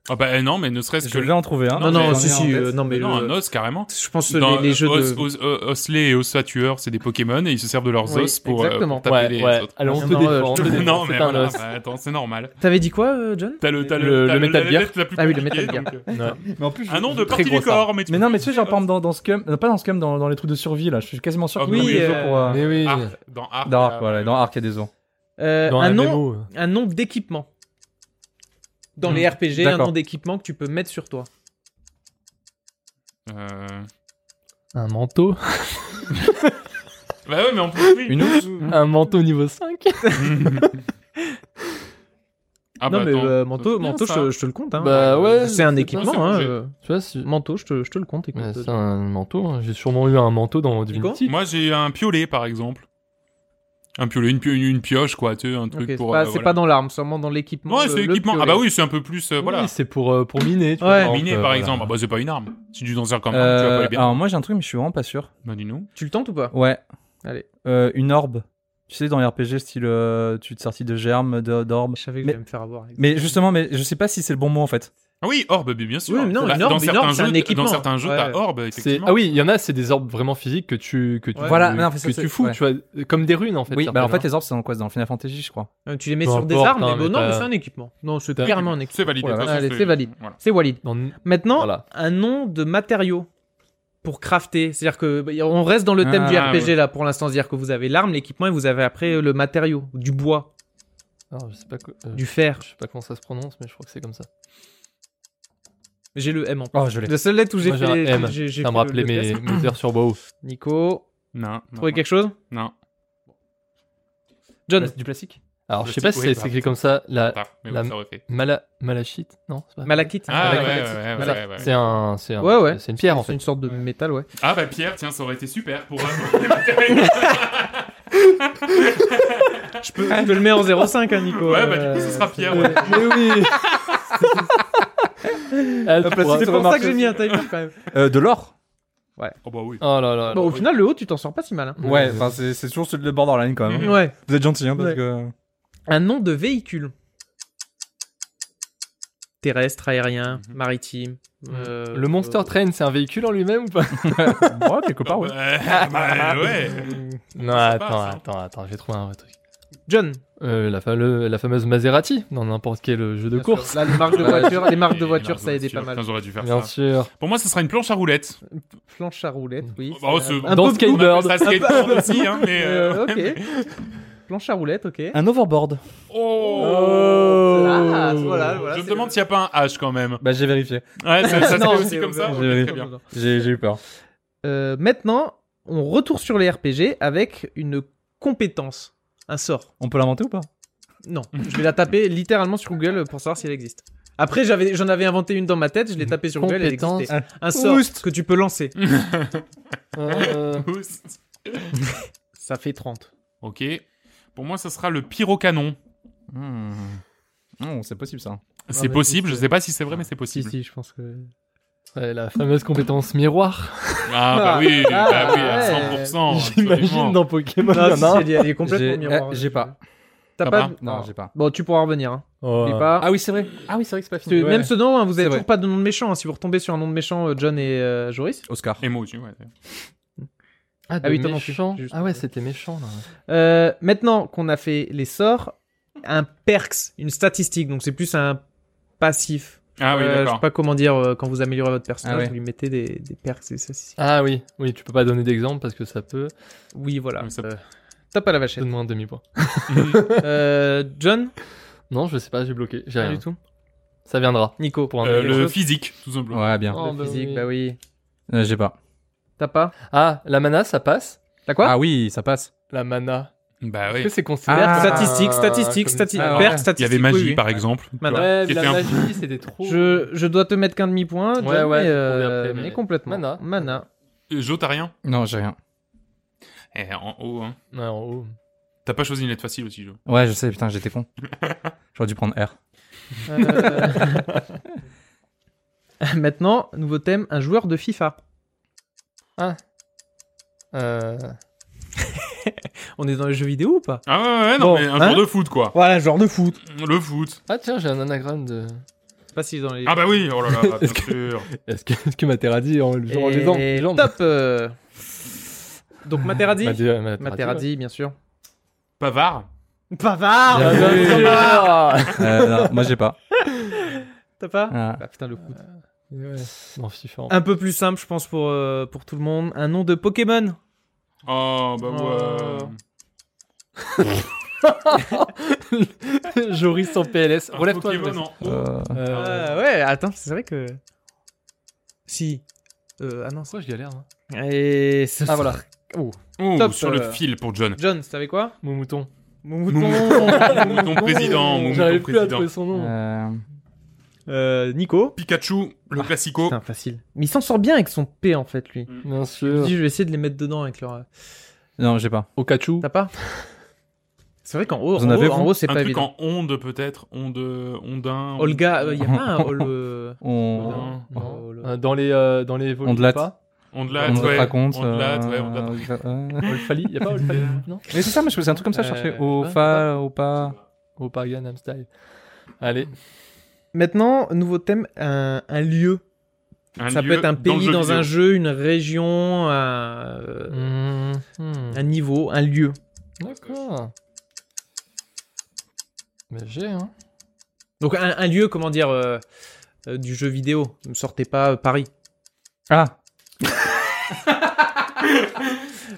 Ah bah non, mais ne serait-ce Je que... vais en trouver un. Non, Non, non, mais- si, si, euh, non, mais. Non, le- un os, carrément. Je pense que Dans, les, les jeux os, de. os- os- osselets et os à tueurs, c'est des Pokémon et ils se servent de leurs Oui, os pour, euh, pour exactement. taper ouais, les ouais. autres. Alors, on Non, te non, défend. euh, on je te te- défend, Non, c'est mais un voilà, os. bah, attends, c'est normal. T'avais dit quoi, euh, John T'as le, t'as le, Le- t'as le Metal la Gear. lettre la plus Ah oui, le compliquée, Metal Gear. donc, euh, Ouais. Mais en plus, je- Un nom de très partie du grosse hein. arme. corps, mais tu Mais peux non, mais tu toucher sais, j'en os. parle dans, dans Scum, non, pas dans Scum, dans, dans les trucs de survie là. Je suis quasiment sûr Ah que oui, oui, les os euh, pour. euh, Mais oui. Arc, dans Arc. Dans Arc, euh, voilà, dans Arc, il y a des os. Euh, Dans un, la nom, démo, euh. un nom d'équipement. Dans Hmm, les RPG, un d'accord. nom d'équipement que tu peux mettre sur toi. euh, Un manteau. Bah ouais, mais on peut... oui. Une housse Un manteau niveau 5. Ah non, bah mais attends. euh, manteau, C'est bien, manteau ça. je, je te le compte. Hein. Bah ouais. c'est un c'est pas- équipement. Hein, c'est un euh, Tu vois, si- Manteau, je te, je te le compte. Écoute. euh, Ouais, c'est un manteau. hein. J'ai sûrement eu un manteau dans Divinity. Moi, j'ai un piolet, par exemple. Un piolet, une, pio- une- une pioche, quoi, tu sais, un Ok, truc c'est pour... pas, euh, c'est voilà. pas dans l'arme, sûrement dans l'équipement. Ouais, le- c'est le équipement. Ah piolet. bah oui, c'est un peu plus... euh, Voilà. Oui, c'est pour, euh, pour miner. tu Ouais. vois, Miner, exemple, par euh, exemple. Ah voilà. bah c'est pas une arme. C'est du dans un campagne, tu vas pas Euh, aller bien. Alors, moi, j'ai un truc, mais je suis vraiment pas sûr. Bah dis-nous. Tu le tentes ou pas Ouais. Allez. Euh, une orbe. Tu sais, dans les RPG, style, euh, tu te sortis de germes, de- d'orbes. Je savais que Mais- j'allais me faire avoir. Mais justement, mais je sais pas si c'est le bon mot en fait. Ah oui, orbe, mais bien sûr. Oui, mais non, Bah, une orbe, dans une certains orbe, c'est un jeux, équipement. Dans certains jeux, Ouais. t'as orbe, C'est- effectivement. Ah oui, il y en a, c'est des orbes vraiment physiques que tu, que tu, Ouais. Voilà, mais en fait, ça, que c'est- tu fous, ouais. tu vois, euh, comme des runes en fait. oui, bah en fait, certaines, les orbes, c'est dans quoi C'est dans Final Fantasy, je crois. Euh, Tu les mets Peu sur des importe, armes, hein, mais bon, mais non, mais t'as- c'est un équipement. Non, c'est t'as- clairement un équipement. C'est validé. de toute Voilà. façon, Allez, c'est valide. Voilà. C'est valide. hein. Dans- Maintenant, Voilà. un nom de matériau pour crafter. C'est-à-dire que bah, on reste dans le thème Ah, du ouais. RPG là pour l'instant, c'est-à-dire que vous avez l'arme, l'équipement et vous avez après euh, le matériau, du bois, Alors, je sais pas, quoi- euh, du fer. je sais pas comment ça se prononce, mais je crois que c'est comme ça. J'ai le M en plus. Oh, je l'ai. La seule lettre où j'ai Moi, j'ai un fait. M. j'ai- j'ai Ça me fait le- rappelait le mes, test. mes heures sur WoW. Nico, Non. trouvé quelque chose Non. John, Du plastique Alors, je sais Plastique, pas si oui, c'est par écrit exemple. comme ça. La Ah, mais La- bon, ça aurait fait. mala... malachite Non, c'est pas. malachite. Ah ouais, Malachite. ouais, ouais, ouais, ouais, ouais. C'est un, c'est un- Ouais, ouais. c'est une pierre en C'est fait. une sorte de métal, ouais. Ah bah Pierre, tiens, ça aurait été super pour... Je peux, je te le mets en 0,5, hein, Nico. Ouais, bah du coup, ce sera Pierre. ouais. Mais oui Ah, tu plastique, pourras- c'est C'est Ça pour va ça que marcher j'ai mis un timing quand même. Euh, De l'or Oh bah oui. Oh là là. là. Bon, au final, le haut, tu t'en sors pas si mal. hein. Ouais, enfin, c'est c'est toujours celui de Borderline quand même. Ouais. Vous êtes gentil, hein, parce Mhm. Ouais. que. Un nom de véhicule. Terrestre, aérien, Mhm. maritime. euh, Le Monster euh, Train, c'est un véhicule en lui-même ou pas Ah, ouais, quelque part, ouais. Bah, ouais. Non, Ça attends, passe, hein. attends, attends, j'ai trouvé un vrai truc. John. Euh, la, fa- le- la fameuse Maserati dans n'importe quel jeu de Bien sûr. course. Là, les marques de Ouais. voiture, les marques de Et voiture, les ça aidait voitures, pas mal. putain, Ah, j'aurais dû faire Bien ça. sûr. Pour moi, ce sera une planche à roulettes. Planche à roulette, oui. Bah, oh, ça- ce- un Dans peu Skate- On flou, appelle ça Bird. skateboard aussi, hein, mais... euh, euh, ok. Planche à roulette, ok. Un overboard. Oh Ah, voilà, voilà, Je me c'est- demande s'il n'y a pas un H quand même. Bah, j'ai vérifié. Ouais, ça, ça se Non, fait aussi c'est- comme ça. non, Ok, j'ai- très bien. J'ai j'ai eu peur. Euh, maintenant, on retourne sur les RPG avec une compétence, un sort. On peut l'inventer ou pas Non, je vais la taper littéralement sur Google pour savoir si elle existe. Après, j'avais, j'en avais inventé une dans ma tête, je l'ai tapée sur Google, elle Compétence. existait. Un sort Oust. que tu peux lancer. Euh, Boost. Ça fait 30. Ok. Pour moi, ça sera le pyrocanon. Hmm. Non, c'est possible ça. C'est possible, mais Ah, bah, si, je c'est- sais pas si c'est vrai, mais c'est Si, possible. si, je pense que. ouais, la fameuse compétence miroir. Ah bah oui, Ah, bah oui, à ouais. 100%. Oh, absolument. J'imagine dans Pokémon. Non, il y en a un. Ah, si, elle, est- elle est complètement J'ai- miroir. eh, j'ai pas. bah, T'as T'as pas. pas Non, Ah. j'ai pas. Bon, tu pourras revenir. hein. Oh. N'oublie pas. Ah oui, c'est vrai. Ah oui, c'est vrai que c'est pas Parce que fini. Même ce nom, hein, vous C'est avez vrai. toujours pas de nom de méchant. hein. Si vous retombez sur un nom de méchant, euh, John et euh, Joris. Oscar. Et moi aussi, Euh, ouais. Ah, Ah oui, de toi non plus. méchant. Juste. Ah ouais, c'était méchant. Là. Euh, maintenant qu'on a fait les sorts, un perks, une statistique. Donc c'est plus un passif. Ah oui, Euh, je sais d'accord. pas comment dire euh, quand vous améliorez votre personnage, Ah ouais. vous lui mettez des, des perks et ça. si, si. Ah oui, oui, tu peux pas donner d'exemple parce que ça peut Oui, voilà. Ouais, ça- Euh, Tape à la vachette. donne moins de demi-point. Euh, John Non, je sais pas, j'ai bloqué, j'ai Pas rien. du tout. Ça viendra. Nico pour un- Euh, le chose. physique, tout simplement. Ouais, bien. Oh, bah physique, oui. bah oui. Euh, j'ai pas. T'as pas Ah, la mana, ça passe T'as quoi ah oui, ça passe. La mana. Bah Est-ce oui. que c'est considéré Ah, euh, Statistique, statistique, statistique. Ah, ouais. Perks, Il y statistique. avait magie, oui, oui. par exemple. tu Mana. vois, Ouais, qui mais la était un- magie, c'était trop. Je, je dois te mettre qu'un demi-point. John, Ouais, ouais, mais, je euh, reviens après, mais mais- complètement. Mana. Mana. Euh, Jo, t'as rien Non, j'ai rien. Eh, en haut, hein. Ouais, en haut. T'as pas choisi une lettre facile aussi, Jo. Ouais, je sais, putain, j'étais con. J'aurais dû prendre R. Euh, Maintenant, nouveau thème, un joueur de FIFA. Euh, On est dans les jeux vidéo ou pas Ah ouais, ouais, non, Bon, mais un hein jour de foot, quoi. Voilà, un joueur de foot. Le foot. Ah tiens, j'ai un anagramme de. Je sais pas si dans les... Ah bah oui, oh là là, bien Est-ce que- sûr. Est-ce que, est-ce que Materazzi en le genre Et les jambes top euh. Donc Materazzi Materazzi. Materazzi, bien sûr. Pavard Pavard Bien Bien sûr. sûr. Euh, non, moi j'ai pas. T'as pas Ah. Ah, putain, le foot. Ouais, Dans FIFA. Un peu plus simple, je pense, pour, euh, pour tout le monde. Un nom de Pokémon. Oh, bah Oh. ouais. Joris en PLS. Un Relève-toi. Pokémon Joris. en haut. Euh, Euh, Ah, ouais, attends, c'est vrai que. Si. Euh, ah non, c'est. Pourquoi je galère hein Et ça- Ah voilà, Oh, Top, sur euh, le fil pour John. John, tu savais quoi mon mouton. Mon Mouton président, mouton Euh, J'arrive plus à président. trouver son nom. euh, Euh, Nico. Pikachu, le Ah, classico. Putain, facile. Mais il s'en sort bien avec son P en fait, lui. Bien Je me sûr. dis, je vais essayer de les mettre dedans avec leur. euh, Non, j'ai pas. Okachu. T'as pas C'est vrai qu'en haut, Vous en en avez, haut, en vous haut, c'est Un pas truc évident. en onde, peut-être. Onde, ondin. onde- Olga, il y a pas un Ol- euh, On, Non. Non. le- Euh, Dans les euh, dans les On de latte. pas Ondelat, on se ouais. raconte. Ondelat, ouais, euh, Ondelat. euh, Olfali, y a pas Olfali non Mais c'est ça, moi je faisais un truc comme ça, je Euh, cherchais ouais, au fa, au pas. Au Pagan Style. Allez, Maintenant, nouveau thème, un, un lieu. ça peut lieu être un le pays jeu dans, un vidéo. Mm. jeu, une région, un, euh, Hmm. un niveau, un lieu. D'accord. Mais j'ai, hein. Ah, Donc un, un lieu, comment dire, euh, euh, du jeu vidéo. Ne sortez pas euh, Paris. Ah,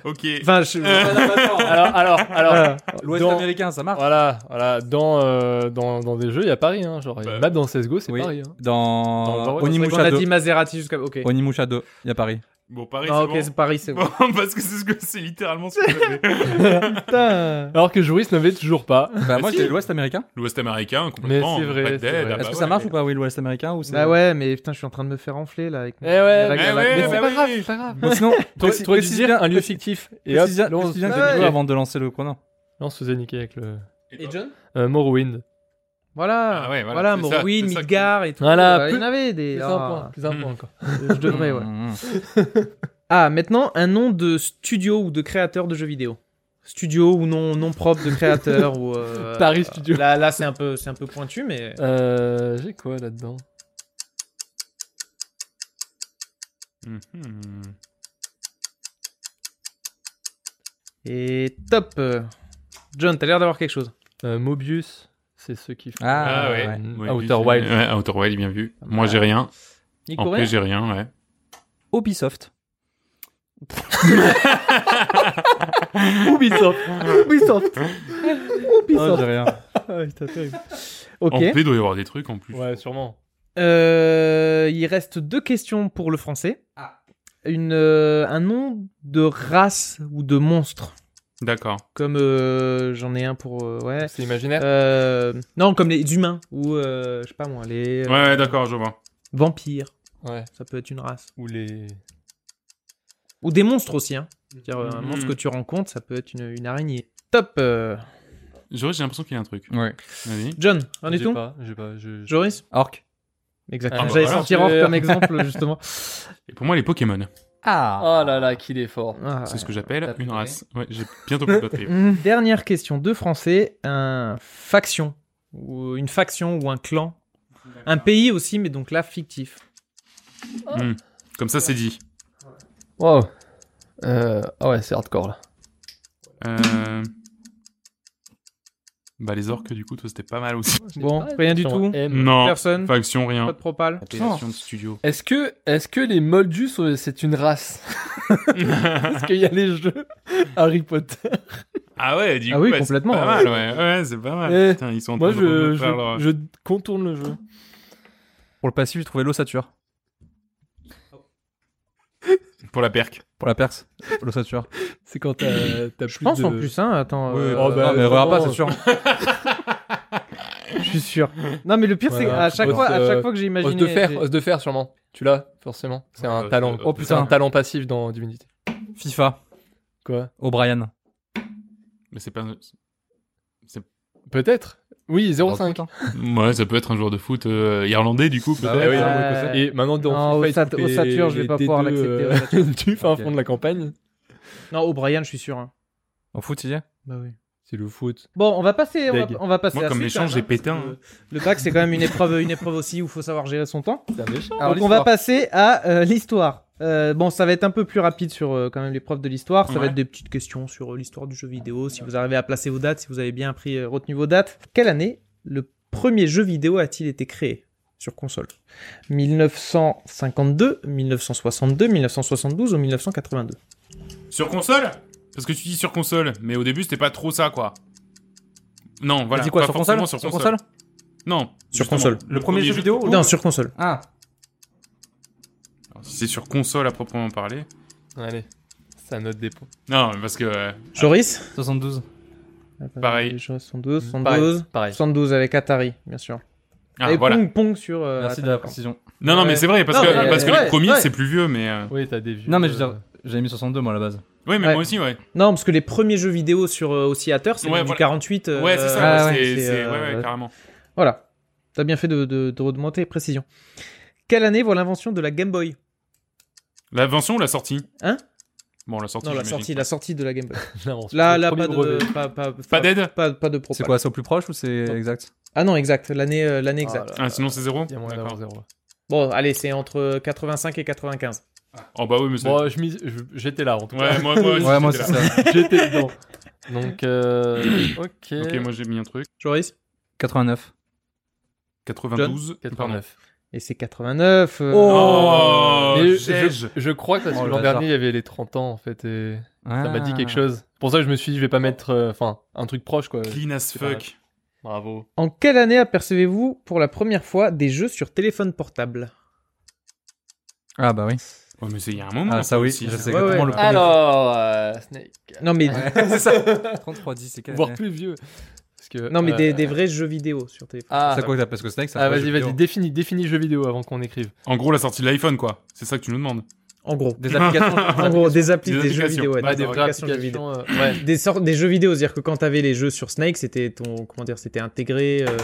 Ok. Enfin, je- alors, alors, alors. Voilà. l'Ouest dans- américain, ça marche. Voilà, voilà. Dans, euh, dans, dans des jeux, il y a Paris, hein. Genre, y a Bah. une map dans CSGO, c'est Oui. Paris, hein. Dans le Dans Nord-Ouest, on a Onimusha dit 2. Maserati jusqu'à. Ok. Onimusha 2, il y a Paris. Bon, Paris, Non, c'est ok, c'est bon. Paris, c'est bon. Bon, parce que c'est ce que c'est littéralement ce que j'avais. Putain. Alors que Jouris ne l'avait toujours pas. Bah, moi si. j'ai l'Ouest américain. L'Ouest américain, complètement. Mais c'est vrai, Pas de c'est dead, vrai. ah Est-ce bah que ouais. ça marche ou pas, oui, l'Ouest américain ou c'est- Bah ouais, mais putain, je suis en train de me faire enfler là avec. Eh ouais, avec Eh la- ouais, la- mais bon. ouais. c'est pas oui. grave, c'est pas grave. Bon, sinon, T'aurais précis- t'aurais dû précise dire bien- un lieu précise- fictif. Et hop, précise bien- là, on précise se- bien que Ah t'as dit ouais. avant de lancer le chrono. là, on se faisait niquer avec le. Et toi John Euh, Morrowind. Voilà, Ah ouais, voilà, voilà, c'est ça, Morrowind, c'est ça que- Midgar et tout. Voilà, Euh, il y plus- en avait des. Plus Ah, un point, plus un Hmm. point encore. je devrais, ouais. Mmh, mmh. Ah, maintenant, un nom de studio ou de créateur de jeux vidéo. Studio ou nom, nom propre de créateur ou. euh, Paris Studio. Là, là c'est un, peu- c'est un peu pointu, mais. Euh, j'ai quoi là-dedans Mhm. Et top euh, John, t'as l'air d'avoir quelque chose. Euh, Mobius, c'est ceux qui font. Ah, ouais. euh, Ouais, Outer puis- Wild. Ouais, Outer Wild, bien vu. Moi, j'ai rien. Nico, En rien plus, j'ai rien, ouais. mm. Ubisoft. Ubisoft. Ubisoft. Ubisoft. Oh, rien. Ah, putain, terrible. Ok. En plus, il doit y avoir des trucs en plus. ouais, sûrement. Euh, il reste deux questions pour le français. Une, euh, un nom de race ou de monstre, D'accord. comme euh, j'en ai un pour euh, ouais. C'est imaginaire. Euh, non, comme les humains ou euh, je sais pas moi, les euh, Ouais, ouais, d'accord, je vois. vampires, Ouais. ça peut être une race. Ou les. Ou des monstres aussi. Hein. C'est-à-dire, euh, Un Mm. Mhm. monstre que tu rencontres, ça peut être une, une araignée. Top. euh, Joris, j'ai l'impression qu'il y a un truc. Ouais. Vas-y. John, rien du J'ai tout. pas, J'ai pas. je- je- Joris, Orc. exactement. Ah, bah J'allais voilà. sortir Orc comme exemple justement. Et pour moi, les Pokémon, Ah. Oh là là, qu'il est fort. Ah, c'est ce que t'as j'appelle plus une de race. Ouais, j'ai bientôt plus de batterie. Une Ah. Dernière question de français, un faction ou une faction ou un clan, un pays aussi, mais donc là fictif. Hmm. Comme ça, c'est dit. Wow. Euh, ah ouais, c'est hardcore là. Euh... Bah, les orques, du coup, toi, c'était pas mal aussi. Bon, rien du tout. Non, Personne, faction, rien. pas de propal. Appellation de studio. Est-ce que, est-ce que les Moldus, euh, c'est une race Parce qu'il y a les jeux Harry Potter. Ah ouais, du Ah coup, oui, bah, c'est complètement, Pas ouais. mal, ouais. Ouais, c'est pas mal. Eh, Putain, ils sont en Moi, train de je, faire leur- je, je contourne le jeu. Pour le passif, j'ai trouvé l'ossature. Pour la perque. Pour la perse, l'ossature. C'est quand t'as, t'as plus Je pense de... en plus, hein. Attends, Ouais, euh, oh, bah, non, mais euh, regarde pas, vraiment. c'est sûr. je suis sûr. Non, mais le pire, c'est Voilà, à chaque os, fois, à euh, chaque fois que j'ai Os imaginé. de fer, j'ai- os de fer sûrement. Tu l'as, forcément. C'est Ouais, un os talent. de- Oh os de putain, fer. un talent passif dans Divinity. FIFA, Quoi O'Brien. Mais c'est pas. Peut-être. Oui, 0,5. Ouais, ça peut être un joueur de foot euh, irlandais, du coup. Bah peut-être. Eh oui, Ouais. non, Et maintenant, dans FIFA, Non, au ils te sat- au font sature, les- je vais pas les pouvoir deux, l'accepter, euh, au sature. Tu fais un Ok. fond de la campagne. Non, O'Brien, je suis sûr. hein. En foot, il y est Bah C'est le foot. Bon, on va passer, on va, Deg. on va passer Moi, à la comme suite, échange, hein. j'ai pétain. Le, le bac, c'est quand même une épreuve, une épreuve aussi où il faut savoir gérer son temps. C'est un méchant. Donc on va passer à euh, l'histoire. Euh, bon, ça va être un peu plus rapide sur euh, quand même l'épreuve de l'histoire. Ça va Ouais. être des petites questions sur euh, l'histoire du jeu vidéo. Si vous arrivez à placer vos dates, si vous avez bien appris, euh, retenu vos dates. Quelle année le premier jeu vidéo a-t-il été créé sur console 1952, 1962, 1972 ou 1982 Sur console Parce que tu dis sur console, mais au début, c'était pas trop ça, quoi. Non, voilà. T'as dit quoi pas sur console, forcément sur console Non. Sur justement. console. Le premier jeu vidéo Oh. Non, sur console. Ah. Alors, Si Ah, c'est sur console à proprement parler. Allez, ça note des points. Non, parce que. euh, Joris 72. Pareil. 72, 72, Pareil, pareil. 72 avec Atari, bien sûr. Ah, Et voilà. Pong Pong sur. euh, Merci de Atari. la précision. Non, non, mais Ouais. c'est vrai, parce Non, que, mais, parce que euh, ouais, les premiers, ouais. c'est plus vieux, mais. euh, Oui, t'as des vieux. Non, mais je veux euh, dire, j'avais mis 62, moi, à la base. Oui, mais Ouais. moi aussi, ouais. Non, parce que les premiers jeux vidéo sur euh, oscillateur, c'est Ouais, du voilà. 48. euh, Ouais, c'est Ah ça, ouais, ouais, c'est. c'est, c'est- euh, Ouais, ouais, ouais. carrément. Voilà. T'as bien fait de, de, de remonter précision. Quelle année voit l'invention de la Game Boy Oh, L'invention ou la sortie Hein Bon, la sortie. Non, la j'imagine. sortie, la sortie de la Game Boy. non, c'est Là, le là, premier pas brevet. de, pas, pas, Pas d'aide pas, pas de propos. C'est quoi, c'est au plus proche ou c'est exact Ah non, exact. L'année, euh, l'année exacte. Ah, Ah, sinon, c'est zéro Il y a moyen D'accord. d'avoir zéro. Bon, allez, c'est entre 85 et 95. Oh, bah oui, mais c'est. Bon, je mise- je- j'étais là en tout cas. Ouais, moi, moi, aussi, Ouais, moi, j'étais c'est là. ça. j'étais dedans. Donc, euh, ok. Ok, moi, j'ai mis un truc. Joris 89. 92. pardon. 89. Et c'est 89. euh, Oh, Mais je, j'ai- je crois que parce Oh, que le l'an hasard. dernier il y avait les 30 ans en fait et Ah. ça m'a dit quelque chose. C'est Pour ça que je me suis dit je vais pas mettre euh, enfin un truc proche quoi. Clean as C'est pas fuck. Bravo. En quelle année apercevez-vous pour la première fois des jeux sur téléphone portable Ah, bah oui. Ouais, mais c'est il y a un moment. Ah, ça oui, aussi. je sais Ouais, exactement ouais. le premier. Alors euh, Snake. Non, mais, Ouais, c'est ça. 33 10 c'est quelle Voire année plus vieux. Parce que non, mais euh, des, des vrais jeux vidéo sur téléphone. Ah, C'est quoi que t'as- parce que Snake ça ah, fait vas-y jeu vas-y vidéo. définis définis jeu vidéo avant qu'on écrive. En gros, la sortie de l'iPhone, quoi. C'est ça que tu nous demandes. En gros. Des applications. En gros, des applis, Des des, jeux applications. vidéo. ouais, Bah, Ouais, des des vraies applications de jeux vidéo. applications euh, ouais. des sortes des jeux vidéo c'est à dire que quand t'avais les jeux sur Snake c'était ton comment dire c'était intégré euh,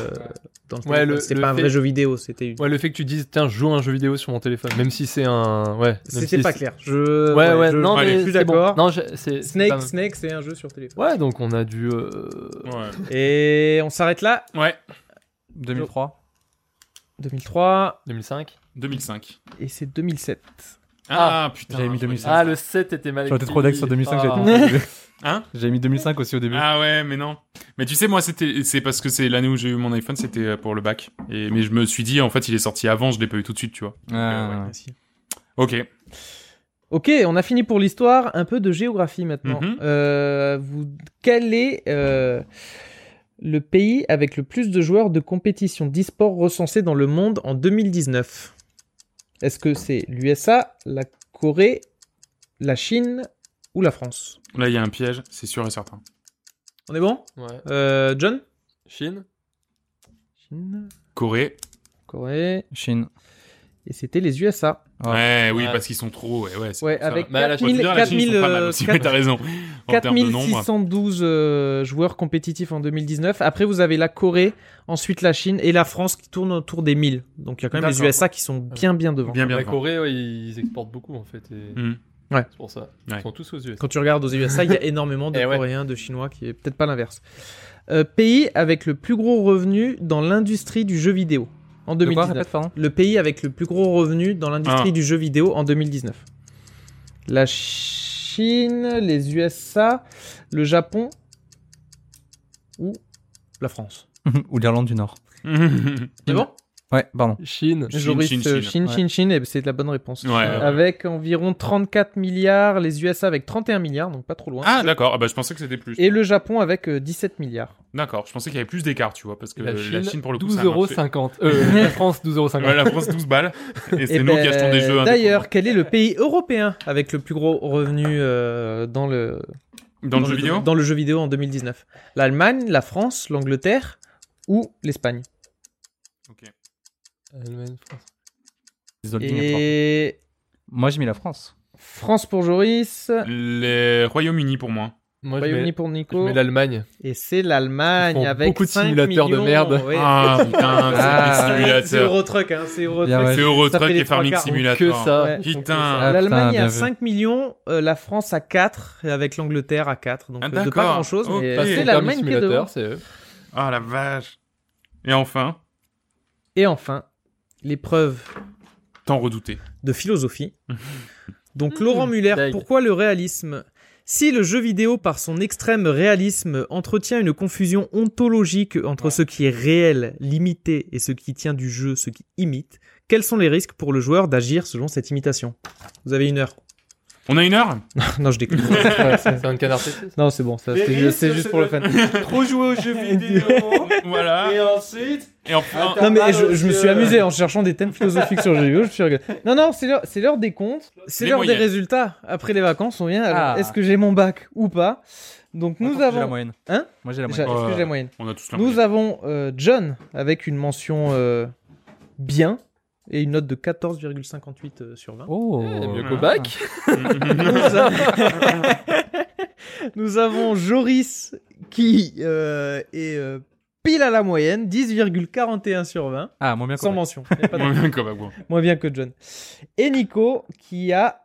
dans le Ouais, téléphone. le- c'était le pas un fait- vrai jeu vidéo c'était une- Ouais, le fait que tu dises tiens, je joue à un jeu vidéo sur mon téléphone même si c'est un ouais, même si c'était pas c'est- clair je Ouais, ouais, je- non, je suis mais plus c'est bon. d'accord Non, je- c'est c'est Snake pas- Snake c'est un jeu sur téléphone Ouais, donc on a du. euh, Ouais. et on s'arrête là Ouais, 2003. 2003 2005. 2005. et c'est 2007 Ah, putain. j'avais mis 2005. Ah, le 7 était mal. J'aurais été trop deck sur 2005, Ah. j'avais Hein J'avais mis 2005 aussi au début. Ah ouais, mais non. Mais tu sais, moi, c'était, c'est parce que c'est l'année où j'ai eu mon iPhone, c'était euh, pour le bac. Et, mais je me suis dit, en fait, il est sorti avant, je l'ai pas eu tout de suite, tu vois. Euh, ouais. Ah. Ok. Ok, on a fini pour l'histoire, un peu de géographie maintenant. Mhm. Euh, vous, quel est euh, le pays avec le plus de joueurs de compétition d'e-sport recensés dans le monde en 2019 Est-ce que c'est l'USA, la Corée, la Chine ou la France Là, il y a un piège, c'est sûr et certain. On est bon Ouais. Euh, John Chine Chine, Corée. Corée, Chine. et c'était les USA. Ah. Ouais, oui, Ouais. parce qu'ils sont trop. Ouais, ouais, c'est Ouais, pour ça. avec Bah, la 4 Faut te 000 dire, la Chine, ils sont pas mal 4 aussi, 000, mais t'as raison. En termes de nombre. 4612 euh, joueurs compétitifs en 2019. Après, vous avez la Corée, ensuite la Chine et la France qui tournent autour des 1000. Donc, il y a quand même les D'accord. USA qui sont bien, bien devant. Bien, bien. La devant. Corée, ouais, ils exportent beaucoup en fait. et Hmm. C'est pour ça. Ouais. Ils sont tous aux US. Quand tu regardes aux USA, il y a énormément de Eh ouais. Coréens, de Chinois, qui est peut-être pas l'inverse. Euh, pays avec le plus gros revenu dans l'industrie du jeu vidéo en De quoi 2019. Répète, pardon. le pays avec le plus gros revenu dans l'industrie Ah. du jeu vidéo en 2019. La Chine, les USA, le Japon ou la France. Ou l'Irlande du Nord. Hum. C'est bon Ouais, pardon. Chine. Chine, Joris, Chine, Chine. euh, Chine, Ouais. Chine, Chine, et c'est la bonne réponse. Ouais, ouais, ouais. Avec environ 34 milliards, les USA avec 31 milliards, donc pas trop loin. Ah, d'accord. Ah, bah, je pensais que c'était plus. et le Japon avec euh, 17 milliards. D'accord. Je pensais qu'il y avait plus d'écart, tu vois, parce que Euh, la Chine, pour le coup, ça a 12,50 euros. marché. Euh, la France, 12,50 euros. Ouais, la France, 12 balles. Et c'est Eh nous ben, qui achetons des jeux. D'ailleurs, quel est le pays européen avec le plus gros revenu euh, dans le indépendants. Dans le jeu vidéo Dans le jeu vidéo en 2019. L'Allemagne, la France, l'Angleterre ou l'Espagne. Ok. Allemagne, France. Isolting et France. Et Moi, j'ai mis la France. France pour Joris, Les Royaume-Uni pour moi. Moi, je Royaume-Uni mets, pour je Nico. mets l'Allemagne. Oh, Et c'est Ils l'Allemagne font avec beaucoup de 5 simulateurs de millions, merde. ouais. Ah putain, c'est Ah, les c'est simulateurs. Eurotruck, hein, c'est Eurotruck. Bien, ouais. C'est Eurotruck Ça fait les et Farming trois quarts, donc Simulator. Que ça. Ouais, putain. donc, euh, Ah, putain, L'Allemagne à bien vu. 5 millions, euh, la France à 4, et avec l'Angleterre à 4. Donc Ah, euh, de pas d'accord. grand chose, Oh. Ok. mais Parce c'est que l'Allemagne qui est devant. simulateur, c'est eux. Ah la vache. Et enfin, Et enfin, l'épreuve tant redouté. de philosophie. Donc Laurent Muller, dingue. pourquoi le réalisme Si le jeu vidéo par son extrême réalisme entretient une confusion ontologique entre ce qui est réel, limité et ce qui tient du jeu, ce qui imite, quels sont les risques pour le joueur d'agir selon cette imitation Vous avez une heure. On a une heure non, je déconne. C'est un canard PC. non, c'est bon, ça, Les c'est ju- risques, c'est juste c'est pour le le- fun. Trop jouer aux jeux vidéo. Voilà. et ensuite, Et enfin, Attends. Non mais Ah, je, je me monsieur. suis amusé en cherchant des thèmes philosophiques sur le jeu vidéo. Je me suis regardé. Non non, c'est l'heure, c'est l'heure des comptes, c'est Les l'heure des moyennes. résultats. Après les vacances, on vient. alors, Ah. Est-ce que j'ai mon bac ou pas Donc nous J'ai la avons. moyenne. Hein Moi, j'ai la Déjà, moyenne. est-ce que j'ai la Ouais. moyenne on a tous la Nous avons euh, John avec une mention euh, bien et une note de 14,58 euh, sur 20. Oh. mieux qu'au bac. Nous, a- Nous avons Joris qui euh, est euh, pile à la moyenne, 10,41 sur 20, Ah, moins bien sans qu'au bac. mention. Il y a pas de- Moins bien que John. Et Nico qui a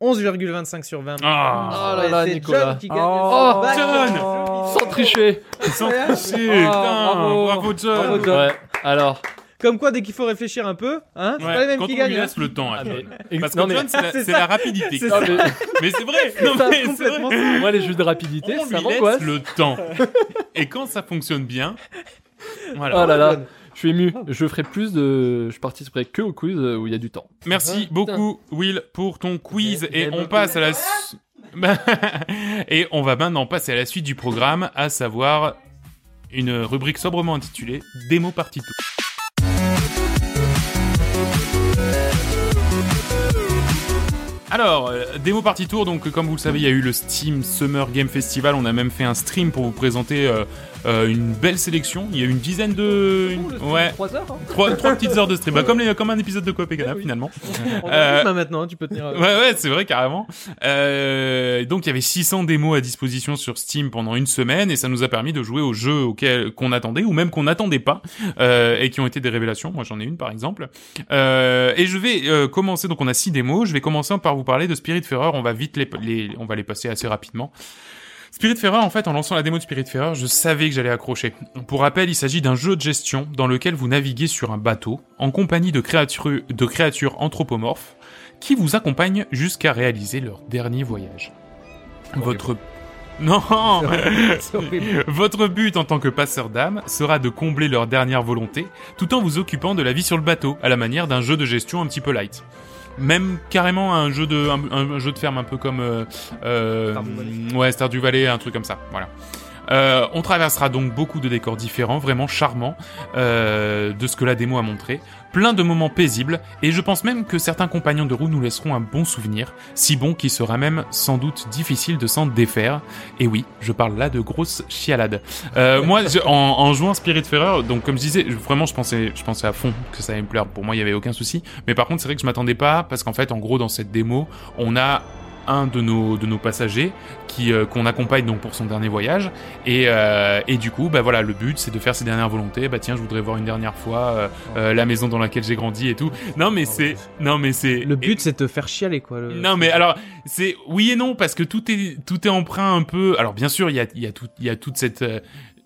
11,25 sur 20. Ah, Oh là Et là, c'est Nicolas. John qui gagne Oh, son bac. John Sans tricher. sans Oh, tricher. putain, Ah, bravo. bravo John. Bravo, John. Ouais. Alors. Comme quoi, dès qu'il faut réfléchir un peu, hein, c'est Ouais, pas les mêmes quand qui on gagnent. lui hein. laisse le temps à Ah, mais- John. ex- Parce non, que mais- John, c'est la- c'est c'est ça. la rapidité. C'est non, mais- Mais c'est vrai. Non Ça, mais c'est vrai. complètement ça. Moi, les jeux de rapidité, On ça lui Oh, laisse m'angoisse. le temps. Et quand ça fonctionne bien, voilà. Oh là là, je suis ému. Je ferai plus de. Je participerai que au quiz euh, où il y a du temps. Merci Putain. beaucoup, Will, pour ton quiz. Il y a- il y Et a on beaucoup. passe à la. su- Et on va maintenant passer à la suite du programme, à savoir une rubrique sobrement intitulée Démo Partito. Alors, euh, démo party tour, donc euh, comme vous le savez, il y a eu le Steam Summer Game Festival, on a même fait un stream pour vous présenter euh, euh, une belle sélection, il y a eu une dizaine Oh, de... une- Ouais, 3 heures. hein. trois, trois petites heures de stream, Bah, comme, les- comme un épisode de Coop et Canap, Oui. finalement. On Euh, a maintenant, tu peux tenir. euh, Ouais, ouais, c'est vrai, carrément. Euh, donc, il y avait 600 démos à disposition sur Steam pendant une semaine, et ça nous a permis de jouer aux jeux auxquels qu'on attendait, ou même qu'on n'attendait pas, euh, et qui ont été des révélations. Moi, j'en ai une, par exemple. Euh, et je vais euh, commencer, donc on a six démos, je vais commencer par vous parler de Spirit On va vite les, les- on va les passer assez rapidement. Spirit en fait, en lançant la démo de Spirit je savais que j'allais accrocher. Pour rappel, il s'agit d'un jeu de gestion dans lequel vous naviguez sur un bateau en compagnie de créatures, de créatures anthropomorphes qui vous accompagnent jusqu'à réaliser leur dernier voyage. Votre Non C'est horrible. Votre but en tant que passeur d'âme sera de combler leur dernière volonté, tout en vous occupant de la vie sur le bateau, à la manière d'un jeu de gestion un petit peu light. Même carrément un jeu de, un, un jeu de ferme un peu comme... Euh, euh, Stardew ouais, Stardew Valley, un truc comme ça, voilà. Euh, on traversera donc beaucoup de décors différents, vraiment charmants, euh, de ce que la démo a montré. Plein de moments paisibles, et je pense même que certains compagnons de roue nous laisseront un bon souvenir, si bon qu'il sera même sans doute difficile de s'en défaire. Et oui, je parle là de grosses chialades. Euh, moi, je- en, en jouant Spirit donc comme je disais, je- vraiment, je pensais, je pensais à fond que ça allait me plaire. Pour moi, il y avait aucun souci. Mais par contre, c'est vrai que je m'attendais pas, parce qu'en fait, en gros, dans cette démo, on a un de nos, de nos passagers qui euh, qu'on accompagne donc pour son dernier voyage et, euh, et du coup bah voilà le but c'est de faire ses dernières volontés bah tiens je voudrais voir une dernière fois euh, euh, la maison dans laquelle j'ai grandi et tout non mais c'est non mais c'est Le et- but, c'est de te faire chialer, quoi. le- non mais alors c'est oui et non parce que tout est tout est emprunt un peu. Alors bien sûr il y a il y a tout il y a toute cette euh,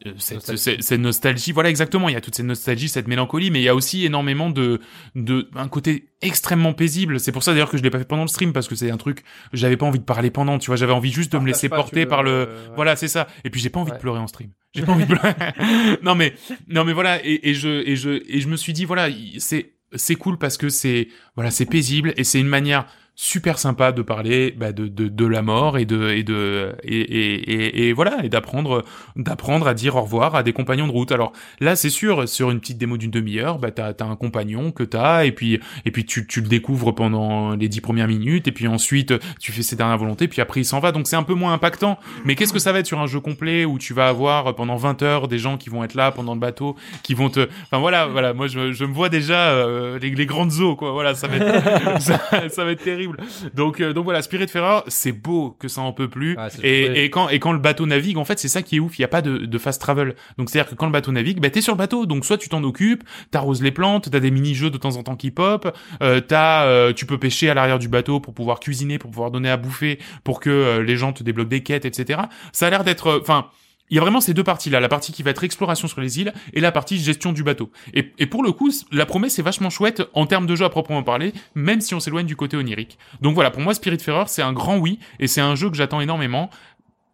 euh, cette Nostalgie. cette- cette nostalgie voilà exactement il y a toute cette nostalgie cette mélancolie mais il y a aussi énormément de de un côté extrêmement paisible c'est pour ça d'ailleurs que je l'ai pas fait pendant le stream parce que c'est un truc j'avais pas envie de parler pendant tu vois j'avais envie juste de me laisser porter par le voilà, c'est ça. Et puis j'ai pas envie de Ouais. pleurer en stream. J'ai pas envie de pleurer. non mais non mais voilà et, et je et je et je me suis dit voilà, il- c'est c'est cool parce que c'est voilà, c'est paisible et c'est une manière super sympa de parler bah, de, de de la mort et de et de et et, et, et voilà et d'apprendre d'apprendre à dire au revoir à des compagnons de route. Alors là, c'est sûr, sur une petite démo d'une demi-heure, bah t'as t'as un compagnon que t'as et puis et puis tu tu le découvres pendant les dix premières minutes et puis ensuite tu fais ses dernières volontés puis après il s'en va donc c'est un peu moins impactant. Mais qu'est-ce que ça va être sur un jeu complet où tu vas avoir euh, pendant 20 heures des gens qui vont être là pendant le bateau, qui vont te. Enfin voilà, voilà, moi je, je me vois déjà euh, les, les grandes eaux, quoi. Voilà, ça va être, ça, ça va être terrible. Donc, euh, donc voilà, Spirit c'est beau que ça en peut plus. Ah, c'est et, chouette. et, quand, et quand le bateau navigue, en fait, c'est ça qui est ouf, il n'y a pas de, de fast travel. Donc c'est-à-dire que quand le bateau navigue, bah, t'es sur le bateau. Donc soit tu t'en occupes, t'arroses les plantes, t'as des mini-jeux de temps en temps qui pop, euh, t'as, euh, tu peux pêcher à l'arrière du bateau pour pouvoir cuisiner, pour pouvoir donner à bouffer, pour que euh, les gens te débloquent des quêtes, etc. Ça a l'air d'être, euh, enfin. il y a vraiment ces deux parties-là, la partie qui va être exploration sur les îles et la partie gestion du bateau. Et, et pour le coup, c- la promesse est vachement chouette en termes de jeu à proprement parler, même si on s'éloigne du côté onirique. Donc voilà, pour moi, Spirit c'est un grand oui, et c'est un jeu que j'attends énormément.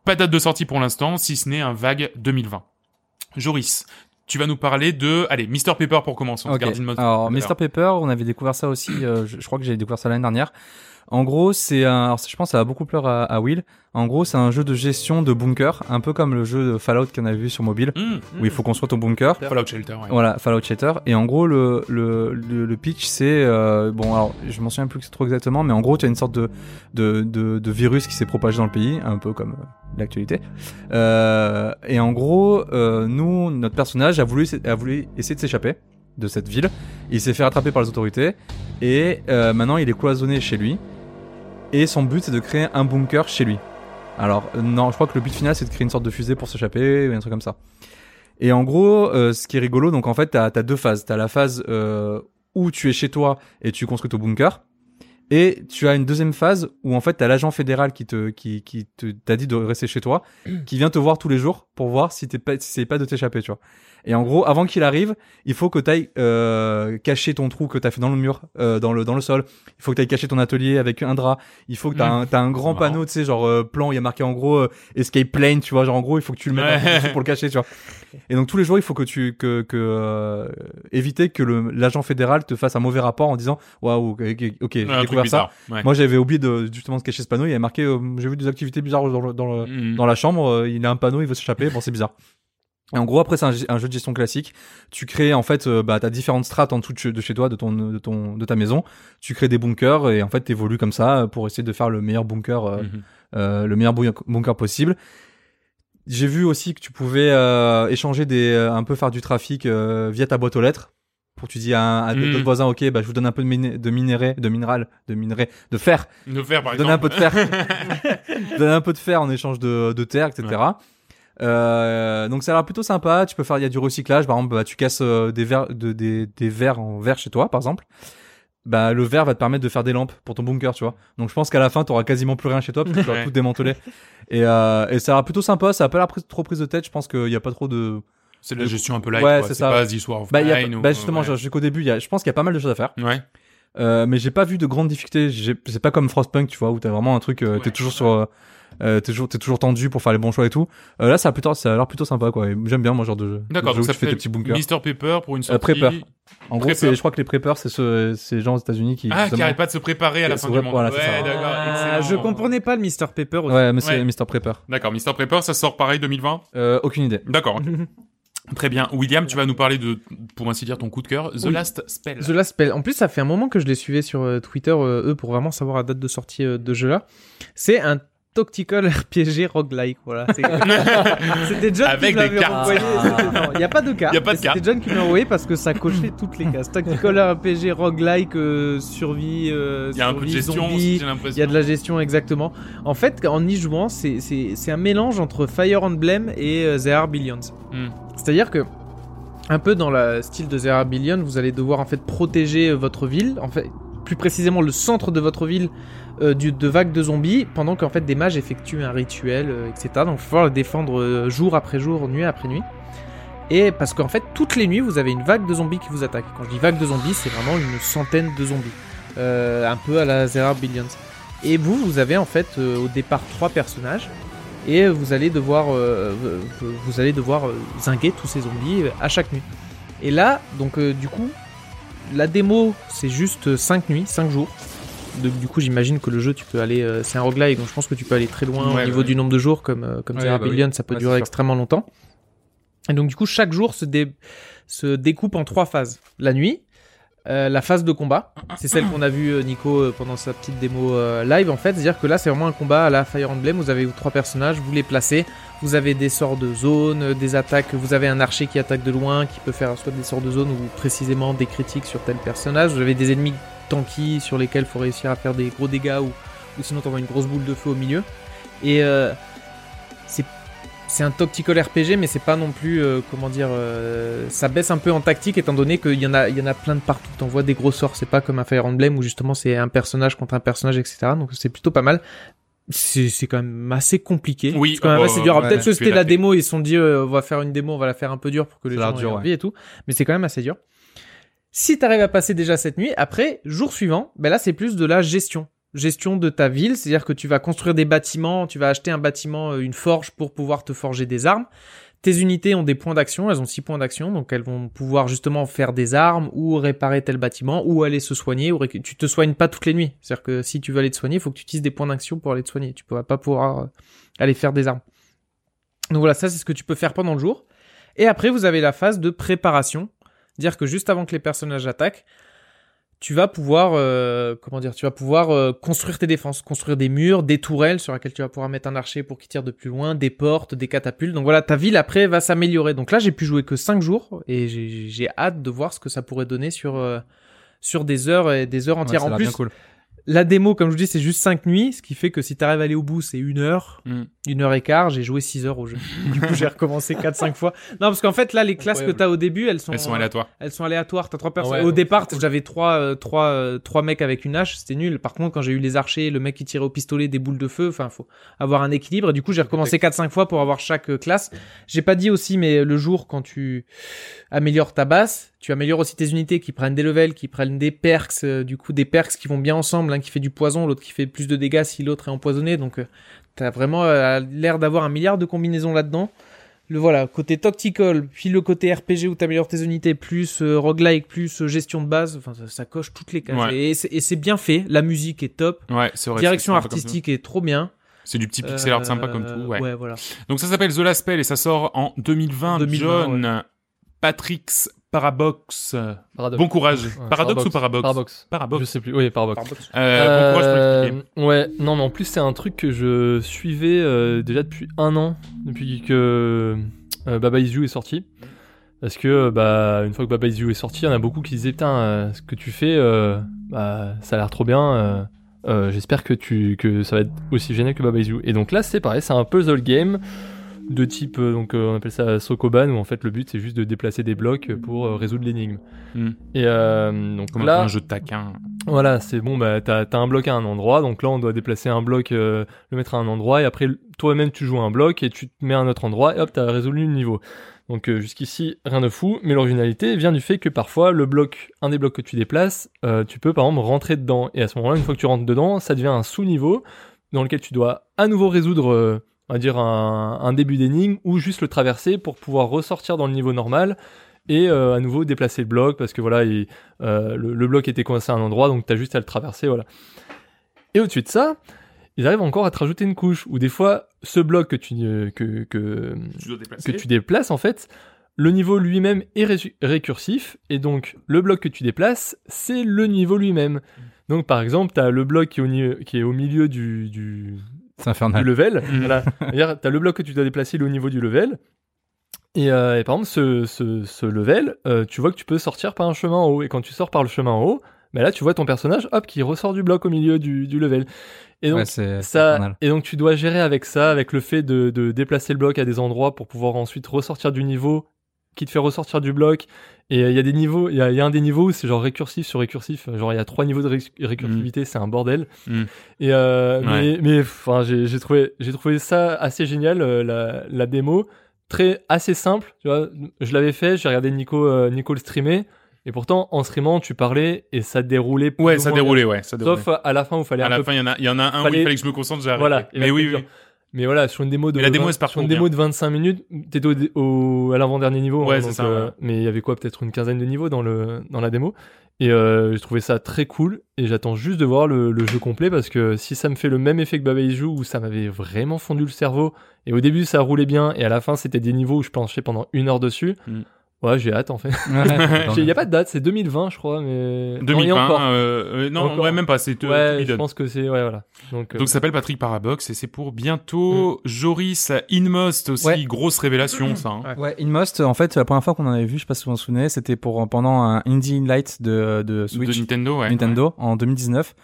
Pas date de sortie pour l'instant, si ce n'est un vague 2020. Joris, tu vas nous parler de, allez, Mr. Pepper pour commencer. on se Ok. garde une mode- Alors, tout à l'heure. Mr. Pepper, on avait découvert ça aussi, euh, je, je crois que j'ai découvert ça l'année dernière. En gros, c'est un, alors, je pense que ça a beaucoup pleur à, à Will. En gros, c'est un jeu de gestion de bunker, un peu comme le jeu de Fallout qu'on avait vu sur mobile, Hmm, où il faut construire ton bunker. Fallout Shelter, ouais. Voilà, Fallout Shelter. Et en gros, le, le, le, le pitch, c'est. euh, bon, alors, je m'en souviens plus trop exactement, mais en gros, tu as une sorte de, de, de, de virus qui s'est propagé dans le pays, un peu comme euh, l'actualité. Euh, et en gros, euh, nous, notre personnage a voulu, a voulu essayer de s'échapper de cette ville. Il s'est fait rattraper par les autorités. Et euh, maintenant, il est cloisonné chez lui. Et son but, c'est de créer un bunker chez lui. Alors, euh, non, je crois que le but final, c'est de créer une sorte de fusée pour s'échapper, ou un truc comme ça. Et en gros, euh, ce qui est rigolo, donc en fait, t'as as deux phases. T'as la phase euh, où tu es chez toi et tu construis ton bunker. Et tu as une deuxième phase où en fait t'as l'agent fédéral qui te qui, qui te t'a dit de rester chez toi, qui vient te voir tous les jours pour voir si t'es pas si c'est pas de t'échapper, tu vois. Et en gros, avant qu'il arrive, il faut que t'ailles euh, cacher ton trou que t'as fait dans le mur, euh, dans le dans le sol. Il faut que t'ailles cacher ton atelier avec un drap. Il faut que t'as un, t'as un grand Mmh. C'est marrant. panneau, tu sais, genre euh, plan, il y a marqué en gros euh, escape plane, tu vois, genre en gros il faut que tu le mettes Ouais. un peu pour le cacher, tu vois. Et donc tous les jours, il faut que tu que que euh, éviter que le l'agent fédéral te fasse un mauvais rapport en disant waouh, ok, ok, j'ai Ouais, un truc découvert ça. bizarre. Ouais. Moi, j'avais oublié de, justement de cacher ce panneau. Il y avait marqué, euh, j'ai vu des activités bizarres dans, le- dans, le- Hmm. dans la chambre. euh, il a un panneau, il veut s'échapper. Bon, c'est bizarre. Et en gros, après, c'est un, g- un jeu de gestion classique. Tu crées, en fait, euh, bah, t'as différentes strates en dessous de, che- de chez toi, de ton, de ton, de ta maison. Tu crées des bunkers et en fait, t'évolues comme ça euh, pour essayer de faire le meilleur bunker, euh, Mhm. euh, le meilleur bou- bunker possible. J'ai vu aussi que tu pouvais euh, échanger des, euh, un peu faire du trafic euh, via ta boîte aux lettres. Pour tu dis à, un- à Mm. d'autres voisins, ok, bah je vous donne un peu de, miné- de minerais, de minéral, de minerais, de fer. Nous faire par Donne exemple. un peu de fer. Donne un peu de fer en échange de, de terre, etc. Euh, donc ça a l'air plutôt sympa. Tu peux faire, il y a du recyclage. Par exemple, bah, tu casses euh, des verres, de- des, des verres en verre chez toi, par exemple. Bah, le verre va te permettre de faire des lampes pour ton bunker, tu vois. Donc je pense qu'à la fin, t'auras quasiment plus rien chez toi parce que tu Ouais. auras tout démantelé. Et, euh, et ça a l'air plutôt sympa. Ça a pas l'air pris- trop prise de tête. Je pense qu'il n'y a pas trop de. C'est de la gestion un peu light. Ouais, quoi. c'est c'est ça. pas The Sword of Bah, il y a- Mine ou- bah, justement, ouais. je- je- qu'au début, il y a- je pense qu'il y a pas mal de choses à faire. Ouais. Euh, mais j'ai pas vu de grandes difficultés. J'ai- C'est pas comme Frostpunk, tu vois, où t'as vraiment un truc, euh, Ouais. t'es toujours sur. euh, euh, t'es toujours, t'es toujours tendu pour faire les bons choix et tout. Euh, là, ça a, plutôt, ça a l'air plutôt sympa, quoi. Et J'aime bien, moi, ce genre de jeu. D'accord, Le jeu donc où ça tu fais fait des petits bunkers. Mister Pepper pour une Euh, sortie. Ah, Prepper. En gros, Prepper. c'est, je crois que les preppers, c'est ce, ces gens aux États-Unis qui. Ah, qui justement- n'arrête pas de se préparer à la C'est fin du vrai, monde. voilà, c'est ouais, ça. d'accord, Ah, excellent. je comprenais pas le Mr. Pepper aussi. Ouais, mais c'est Ouais. Mr. Prepper. D'accord, Mister Prepper, ça sort pareil 2020 Euh, aucune idée. D'accord. ok. Très bien. William, tu vas nous parler de, pour ainsi dire, ton coup de cœur, The Oui. Last Spell. The Last Spell. En plus, ça fait un moment que je les suivais sur euh, Twitter, euh, eux, pour vraiment savoir la date de sortie euh, de jeu-là. C'est un tactical RPG roguelike, voilà. C'est- C'était John Avec qui me l'avait des cartes. envoyé. c'était- non, Il n'y a pas de cartes. Il y a pas de mais C'était John qui me l'a envoyé parce que ça cochait toutes les cases. Tactical RPG roguelike, euh, survie, euh, Il y a un peu de survie, gestion zombie, aussi, j'ai il y l'impression. a de la gestion, exactement. En fait, en y jouant, c'est- c'est c'est un mélange entre Fire Emblem et euh, The Arbillions. Hmm. C'est-à-dire que, un peu dans le style de The Arbillion, vous allez devoir en fait protéger euh, votre ville, en fait, plus précisément le centre de votre ville euh, du- de vagues de zombies, pendant qu'en fait des mages effectuent un rituel, euh, etc. Donc il va falloir le défendre euh, jour après jour, nuit après nuit. Et parce qu'en fait, toutes les nuits, vous avez une vague de zombies qui vous attaque. Quand je dis vague de zombies, c'est vraiment une centaine de zombies. Euh, un peu à la Zera Billions. Et vous, vous avez en fait euh, au départ trois personnages. Et vous allez devoir, euh, vous, vous allez devoir euh, zinguer tous ces zombies euh, à chaque nuit. Et là, donc euh, du coup, la démo, c'est juste 5 nuits, 5 jours. Donc, du coup, j'imagine que le jeu, tu peux aller. euh, c'est un roguelike, donc je pense que tu peux aller très loin Ouais, au niveau ouais. du nombre de jours, comme, euh, comme Ouais, Terra bah oui. Billion, ça peut Ouais, durer c'est sûr. extrêmement longtemps. Et donc, du coup, chaque jour se, dé- se découpe en trois phases. La nuit, euh, la phase de combat, c'est celle qu'on a vue euh, Nico euh, pendant sa petite démo euh, live en fait, c'est-à-dire que là c'est vraiment un combat à la Fire Emblem, vous avez trois personnages, vous les placez, vous avez des sorts de zone, euh, des attaques, vous avez un archer qui attaque de loin, qui peut faire soit des sorts de zone ou précisément des critiques sur tel personnage, vous avez des ennemis tanky sur lesquels faut réussir à faire des gros dégâts ou, ou sinon t'envoies une grosse boule de feu au milieu. Et euh, c'est c'est un tactical RPG, mais c'est pas non plus, euh, comment dire, euh, ça baisse un peu en tactique étant donné qu'il y en a, il y en a plein de partout. T'envoies des gros sorts, c'est pas comme un Fire Emblem où justement c'est un personnage contre un personnage, etc. Donc c'est plutôt pas mal. C'est c'est quand même assez compliqué. Oui, c'est quand même euh, assez dur. Alors, ouais, Peut-être je que suis c'était la d'accord. démo, ils se sont dit, euh, on va faire une démo, on va la faire un peu dure pour que les Ça a gens l'air dur, aient envie et tout. Mais c'est quand même assez dur. Si t'arrives à passer déjà cette nuit, après, jour suivant, ben là c'est plus de la gestion gestion de ta ville, c'est-à-dire que tu vas construire des bâtiments, tu vas acheter un bâtiment, euh, une forge pour pouvoir te forger des armes. Tes unités ont des points d'action, elles ont six points d'action, donc elles vont pouvoir justement faire des armes ou réparer tel bâtiment ou aller se soigner. Ou récu- Tu te soignes pas toutes les nuits, c'est-à-dire que si tu veux aller te soigner, il faut que tu utilises des points d'action pour aller te soigner. Tu pourras pas pouvoir euh, aller faire des armes. Donc voilà, ça c'est ce que tu peux faire pendant le jour. Et après, vous avez la phase de préparation, dire que juste avant que les personnages attaquent, tu vas pouvoir euh, comment dire tu vas pouvoir euh, construire tes défenses construire des murs des tourelles sur lesquelles tu vas pouvoir mettre un archer pour qu'il tire de plus loin des portes des catapultes donc voilà ta ville après va s'améliorer donc là j'ai pu jouer que 5 jours et j'ai j'ai hâte de voir ce que ça pourrait donner sur euh, sur des heures et des heures Ouais, entières ça a en l'air plus bien cool. la démo comme je vous dis c'est juste 5 nuits ce qui fait que si t'arrives à aller au bout c'est une heure Mm. une heure et quart j'ai joué 6 heures au jeu du coup j'ai recommencé 4 5 fois non parce qu'en fait là les classes que Incroyable. t'as au début elles sont Elles sont aléatoires. elles sont aléatoires, t'as trois personnes. ouais, au donc départ, j'avais trois, euh, trois, euh, trois mecs avec une hache, c'était nul. Par contre, quand j'ai eu les archers, le mec qui tirait au pistolet, des boules de feu, enfin, faut avoir un équilibre. Et du coup, j'ai recommencé 4-5 fois pour avoir chaque euh, classe. J'ai pas dit aussi, mais le jour, quand tu améliores ta base, tu améliores aussi tes unités qui prennent des levels, qui prennent des perks, euh, du coup, des perks qui vont bien ensemble, l'un qui fait du poison, l'autre qui fait plus de dégâts si l'autre est empoisonné. Donc, euh, t'as vraiment euh, l'air d'avoir un milliard de combinaisons là-dedans le voilà, côté tactical, puis le côté RPG où t'améliores tes unités, plus euh, roguelike, plus euh, gestion de base, enfin ça, ça coche toutes les cases. Ouais. Et c'est- Et c'est bien fait, la musique est top, Ouais, c'est vrai. direction c'est un peu comme ça. artistique est trop bien. C'est du petit pixel art sympa Euh, comme tout. Ouais. Ouais, voilà. Donc ça s'appelle The Last Spell et ça sort en 2020. 2020, John, Patrick's Parabox. Paradox. Bon courage. Ouais, paradox, ou Parabox Paradox. Je Parabox. sais plus. Oui, Paradox. Euh, Euh, Bon courage pour l'expliquer. ouais, non, mais en plus, c'est un truc que je suivais euh, déjà depuis un an, depuis que euh, Baba Is You est sorti. Parce que, euh, bah, une fois que Baba Is You est sorti, il y en a beaucoup qui disaient Putain, euh, ce que tu fais, euh, bah, ça a l'air trop bien. euh, euh, J'espère que, tu- que ça va être aussi génial que Baba Is You. Et donc là, c'est pareil, c'est un puzzle game de type, euh, donc euh, on appelle ça Sokoban, où en fait le but c'est juste de déplacer des blocs pour euh, résoudre l'énigme. Mm. Et euh, donc Comme là. un jeu de taquin. Voilà, c'est bon, bah, t'as t'as un bloc à un endroit, donc là on doit déplacer un bloc, euh, le mettre à un endroit, et après toi-même tu joues à un bloc et tu te mets à un autre endroit, et hop, t'as résolu le niveau. Donc euh, jusqu'ici, rien de fou, mais l'originalité vient du fait que parfois, le bloc, un des blocs que tu déplaces, euh, tu peux par exemple rentrer dedans, et à ce moment-là, une fois que tu rentres dedans, ça devient un sous-niveau dans lequel tu dois à nouveau résoudre, euh, on va dire, un, un début d'énigme ou juste le traverser pour pouvoir ressortir dans le niveau normal et euh, à nouveau déplacer le bloc parce que voilà, il- euh, le, le bloc était coincé à un endroit donc t'as juste à le traverser, voilà. Et au-dessus de ça, ils arrivent encore à te rajouter une couche où des fois, ce bloc que tu, euh, que, que, Tu dois que déplacer. tu déplaces en fait, le niveau lui-même est ré- récursif et donc le bloc que tu déplaces, c'est le niveau lui-même. Donc par exemple, tu as le bloc qui est au, ni- qui est au milieu du, du, C'est du infernal. level. Mm. voilà. C'est-à-dire, tu as le bloc que tu dois déplacer, il est au niveau du level. Et, euh, et par exemple, ce, ce- ce level, euh, tu vois que tu peux sortir par un chemin en haut. Et quand tu sors par le chemin en haut, bah là, tu vois ton personnage, hop, qui ressort du bloc au milieu du, du level. Et donc, Ouais, c'est Euh, c'est ça, infernal. et donc tu dois gérer avec ça, avec le fait de, de déplacer le bloc à des endroits pour pouvoir ensuite ressortir du niveau, qui te fait ressortir du bloc. Et euh, il y a des niveaux, il y, a- il y a un des niveaux où c'est genre récursif sur récursif, genre il y a trois niveaux de réc- récursivité, c'est un bordel. Mm. Et euh, Ouais. mais, mais enfin j'ai j'ai trouvé, j'ai trouvé ça assez génial euh, la, la démo, très assez simple. Tu vois, je l'avais fait, j'ai regardé Nico, euh, Nico le streamer. Et pourtant, en streamant, tu parlais et ça déroulait. plus Ouais, ou ça moins bien. déroulait, ouais. Ça déroulait. Sauf à la fin où fallait à un peu la fin, il y en a, il y en a un où fallait- il fallait que je me concentre, j'ai arrêté. Voilà. Et Mais là, oui, c'est oui. dur. Mais voilà, sur une démo de, Mais la démo, elle se sur parcourt une démo de 25 minutes, t'étais au, dé- au- à l'avant-dernier niveau. Ouais, hein, c'est donc, ça, ouais. Mais il y avait quoi, peut-être une quinzaine de niveaux dans, le, dans la démo. Et euh, j'ai trouvé ça très cool. Et j'attends juste de voir le, le jeu complet parce que si ça me fait le même effet que Baba Ijou où ça m'avait vraiment fondu le cerveau. Et au début, ça roulait bien. Et à la fin, c'était des niveaux où je planchais pendant une heure dessus. Mm. Ouais, j'ai hâte en fait. Ouais. Il n'y a pas de date, c'est 2020, je crois. Mais... Non, il y a 2020, encore. euh, euh, non, Encore. ouais, même pas, c'est euh, Ouais, Tommy je Dunn. pense que c'est. Ouais, voilà. Donc, euh, Donc ça s'appelle Patrick Parabox et c'est pour bientôt Joris à Inmost aussi, Ouais. grosse révélation ça. hein. Ouais. Ouais, Inmost, en fait, la première fois qu'on en avait vu, je sais pas si vous vous en souvenez, c'était pour pendant un Indie Inlight de, de Switch De Nintendo, ouais. Nintendo en 2019.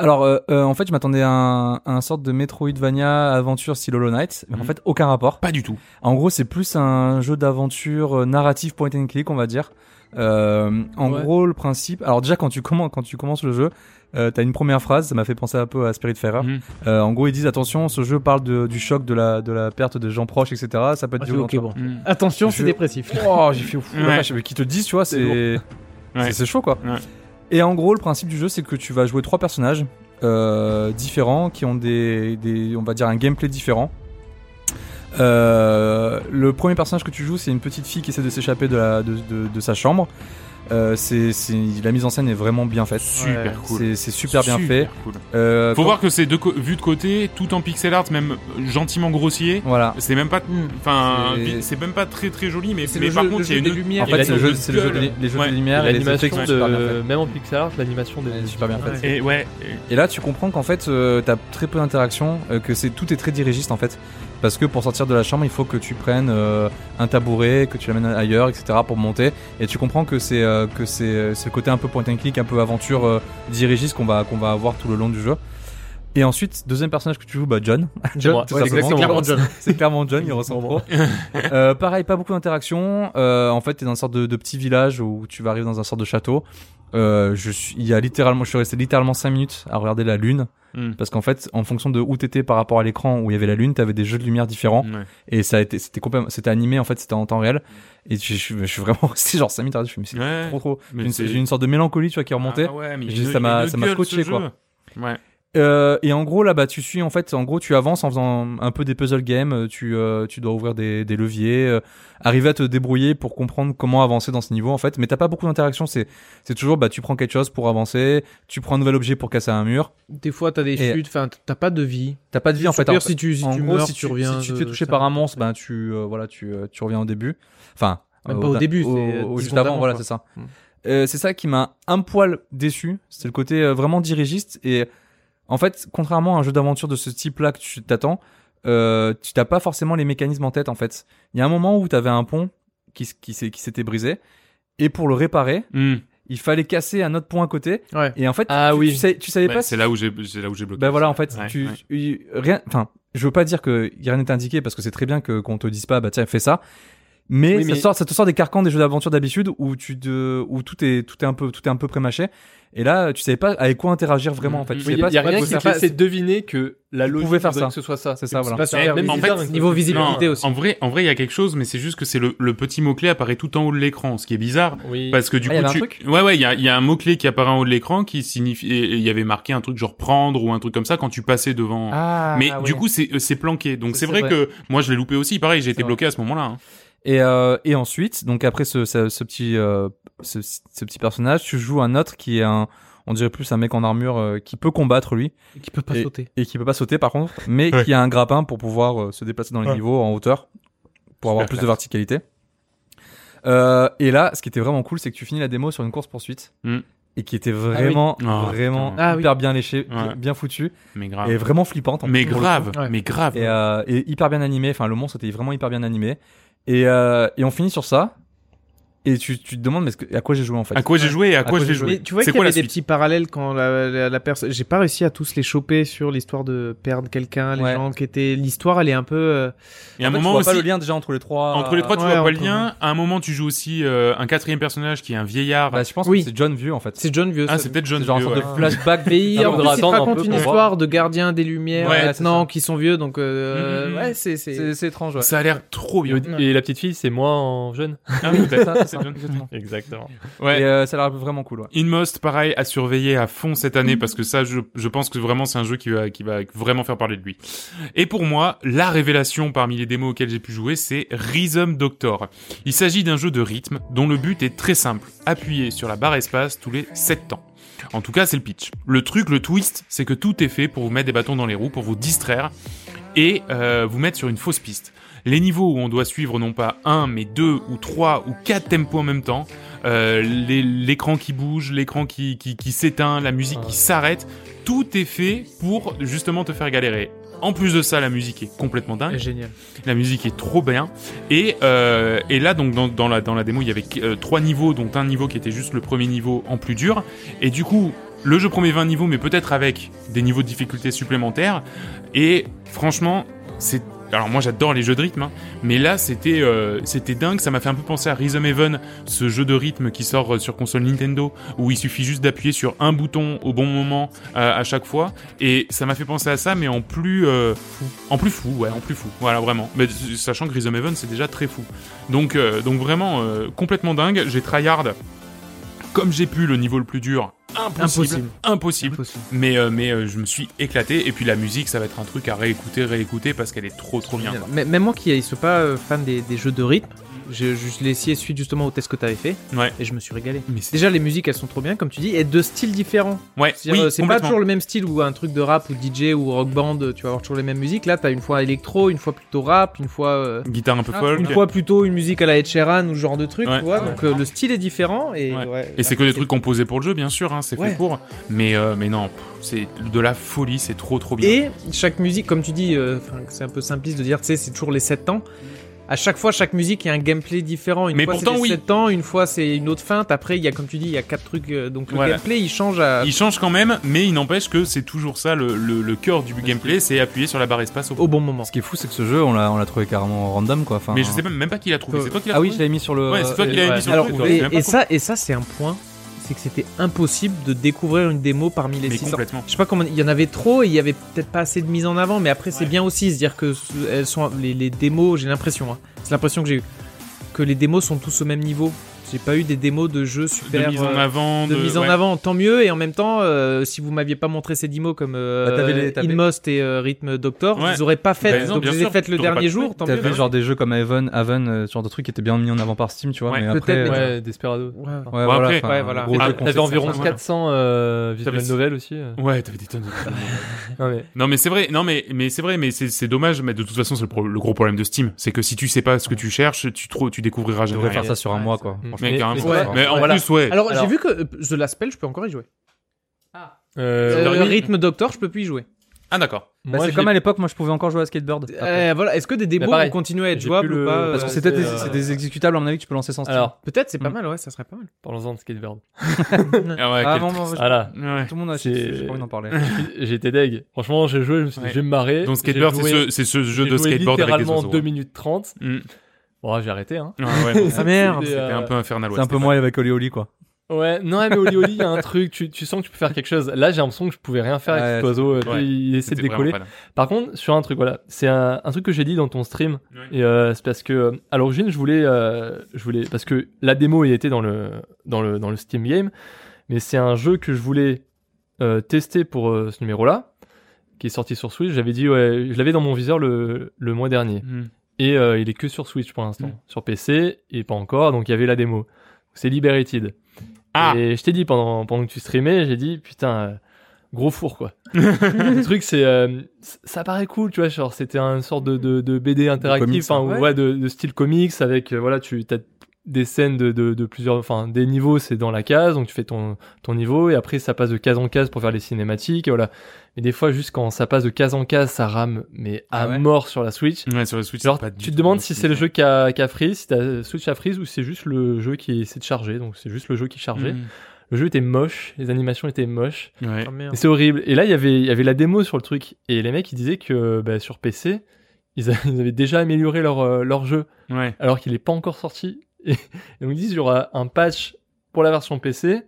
Alors, euh, euh, en fait, je m'attendais à un, à un sorte de Metroidvania aventure style Hollow Knight, mais en Mhm. fait, aucun rapport. Pas du tout. En gros, c'est plus un jeu d'aventure euh, narratif point and click, on va dire. Euh, en Ouais. gros, le principe. Alors déjà, quand tu commences, quand tu commences le jeu, euh, t'as une première phrase. Ça m'a fait penser un peu à Spiritfarer. Mhm. Euh, en gros, ils disent attention, ce jeu parle de, du choc de la de la perte de gens proches, etc. Ça peut être Ah, c'est violent. ok, tu vois. bon. Mm. Attention, Je- c'est dépressif. Oh, j'ai fait ouf. Ouais. La vache, mais qui te disent, tu vois, C'est c'est Ouais. c'est- c'est chaud quoi. Ouais. Et en gros, le principe du jeu, c'est que tu vas jouer trois personnages euh, différents qui ont des, des, on va dire, un gameplay différent. Euh, le premier personnage que tu joues, c'est une petite fille qui essaie de s'échapper de, la- de, de- de sa chambre. Euh, c'est c'est- la mise en scène est vraiment bien faite. Super Ouais, cool. C'est c'est super bien fait. cool. Euh, Faut quand- voir que c'est de co- vu de côté, tout en pixel art, même gentiment grossier. Voilà. C'est même pas, enfin, C'est- vi- c'est même pas très très joli, mais, C'est mais le par jeu- contre, le il y a jeu une des lumières. En il y a fait, une c'est le jeu, c'est le jeu gueule. des, les jeux Ouais. de lumière et les L'animation effets sont super bien de faits. même en pixel art, l'animation des Elle est super bien faite. Et ouais. Et là, tu comprends qu'en fait, euh, t'as très peu d'interactions, euh, que c'est tout est très dirigiste en fait, parce que pour sortir de la chambre, il faut que tu prennes euh, un tabouret, que tu l'amènes ailleurs, etc. pour monter. Et tu comprends que c'est euh, que c'est euh, c'est le côté un peu point and click, un peu aventure euh, dirigiste qu'on va qu'on va avoir tout le long du jeu. Et ensuite, deuxième personnage que tu joues, bah John. Moi, tout ouais, simplement. exactement. Clairement John. C'est clairement John, il ressemble trop. Euh, pareil, pas beaucoup d'interactions. Euh, en fait, t'es dans une sorte de, de petit village où tu vas arriver dans un sorte de château. Euh, je suis, il y a littéralement, je suis resté littéralement 5 minutes à regarder la lune. Mm. Parce qu'en fait, en fonction de où t'étais par rapport à l'écran où il y avait la lune, t'avais des jeux de lumière différents. Ouais. Et ça a été, c'était complètement, c'était animé, en fait, c'était en temps réel. Et je, je- je suis vraiment resté genre 5 minutes à regarder, je suis, mais c'est Ouais. trop trop. Mais J'ai une- c'est- J'ai une sorte de mélancolie, tu vois, qui est remontée. Ah ouais, mais il y a J'ai- une- ça m'a- il y a une ça m'a gueule, scotché, ce quoi. jeu. Ouais. Euh, et en gros, là, bah, tu suis, en fait, en gros, tu avances en faisant un peu des puzzle games. euh, Tu, euh, tu dois ouvrir des, des leviers, euh, arriver à te débrouiller pour comprendre comment avancer dans ce niveau, en fait. Mais t'as pas beaucoup d'interactions. C'est, c'est toujours, bah, tu prends quelque chose pour avancer, tu prends un nouvel objet pour casser un mur. Des fois, t'as des Et- chutes, enfin, t'as pas de vie. T'as pas de vie, en fait. Au pire, Alors, si tu, si en tu gros, meurs, si tu reviens. si tu te de- fais toucher ça par va. un monstre, ben tu euh, voilà, tu euh, tu reviens au début. Enfin, Même pas au début, c'est, euh, dix juste secondes avant, avant, voilà, quoi. c'est ça. Mm. Euh, c'est ça qui m'a un poil déçu, c'est le côté euh, vraiment dirigiste et en fait, contrairement à un jeu d'aventure de ce type-là que tu t'attends, euh, tu t'as pas forcément les mécanismes en tête en fait. Il y a un moment où t'avais un pont qui s- qui s'est- qui s'était brisé et pour le réparer, Mm. il fallait casser un autre pont à côté Ouais. et en fait, Ah tu, oui. tu, sais- tu savais Ouais, pas Bah, c'est là où j'ai c'est là où j'ai bloqué. ben voilà, en fait, Ouais, tu, ouais. tu- rien, enfin, je veux pas dire que rien n'est indiqué parce que c'est très bien que qu'on te dise pas, bah tiens, bah, fais ça. Mais, Oui, mais- Ça, sort, ça te sort des carcans des jeux d'aventure d'habitude où tu te- où tout est tout est un peu tout est un peu prémâché et là tu savais pas avec quoi interagir vraiment en fait. Tu Il savais pas y a c'est pas rien de qui faire te ça. laissait deviner que la Tu logique pouvais faire voudrait ça. que ce soit ça. C'est ça voilà. pas super même visible. bizarre, En fait, c'est- niveau Non, visibilité aussi. en vrai, en vrai, il y a quelque chose, mais c'est juste que c'est le, le petit mot clé apparaît tout en haut de l'écran, ce qui est bizarre. Oui. Parce que du Ah, y coup, avait un tu... truc ouais, ouais, il y a, il y a un mot clé qui apparaît en haut de l'écran qui signifie, et il y avait marqué un truc genre prendre ou un truc comme ça quand tu passais devant. mais du coup, c'est euh, c'est planqué. Donc Ça, c'est Ah, c'est vrai, vrai. que moi, je l'ai loupé aussi. Pareil, j'ai été vrai. bloqué à ce moment-là. hein. Et, euh, et ensuite, donc après ce, ce, ce petit, euh, ce, ce petit personnage, tu joues un autre qui est un, on dirait plus un mec en armure euh, qui peut combattre lui Qui peut pas Et- sauter. et qui peut pas sauter par contre, mais Ouais. qui a un grappin pour pouvoir euh, se déplacer dans les Ouais. niveaux en hauteur pour avoir Super plus de classe. verticalité. Euh, et là, ce qui était vraiment cool, c'est que tu finis la démo sur une course poursuite Mm. et qui était vraiment, Ah, vraiment putain. Ah oui. hyper bien léché, Ouais. bien foutu Mais grave. et vraiment flippante. en mais plus, pour le grave. Ouais. Mais grave. et, euh, et hyper bien animé. Enfin, le monstre était vraiment hyper bien animé. Et, euh, et on finit sur ça. Et tu, tu te demandes, mais est-ce que- à quoi j'ai joué en fait À quoi j'ai joué et à quoi, quoi j'ai j'ai joué Mais tu vois C'est qu'il y quoi la avait des suite petits parallèles quand la, la, la personne. J'ai pas réussi à tous les choper sur l'histoire de perdre quelqu'un, les Ouais. gens qui étaient. L'histoire, elle est un peu. euh, Et à un En fait, tu moment vois pas aussi, le lien déjà entre les trois. euh, entre les trois, tu Ouais, vois pas le entre- lien. À un moment, tu joues aussi euh, un quatrième personnage qui est un vieillard. Bah, je pense Oui. que c'est John Vu en fait. C'est John Vieux. ah, ça. c'est peut-être John genre une Vieux, sorte ouais. de flashback Ah, Et vieillard. on en plus, devra il te attendre un raconte peu une pour voir. histoire de gardien des lumières euh, Ouais, c'est maintenant ça. qui sont vieux, donc euh, Mhm. ouais, c'est c'est C'est c'est étrange. Ouais. Ça a l'air trop Et, bien. au- et la petite fille, c'est moi en jeune. Ah, peut-être. Ça, c'est C'est John. exactement. Exactement. Ouais. Et euh, ça a l'air vraiment cool. Ouais. Inmost, pareil, à surveiller à fond cette année parce que ça, je, je pense que vraiment c'est un jeu qui va, qui va vraiment faire parler de lui. Et pour moi, la révélation parmi les démos auxquelles j'ai pu jouer, c'est Rhythm Doctor. Il s'agit d'un jeu de rythme dont le but est très simple, appuyer sur la barre espace tous les 7 temps. En tout cas, c'est le pitch. Le truc, le twist, c'est que tout est fait pour vous mettre des bâtons dans les roues, pour vous distraire et euh, vous mettre sur une fausse piste. Les niveaux où on doit suivre non pas un, mais deux ou trois ou quatre tempos en même temps, euh, les- l'écran qui bouge, l'écran qui, qui, qui s'éteint, la musique qui s'arrête, tout est fait pour justement te faire galérer. En plus de ça, la musique est complètement dingue. génial. La musique est trop bien. Et, euh, et là, donc, dans, dans la, dans la démo, il y avait euh, trois niveaux, dont un niveau qui était juste le premier niveau en plus dur. Et du coup, le jeu promet 20 niveaux, mais peut-être avec des niveaux de difficulté supplémentaires. Et franchement, c'est. Alors moi j'adore les jeux de rythme, hein, mais là c'était euh, c'était dingue, ça m'a fait un peu penser à Rhythm Heaven, ce jeu de rythme qui sort euh, sur console Nintendo, où il suffit juste d'appuyer sur un bouton au bon moment euh, à chaque fois, et ça m'a fait penser à ça, mais en plus euh, en plus fou, ouais, en plus fou. Voilà, vraiment. Mais s- sachant que Rhythm Heaven, c'est déjà très fou. Donc, euh, donc vraiment, euh, complètement dingue. J'ai tryhard comme j'ai pu le niveau le plus dur. Impossible. Impossible. Impossible. Impossible. Mais, euh, mais euh, je me suis éclaté. Et puis la musique, ça va être un truc à réécouter, réécouter parce qu'elle est trop, trop bien. Mais- Même moi qui ne suis pas euh, fan des, des jeux de rythme, je, je l'ai essayé suite justement au test que tu avais fait Ouais. et je me suis régalé. Mais c'est- Déjà, les musiques, elles sont trop bien, comme tu dis, et de styles différents. Ouais, C'est-à-dire, oui, euh, c'est pas complètement. toujours le même style ou un truc de rap ou DJ ou rock band, euh, tu vas avoir toujours les mêmes musiques. Là, t'as une fois électro, une fois plutôt rap, une fois. euh, Guitare un peu folk. Une fois plutôt une musique à la Ed Sheeran ou ce genre de truc, Ouais. tu vois. Donc euh, le style est différent et Ouais. ouais, Et c'est que des trucs composés pour le jeu, bien sûr, hein, c'est Ouais. fait pour. Mais, euh, mais non, pff, c'est de la folie, c'est trop, trop bien. Et chaque musique, comme tu dis, euh, 'fin, c'est un peu simpliste de dire, tu sais, c'est toujours les 7 ans. À chaque fois, chaque musique, il y a un gameplay différent. Une Mais fois, pourtant, c'est oui. les 7 ans, une fois, c'est une autre feinte. Après, il y a, comme tu dis, il y a quatre trucs. euh, Donc le Voilà. gameplay, il change à. Il change quand même, mais il n'empêche que c'est toujours ça le, le, le cœur du gameplay, c'est appuyer sur la barre espace au Au bon moment. Ce qui est fou, c'est que ce jeu, on l'a on l'a trouvé carrément random quoi. Oh. Enfin, Mais je sais même, même pas qui l'a Euh, trouvé. C'est toi qui l'as Ah oui, trouvé je l'avais mis sur le. Ouais, c'est toi qui euh, l'avais ouais. mis sur Alors, le truc. toi, et, c'est même et pas con. ça, et ça, c'est un point. C'est que c'était impossible de découvrir une démo parmi les Mais 600. complètement. Je sais pas comment il y en avait trop et il y avait peut-être pas assez de mise en avant, mais après c'est bien aussi se dire que ce- elles sont les, les démos. J'ai l'impression, hein, c'est l'impression que j'ai eu que les démos sont tous au même niveau. J'ai pas eu des démos de jeux De super mise en euh, avant. de mise en ouais. avant, tant mieux. Et en même temps, euh, si vous m'aviez pas montré ces démos comme euh, Bah, t'avais les- t'avais- Inmost et euh, Rhythm Doctor, Ouais. je les aurais pas faites. Bah, non, donc je bien les ai sûr, faites le t'aurais pas dernier trouvé. jour, tant mieux. hein. T'avais genre des jeux comme Haven, Haven, euh, ce genre de trucs qui étaient bien mis en avant par Steam, tu vois. Ouais, mais après, peut-être, euh, ouais, Ouais, Desperado. Ouais, ouais. Bon, voilà. après- enfin, Ouais, voilà. gros Ah, jeu t'avais qu'on sait, T'avais environ ça, voilà. 400 euh, T'avais visual six- novels aussi. euh. Ouais, t'avais des tonnes. de- Non, mais non mais c'est vrai, non mais mais c'est vrai, mais c'est c'est dommage. Mais de toute façon, c'est le, pro- le gros problème de Steam, c'est que si tu sais pas ce que tu cherches, tu trop, tu découvriras Je jamais. devrais rien. faire ça sur un mois quoi. Mm. Mais, Mais- carrément. mais- Mais en Voilà. plus, ouais. Alors, j'ai Alors- vu que euh, The Last Spell, je peux encore y jouer. Euh, Euh, Rhythm- Rhythm Doctor, je peux plus y jouer. Ah d'accord. Bah, moi, c'est je comme l'ai- à l'époque, moi je pouvais encore jouer à Skateboard. après. Euh, voilà, est-ce que des démos pareil, vont continuer à être j'ai jouables plus le- ou pas Parce que euh, c'est peut-être des- euh, c'est des exécutables, à mon avis, que tu peux lancer sans Steam. Alors, Peut-être, c'est pas Mm. mal, ouais, ça serait pas mal. parlons-en de Skateboard. Ah ouais. ah quel bon, triste. bon, je- Voilà. Ouais. tout le monde a C'est- j'ai pas envie d'en parler. J'étais deg. Franchement, j'ai joué, je me suis dit, Ouais. je vais me marrer. Donc J'ai skateboard, c'est joué- ce, c'est ce jeu j'ai de joué skateboard avec les littéralement oiseaux. 2 minutes 30. Mm. Bon, j'ai arrêté, hein. euh, Ah ouais, Ah merde. c'était un peu infernal. C'est un peu moins avec Oli Oli, quoi. Ouais, non, mais Oli Oli, il y a un truc, tu, tu sens que tu peux faire quelque chose. Là, j'ai l'impression que je pouvais rien faire avec Ouais, cet oiseau, euh, ouais, il, il essaie de décoller. Par contre, sur un truc, voilà, c'est un, un truc que j'ai dit dans ton stream, et euh, c'est parce que, euh, à l'origine, je voulais, euh, je voulais, parce que la démo, elle était dans le, dans le, dans le Steam Game, mais c'est un jeu que je voulais euh, tester pour euh, ce numéro-là, qui est sorti sur Switch. J'avais dit, ouais, je l'avais dans mon viseur le, le mois dernier. Mm. Et euh, il est que sur Switch pour l'instant. Sur PC, et pas encore, donc il y avait la démo. C'est Liberated. Ah. Et je t'ai dit pendant, pendant que tu streamais, j'ai dit, putain, euh, gros four quoi. le truc, c'est. euh, c- ça paraît cool, tu vois, genre c'était une sorte de, de, de BD comics, interactif, enfin, ouais. ouais, de, de style comics, avec, euh, voilà, tu as des scènes de, de, de plusieurs. Enfin, des niveaux, c'est dans la case, donc tu fais ton, ton niveau, et après ça passe de case en case pour faire les cinématiques, et voilà. Mais des fois, juste quand ça passe de case en case, ça rame, mais à Ah ouais. mort sur la Switch. Ouais, sur la Switch, Genre, c'est pas du tu te tout demandes mon si style. c'est le jeu qui a, qui a freeze, si t'as Switch à freeze ou c'est juste le jeu qui essaie de charger. Donc c'est juste le jeu qui chargeait. Mm. Le jeu était moche, les animations étaient moches. Ouais. Ah, merde. Et c'est horrible. Et là, il y avait- il y avait la démo sur le truc. Et les mecs, ils disaient que bah, sur PC, ils, a- ils avaient déjà amélioré leur, euh, leur jeu Ouais. alors qu'il n'est pas encore sorti. Et, et donc ils disent il y aura un patch pour la version PC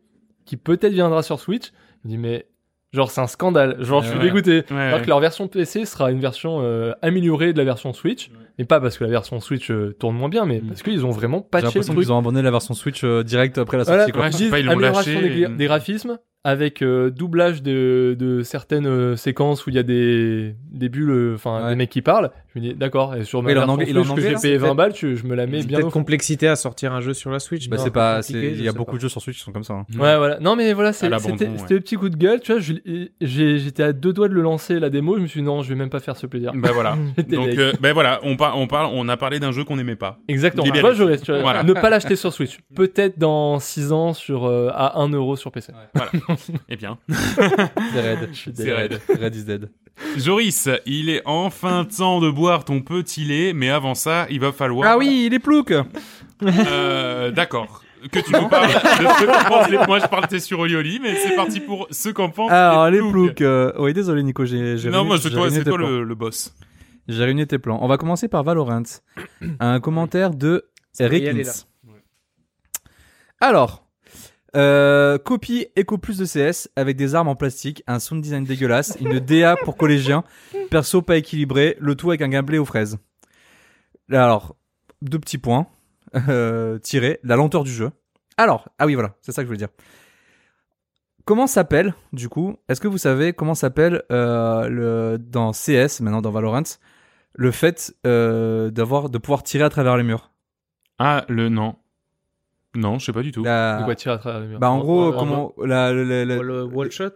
qui peut-être viendra sur Switch. Je dis mais genre c'est un scandale. Genre je suis Ouais. dégoûté. Ouais, Alors ouais. que leur version PC sera une version euh, améliorée de la version Switch, mais pas parce que la version Switch euh, tourne moins bien, mais Mm. parce qu'ils ont vraiment J'ai patché le l'impression truc. qu'ils ont abandonné la version Switch euh, direct après la Voilà, sortie, quoi. Ouais, ils je disent sais pas, ils l'ont amélioration lâché des, mm. et- des graphismes avec euh, doublage de, de certaines euh, séquences où il y a des, des bulles, euh, enfin Ouais. des mecs qui parlent. Je me dis d'accord, et sur ma Il est en version anglais- il est en Switch que anglais, j'ai là, payé c'est 20 peut-être- balles, tu- je me la mets C'est bien peut-être au complexité à sortir un jeu sur la Switch. Bah, non, c'est pas, c'est- compliqué, je il y a sais beaucoup pas. de jeux sur Switch qui sont comme ça. hein. Mm. Ouais, voilà. Non, mais voilà, À c'est- l'abandon, c'était ouais. c'était le petit coup de gueule, tu vois. je l'ai- j'ai- J'étais à deux doigts de le lancer la démo. Je me suis dit, non, je vais même pas faire ce plaisir. Bah voilà. J'étais Donc, deg. euh, ben voilà, on, par- on, parle, on a parlé d'un jeu qu'on aimait pas. Exactement. libéré. Moi, je reste. tu vois. Voilà. Ne pas l'acheter sur Switch. Peut-être dans 6 ans sur, euh, à 1 euro sur PC. Eh bien, C'est Red. C'est Red. Red is dead. Joris, il est enfin temps de boire ton petit lait, mais avant ça, il va falloir. Ah oui, il est plouc Euh, D'accord. Que tu nous parles de ce qu'en pensent les- Moi, je partais sur Olioli, mais c'est parti pour ce qu'en Ah, pense. Alors, les ploucs. ploucs. euh, Oui, désolé, Nico, j'ai j'ai Non, réuni- moi, c'est j'ai toi, réuni c'est tes toi plans. le, le boss. J'ai réuni tes plans. On va commencer par Valorant. Un commentaire de Eric Gabriel est Hintz. Alors, euh, copie éco plus de CS avec des armes en plastique, un sound design dégueulasse, une DA pour collégiens, perso pas équilibré, le tout avec un gameplay aux fraises. Alors, deux petits points. Euh, tirés, la lenteur du jeu. Alors, ah oui, voilà, c'est ça que je voulais dire. Comment s'appelle, du coup, est-ce que vous savez comment s'appelle euh, le dans CS, maintenant dans Valorant, le fait euh, d'avoir de pouvoir tirer à travers les murs Ah, le non. Non, je sais pas du tout. La- De quoi tirer à travers les murs. Bah en gros, Ouais, vraiment. comment la, la- la- Wall- Wall shot.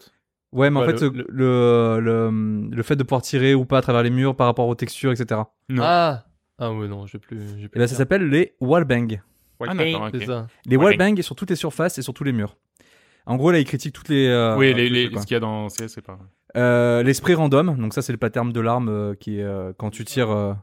ouais, mais en ouais, fait, le, le- le, le, le fait de pouvoir tirer ou pas à travers les murs par rapport aux textures, etc. Non. Ah. Ah ouais, non, j'ai plus. j'ai plus Et là, le ça dire. s'appelle les wallbangs. Ah, d'accord, ok. C'est ça. Les Wallbang. wallbangs sur toutes les surfaces et sur tous les murs. En gros, là, ils critiquent toutes les. euh, Oui, tous les, les- trucs, quoi. ce qu'il y a dans CS, c'est pas. Euh, les sprays random, donc ça c'est le pas terme de l'arme euh, qui est euh, quand tu tires. euh.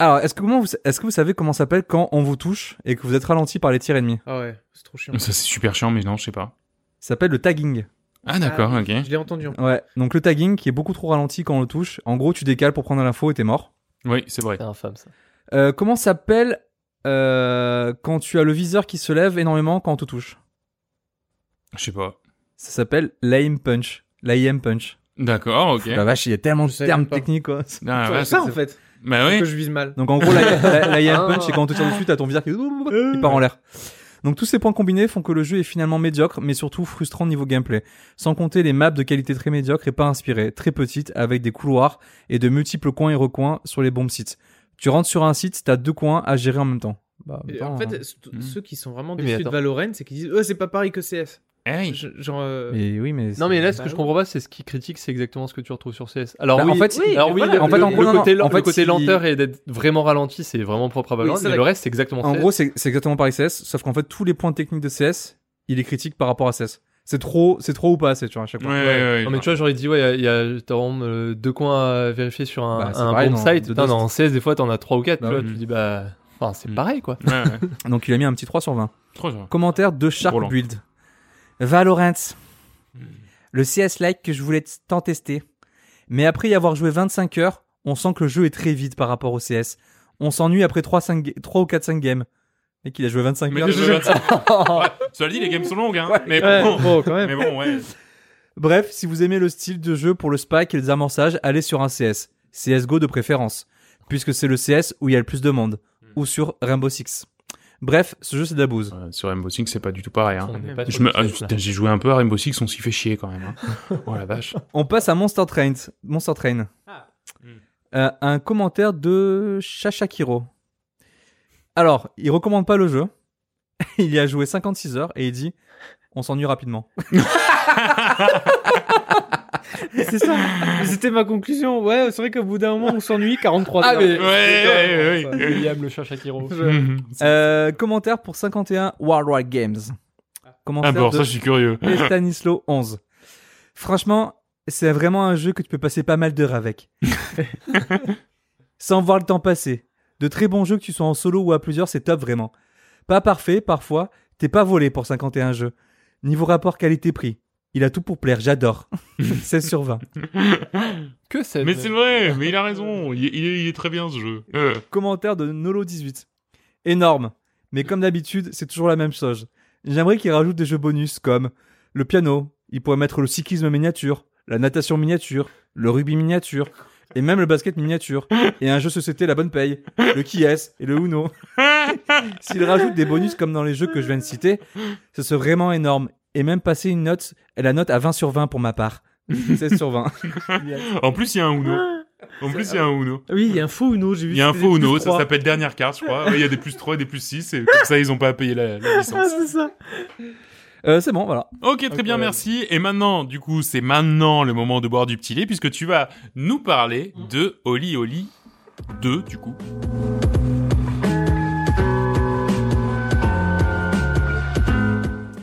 Alors, est-ce que, comment vous, est-ce que vous savez comment ça s'appelle quand on vous touche et que vous êtes ralenti par les tirs ennemis Ah ouais, c'est trop chiant. Ça, c'est super chiant, mais non, je sais pas. Ça s'appelle le tagging. Ah, d'accord, Ah, ok. Je l'ai entendu. en- Ouais, donc le tagging qui est beaucoup trop ralenti quand on le touche. En gros, tu décales pour prendre l'info et t'es mort. Oui, c'est vrai. C'est infâme ça. Euh, comment ça s'appelle euh, quand tu as le viseur qui se lève énormément quand on te touche Je sais pas. Ça s'appelle l'aim punch. L'aim punch. D'accord, ok. La vache, il y a tellement Eh. Je de savais termes même pas. techniques quoi. Ah, Ah, C'est ouais, ça c'est- en fait. Bah Que oui. je vise mal. Donc en gros, la, la, la Ah. IAM punch, c'est quand on te tire dessus, t'as ton viseur qui il part en l'air. Donc tous ces points combinés font que le jeu est finalement médiocre, mais surtout frustrant niveau gameplay. Sans compter les maps de qualité très médiocre et pas inspirées, très petites, avec des couloirs et de multiples coins et recoins sur les bombes sites. Tu rentres sur un site, t'as deux coins à gérer en même temps. Bah, en même Et En temps, fait, euh, c- Hmm. ceux qui sont vraiment Oui, mais déçus de attends. Valorant, c'est qu'ils disent "Oh, c'est pas pareil que CS." Hey. Je- Genre euh, mais oui, mais Non mais là, ce bah que je oui. comprends pas, c'est ce qui critique, c'est exactement ce que tu retrouves sur CS. Alors Bah, oui, en fait, oui, alors mais oui, voilà. le, En fait, le- en gros, le non, non, côté, lent- en le fait, côté si- lenteur et d'être vraiment ralenti, c'est vraiment propre à Valorant. c'est mais vrai. le reste, c'est exactement en CS. gros, c'est c'est exactement pareil CS, sauf qu'en fait, tous les points techniques de CS, il est critique par rapport à CS. C'est trop, c'est trop ou pas assez, tu vois, à chaque Ouais, fois. ouais, ouais. non mais tu vois j'aurais dit ouais il y a, y a- t'as vraiment euh, deux coins à vérifier sur un, Bah, c'est un pareil, bomb dans- de site. Putain, Dust. dans CS des fois t'en as trois ou quatre. Bah tu vois, oui. tu dis bah enfin c'est Mm. pareil quoi. Ouais, ouais. Donc il a mis un petit 3 sur 20. Trop genre. Commentaire de Shark Roland. Build. Valorant. Hmm. Le CS-like que je voulais t- tant tester. Mais après y avoir joué 25 heures, on sent que le jeu est très vide par rapport au CS. on s'ennuie après 3, 5, 3 ou 4 5 games. Et qu'il a joué 25 Mais heures. je- Ouais, Cela dit, les games sont longues, hein. mais, Ouais, bon, bon, quand même. mais bon, ouais. Bref, si vous aimez le style de jeu pour le spike et les amorçages, allez sur un CS. CSGO de préférence. Puisque c'est le CS où il y a le plus de monde. Ou sur Rainbow Six. Bref, ce jeu c'est de la bouse. Euh, Sur Rainbow Six, c'est pas du tout pareil. Hein. On n'est pas Je trop me- ah, dans le CS, là. putain, J'ai joué un peu à Rainbow Six, on s'y fait chier quand même. hein. Oh la vache. On passe à Monster Train. Monster Train. Mm. Euh, un commentaire de Chachakiro. Alors, il recommande pas le jeu. il y a joué 56 heures et il dit on s'ennuie rapidement. C'est ça. C'était ma conclusion. Ouais, c'est vrai qu'au bout d'un moment, on s'ennuie. 43 Ah, heures. Ouais, mais- hein, ouais, ouais. euh, William le chat Shakiro. Mhm. Euh, commentaire pour 51 Worldwide Games. Commentaire Ah bon, de ça je suis curieux. et Stanislo 11. Franchement, c'est vraiment un jeu que tu peux passer pas mal d'heures avec. Sans voir le temps passer. De très bons jeux que tu sois en solo ou à plusieurs, c'est top vraiment. Pas parfait, parfois, t'es pas volé pour 51 jeux. Niveau rapport qualité-prix, il a tout pour plaire, j'adore. 16 sur 20. Que c'est Mais c'est vrai, mais il a raison, il, il est, il est très bien ce jeu. Euh, Commentaire de Nolo18. Énorme. Mais comme d'habitude, c'est toujours la même chose. J'aimerais qu'il rajoute des jeux bonus comme le piano, il pourrait mettre le cyclisme miniature, la natation miniature, le rugby miniature, et même le basket miniature, et un jeu société la bonne paye, le qui est et le uno. S'il rajoute des bonus comme dans les jeux que je viens de citer, ce serait vraiment énorme. Et même passer une note, et la note à 20 sur 20 pour ma part. 16 sur 20. En plus, il y a un Uno. En plus, il y a un Uno. Ah Oui, il y a un faux Uno, j'ai vu. Il y a un c'était faux des Ah, plus Uno, ça trois. s'appelle dernière carte, je crois. Ouais, Il y a des plus 3, des plus 6, et comme ça, ils ont pas à payer la, la Ah, licence. c'est ça. Euh, c'est bon, voilà. Ok, très bien, Incroyable. merci. Et maintenant, du coup, c'est maintenant le moment de boire du petit lait, puisque tu vas nous parler de Oli Oli 2, du coup.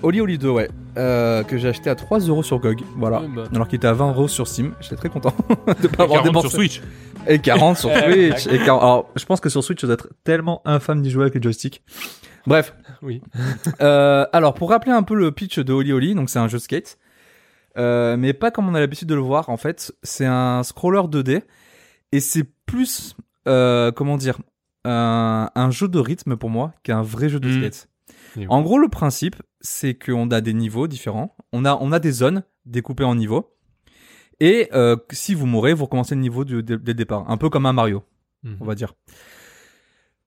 Oli Oli 2, ouais. Euh, que j'ai acheté à 3 euros sur GOG. Voilà. Ouais, bah. Alors qu'il était à 20 euros sur Steam. J'étais très content de pas 40 avoir dépensé. sur Switch. Et 40 sur Switch. et 40 Alors, je pense que sur Switch, ça doit être tellement infâme d'y jouer avec le joystick. Bref. Oui. Euh, alors, pour rappeler un peu le pitch de Oli Oli, donc c'est un jeu de skate. Euh, mais pas comme on a l'habitude de le voir, en fait. C'est un scroller 2D. Et c'est plus, euh, comment dire, un, un jeu de rythme pour moi qu'un vrai jeu de Mm. skate. Et oui. En gros, le principe, c'est qu'on a des niveaux différents. On a, on a des zones découpées en niveaux. Et euh, si vous mourrez, vous recommencez le niveau du- dès, dès le départ. Un peu comme un Mario, Mhm. on va dire.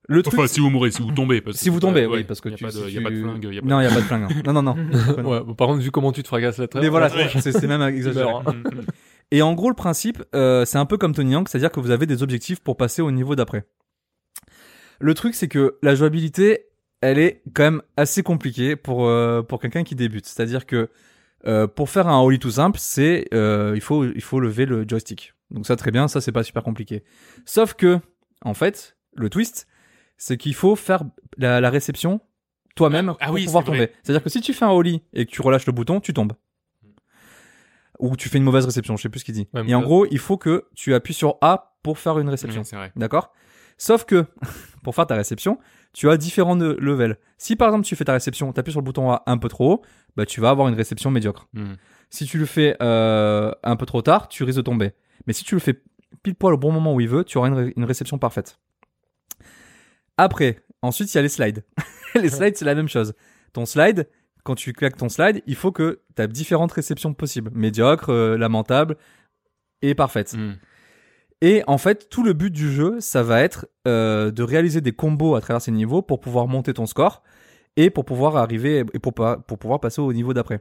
Le truc, Enfin, si vous mourrez, si vous tombez. Parce que euh, si vous tombez, ouais, oui, parce que y a tu, pas de- si y a pas de tu- flingue. y a pas non, il y a pas de flingue. hein. Non, non, non. Ouais, bon, par contre, vu comment tu te fracasses la traite. Mais voilà, Ouais. c'est c'est même exagéré. meurt, de- Mhm. Et en gros, le principe, euh, c'est un peu comme Tony Hawk, c'est-à-dire que vous avez des objectifs pour passer au niveau d'après. Le truc, c'est que la jouabilité, elle est quand même assez compliquée pour euh, pour quelqu'un qui débute. C'est-à-dire que euh, pour faire un ollie tout simple, c'est euh, il faut il faut lever le joystick. Donc ça, très bien, ça c'est pas super compliqué. Sauf que en fait, le twist, c'est qu'il faut faire la, la réception toi-même Ah pour oui, pouvoir c'est vrai. tomber. C'est-à-dire que si tu fais un ollie et que tu relâches le bouton, tu tombes. Ou tu fais une mauvaise réception, je sais plus ce qu'il dit. Ouais, et en mais- gros, il faut que tu appuies sur A pour faire une réception. Ouais, C'est vrai. D'accord Sauf que, pour faire ta réception, tu as différents ne- levels. Si par exemple tu fais ta réception, tu appuies sur le bouton A un peu trop haut, bah, tu vas avoir une réception médiocre. Mhm. Si tu le fais euh, un peu trop tard, tu risques de tomber. Mais si tu le fais pile poil au bon moment où il veut, tu auras une, ré- une réception parfaite. Après, ensuite, il y a les slides. les slides, c'est la même chose. Ton slide, quand tu claques ton slide, il faut que tu as différentes réceptions possibles. Médiocre, euh, lamentable et parfaite. Mhm. Et en fait, tout le but du jeu, ça va être euh, de réaliser des combos à travers ces niveaux pour pouvoir monter ton score et pour pouvoir arriver et pour, pas- pour pouvoir passer au niveau d'après.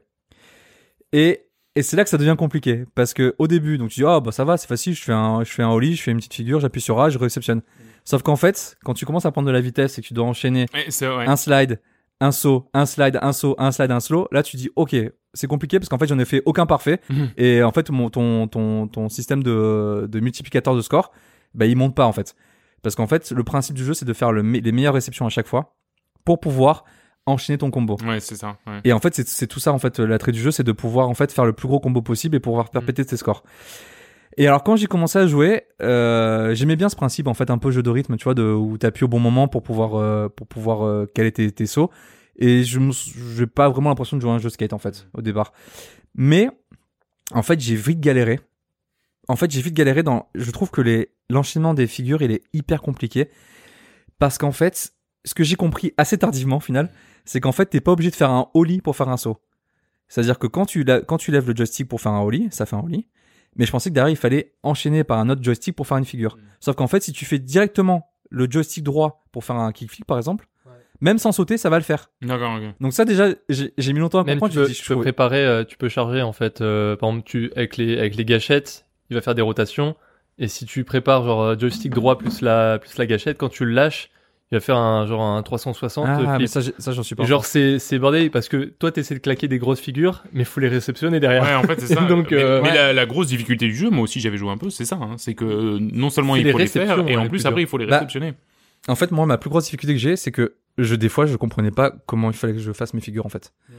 Et, et c'est là que ça devient compliqué parce que au début, donc tu dis ah bah ça va, c'est facile, je fais un je fais un ollie, je fais une petite figure, j'appuie sur A, je réceptionne. Sauf qu'en fait, quand tu commences à prendre de la vitesse et que tu dois enchaîner Eh, c'est vrai. un slide, un saut, un slide, un saut, un slide, un slow, là tu dis ok, c'est compliqué parce qu'en fait j'en ai fait aucun parfait Mhm. et en fait mon, ton, ton, ton système de, de multiplicateur de score, bah, il monte pas en fait. Parce qu'en fait le principe du jeu c'est de faire le, me- les meilleures réceptions à chaque fois pour pouvoir enchaîner ton combo. Ouais, c'est ça. ouais. Et en fait, c'est- c'est tout ça, en fait, l'attrait du jeu, c'est de pouvoir, en fait, faire le plus gros combo possible et pouvoir faire Mm. péter tes scores. Et alors, quand j'ai commencé à jouer, euh, j'aimais bien ce principe, en fait, un peu jeu de rythme, tu vois, de, où t'appuies au bon moment pour pouvoir, euh, pour pouvoir euh, caler tes, tes sauts. Et je me sou- j'ai pas vraiment l'impression de jouer à un jeu de skate, en fait, au départ. Mais, en fait, j'ai vite galéré. En fait, j'ai vite galéré dans, je trouve que les, l'enchaînement des figures, il est hyper compliqué. Parce qu'en fait, ce que j'ai compris assez tardivement, au final, c'est qu'en fait, t'es pas obligé de faire un ollie pour faire un saut. C'est-à-dire que quand tu, la- quand tu lèves le joystick pour faire un ollie, ça fait un ollie. Mais je pensais que derrière, il fallait enchaîner par un autre joystick pour faire une figure. Mm. Sauf qu'en fait, si tu fais directement le joystick droit pour faire un kickflip, par exemple, même sans sauter, ça va le faire. D'accord, ok. Donc ça, déjà, j'ai j'ai mis longtemps à Même tu comprendre. peux, j'ai dit, tu je peux trouvais- préparer, euh, tu peux charger en fait. euh, par exemple, tu, avec, les, avec les gâchettes, il va faire des rotations. Et si tu prépares genre euh, joystick droit plus la, plus la gâchette, quand tu le lâches, il va faire un genre un 360 Ah, mais flip. ça, j'ai- ça, j'en suis pas. Et genre c'est c'est bordé parce que toi t'essaies de claquer des grosses figures, mais faut les réceptionner derrière. Ouais, en fait, c'est ça. Donc, mais euh, mais ouais. la, la grosse difficulté du jeu, moi aussi j'avais joué un peu, c'est ça. hein, c'est que euh, non seulement C'est il les faut les faire, réceptions, et ouais, en les plus plus après il faut les Bah, réceptionner. En fait, moi, ma plus grosse difficulté que j'ai, c'est que je, des fois, je comprenais pas comment il fallait que je fasse mes figures, en fait. Mm.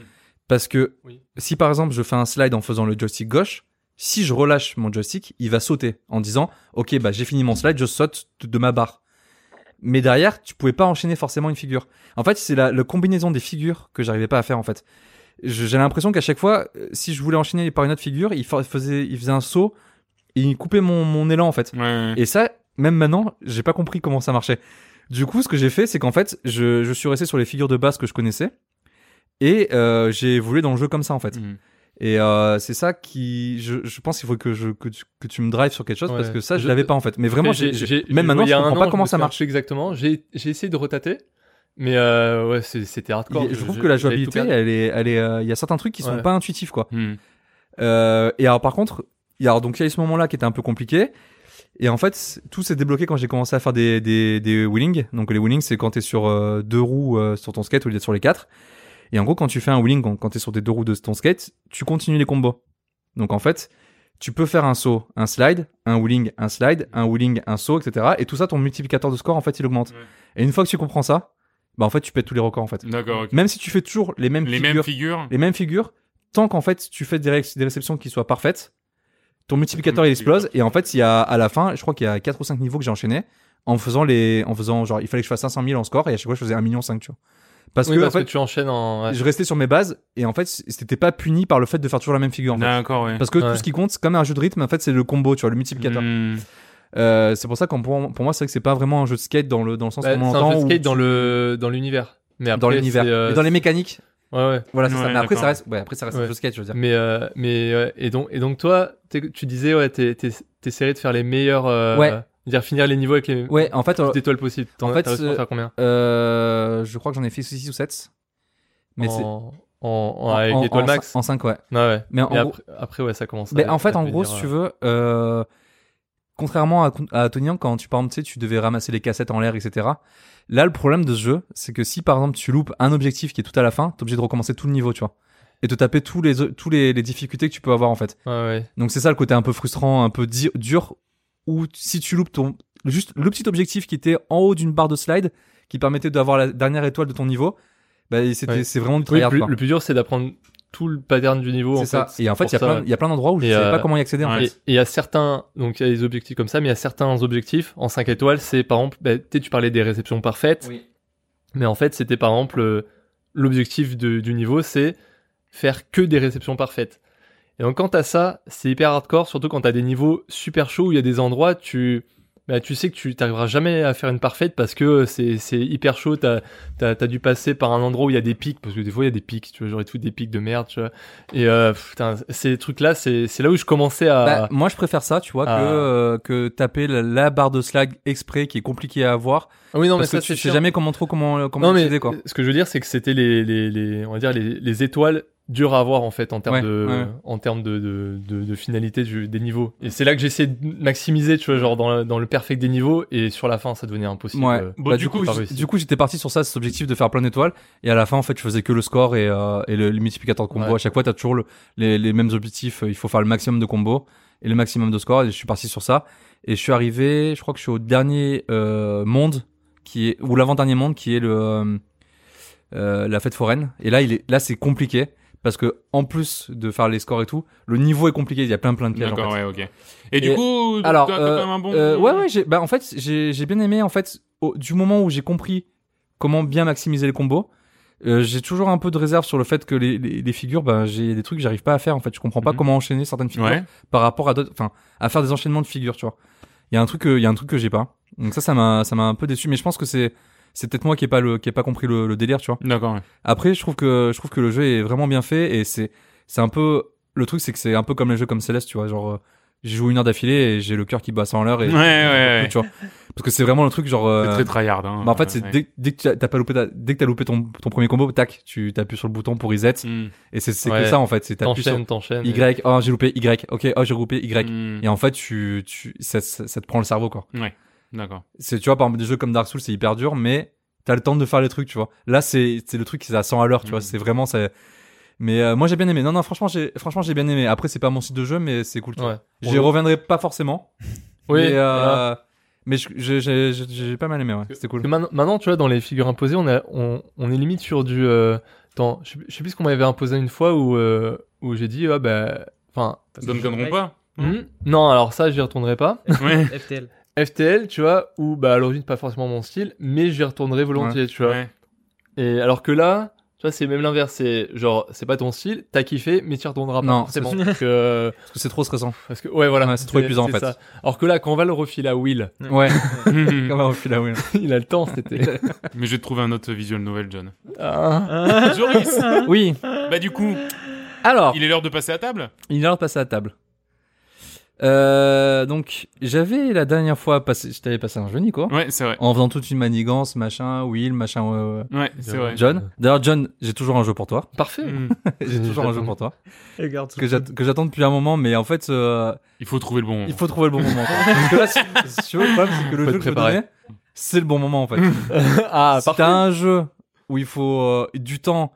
Parce que Oui. si, par exemple, je fais un slide en faisant le joystick gauche, si je relâche mon joystick, il va sauter en disant, OK, bah, j'ai fini mon slide, je saute de, de ma barre. Mais derrière, tu pouvais pas enchaîner forcément une figure. En fait, c'est la, la combinaison des figures que j'arrivais pas à faire, en fait. Je- J'ai l'impression qu'à chaque fois, euh, si je voulais enchaîner par une autre figure, il fa- faisait, il faisait un saut et il coupait mon, mon élan, en fait. Ouais, ouais. Et ça, même maintenant, j'ai pas compris comment ça marchait. Du coup, ce que j'ai fait, c'est qu'en fait, je, je suis resté sur les figures de base que je connaissais et euh, j'ai évolué dans le jeu comme ça en fait. Mm. Mhm. Et euh, c'est ça qui, je, je pense qu'il faut que, je, que, tu, que tu me drives sur quelque chose Ouais. parce que ça, je Je- l'avais pas en fait. Mais vraiment, j'ai, j'ai- même maintenant, il je y a un comprends an, pas comment me ça souviens marche. plus exactement. J'ai j'ai essayé de retater, mais euh, ouais c'est- c'était hardcore. je trouve que la j'avais tout jouabilité, perdu. elle est, elle est, euh, il y a certains trucs qui sont Ouais. pas intuitifs quoi. Mhm. Euh, et alors par contre, il y a donc il y a eu ce moment-là qui était un peu compliqué. Et en fait, c- tout s'est débloqué quand j'ai commencé à faire des, des, des wheelings. Donc les wheelings, c'est quand t'es sur euh, deux roues euh, sur ton skate au lieu d'être sur les quatre. Et en gros, quand tu fais un wheeling, quand, quand t'es sur tes deux roues de ton skate, tu continues les combos. Donc en fait, tu peux faire un saut, un slide, un wheeling, un slide, un wheeling, un saut, etc. Et tout ça, ton multiplicateur de score, en fait, il augmente. Et une fois que tu comprends ça, bah en fait, tu pètes tous les records, en fait. D'accord, ok. Même si tu fais toujours les mêmes Les figures, mêmes figures. les mêmes figures, tant qu'en fait tu fais des, ré- des réceptions qui soient parfaites, ton multiplicateur il explose et en fait il y a à la fin, je crois qu'il y a 4 ou 5 niveaux que j'ai enchaîné en faisant les en faisant genre il fallait que je fasse 500 000 en score et à chaque fois je faisais 1 million 5 tu vois. Parce Oui, que parce en que fait tu enchaînes en. ouais. je restais sur mes bases et en fait c'était pas puni par le fait de faire toujours la même figure en fait. D'accord, ouais. Parce que tout Ah, Ouais. Mm. ce qui compte, c'est comme un jeu de rythme, en fait, c'est le combo, tu vois, le multiplicateur. Mhm. Euh, c'est pour ça que pour, pour moi, c'est vrai que c'est pas vraiment un jeu de skate dans le, dans le sens Bah, qu'on c'est entend. un jeu de où skate tu- dans le dans l'univers. Mais dans après, l'univers. c'est, euh, Et dans les mécaniques. Ouais ouais. Voilà, c'est ça. Ouais, Mais après, d'accord. ça reste, ouais, après, ça reste un Ouais. jeu de skate, je veux dire. Mais, euh, mais ouais, et donc et donc toi, t'es- tu disais ouais, t'es- t'es- t'essaierais de faire les meilleurs, euh, Ouais. euh, dire finir les niveaux avec les Ouais, en fait, euh, plus d'étoiles possibles. T'en en as fait, t'as réussi à euh, en faire combien Euh, je crois que j'en ai fait 6 ou 7. Mais c'est. en, en, en- en- avec en- l'étoile en- max. En 5, ouais. Ouais, ouais. Mais en, gros- Et après, après, ouais, ça euh, commence. à- mais en fait, à en gros, devenir, si tu veux, euh, contrairement à, à Tony Hawk, quand tu, par exemple, tu, sais, tu devais ramasser les cassettes en l'air, etc. Là, le problème de ce jeu, c'est que si par exemple tu loupes un objectif qui est tout à la fin, t'es obligé de recommencer tout le niveau, tu vois. Et te taper tous les, tous les, les difficultés que tu peux avoir, en fait. euh, Ouais, ouais. Donc c'est ça le côté un peu frustrant, un peu di- dur, où t- si tu loupes ton juste le petit objectif qui était en haut d'une barre de slide qui permettait d'avoir la dernière étoile de ton niveau, bah, c'était Ouais. c'est vraiment du Oui, tryhard. plus- quoi. le plus dur, c'est d'apprendre tout le pattern du niveau. en C'est ça. Fait, Et en fait, pour il y a ça, plein, ouais. il y a plein d'endroits où je Et, savais euh, pas comment y accéder. En ouais. Et fait. et il y a certains, donc il y a des objectifs comme ça, mais il y a certains objectifs en 5 étoiles, c'est par exemple, bah, tu sais, tu parlais des réceptions parfaites, Oui. mais en fait c'était par exemple euh, l'objectif de- du niveau, c'est faire que des réceptions parfaites. Et donc quand t'as ça, c'est hyper hardcore, surtout quand t'as des niveaux super chauds où il y a des endroits, tu, bah, tu sais que tu t'arriveras jamais à faire une parfaite parce que c'est c'est hyper chaud, t'as as, dû passer par un endroit où il y a des pics, parce que des fois il y a des pics, tu vois, genre ils te foutent des pics de merde, tu vois. Et euh, putain, ces trucs-là, c'est c'est là où je commençais à... Bah, moi, je préfère ça, tu vois, Ah. que euh, que taper la, la barre de slide exprès qui est compliquée à avoir Ah Oui, non, parce mais ça, que tu c'est sais chiant. jamais comment trop comment comment non, mais utiliser, quoi. ce que je veux dire, c'est que c'était les, les, les- on va dire les, les étoiles dures à avoir en fait en termes Ouais, de, ouais. en termes de, de, de, de finalité du- des niveaux. Et c'est là que j'essayais de maximiser, tu vois, genre dans, la- dans le perfect des niveaux. Et sur la fin, ça devenait impossible. Ouais. euh. Bon, Bah, du du coup, coup, pas j- réussi. du coup, j'étais parti sur ça, cet objectif de faire plein d'étoiles. Et à la fin, en fait, je faisais que le score et, euh, et le, le multiplicateur de combo. Ouais. À chaque fois, t'as toujours le- les, les mêmes objectifs. euh, Il faut faire le maximum de combos et le maximum de score. Et je suis parti sur ça. Et je suis arrivé, je crois que je suis au dernier euh, monde qui est ou l'avant-dernier monde qui est le euh, euh, la fête foraine. Et là, il est là, c'est compliqué parce que en plus de faire les scores et tout, le niveau est compliqué. Il y a plein plein de pièges. en fait. D'accord, ouais, ok. Et du Et- coup, t'as Alors, t'as euh, quand même un bon. euh, ouais, ouais, j'ai, bah, en fait, j'ai, j'ai bien aimé, en fait, au- du moment où j'ai compris comment bien maximiser les combos, euh, j'ai toujours un peu de réserve sur le fait que les, les, les figures, bah, j'ai des trucs que j'arrive pas à faire, en fait. Je comprends pas Mhm. comment enchaîner certaines figures Ouais. par rapport à d'autres, enfin, à faire des euh, enchaînements de figures, tu vois. Il y a un truc, que- il y a un truc que j'ai pas. Donc ça, ça m'a, ça m'a un peu déçu, mais je pense que c'est, C'est peut-être moi qui ai pas le, qui ai pas compris le, le délire, tu vois. D'accord. ouais. Après, je trouve que, je trouve que le jeu est vraiment bien fait et c'est, c'est un peu, le truc, c'est que c'est un peu comme les jeux comme Céleste, tu vois. Genre, euh, j'ai joué une heure d'affilée et j'ai le cœur qui bat 100 l'heure et, Ouais, ouais, ouais. tu vois. Parce que c'est vraiment le truc, genre, euh, C'est très tryhard. Hein. bah, en fait, c'est Ouais. dès, dès que tu as- t'as pas loupé, ta- dès que t'as loupé ton, ton premier combo, tac, tu t'appuies sur le bouton pour reset. Mm. Et c'est, c'est Ouais. que ça, en fait. C'est t'appuies sur T'enchaînes, t'enchaînes. et- Y, oh, j'ai loupé Y, ok, oh, j'ai loupé Y. Mm. Et en fait, tu, tu, ça, ça- ça te prend le cerveau, quoi. D'accord. C'est, tu vois, par exemple, des jeux comme Dark Souls, c'est hyper dur, mais t'as le temps de faire les trucs, tu vois. Là, c'est, c'est le truc qui est à 100 à l'heure, tu vois. Mm. C'est vraiment, ça. Mais euh, moi, j'ai bien aimé. Non, non, franchement, j'ai, franchement, j'ai bien aimé. Après, c'est pas mon site de jeu, mais c'est cool. tu vois. Ouais. J'y reviendrai pas forcément. Oui. Mais, euh, voilà. mais je- je- j'ai, j'ai- j'ai pas mal aimé, ouais. C'était Parce que cool. maintenant, maintenant, tu vois, dans les figures imposées, on, a, on, on est limite sur du. euh, attends, je sais, je sais plus ce qu'on m'avait imposé une fois où, euh, où j'ai dit, ah bah. Enfin. Duncan pas hmm, non, alors ça, j'y retournerai pas. Ouais. FTL. FTL, tu vois, où bah à l'origine pas forcément mon style, mais j'y retournerai volontiers, tu vois. Ouais. Et alors que là, tu vois, c'est même l'inverse, c'est genre c'est pas ton style, t'as kiffé, mais t'y retourneras pas. Non, forcément. Parce que, Parce que c'est trop stressant. parce que ouais voilà, Ouais, c'est trop épuisant, en fait. ça. Alors que là, quand on va le refiler à Will, Ouais. Mm. Comme un fil à oui. il a le temps, c'était. Mais j'ai trouvé un autre visual novel, John. Ah. Joris Oui. Bah, du coup, Alors. il est l'heure de passer à table Il est l'heure de passer à table. Euh, donc, j'avais la dernière fois passé, je t'avais passé un jeu, Nico, Ouais, c'est vrai. en faisant toute une manigance, machin, Will, machin, euh, Ouais, c'est vrai. John. D'ailleurs, John, j'ai toujours un jeu pour toi. Parfait. Mm. j'ai toujours un jeu pour toi. Regarde. Que j'att- que j'attends depuis un moment, mais en fait, euh, Il faut trouver le bon il moment. faut trouver le bon moment. quoi. Parce que là, si, si tu veux, le problème, c'est que le Faut jeu que je être te préparé. donnais, c'est le bon moment, en fait. ah si parfait. t'as un jeu où il faut euh, du temps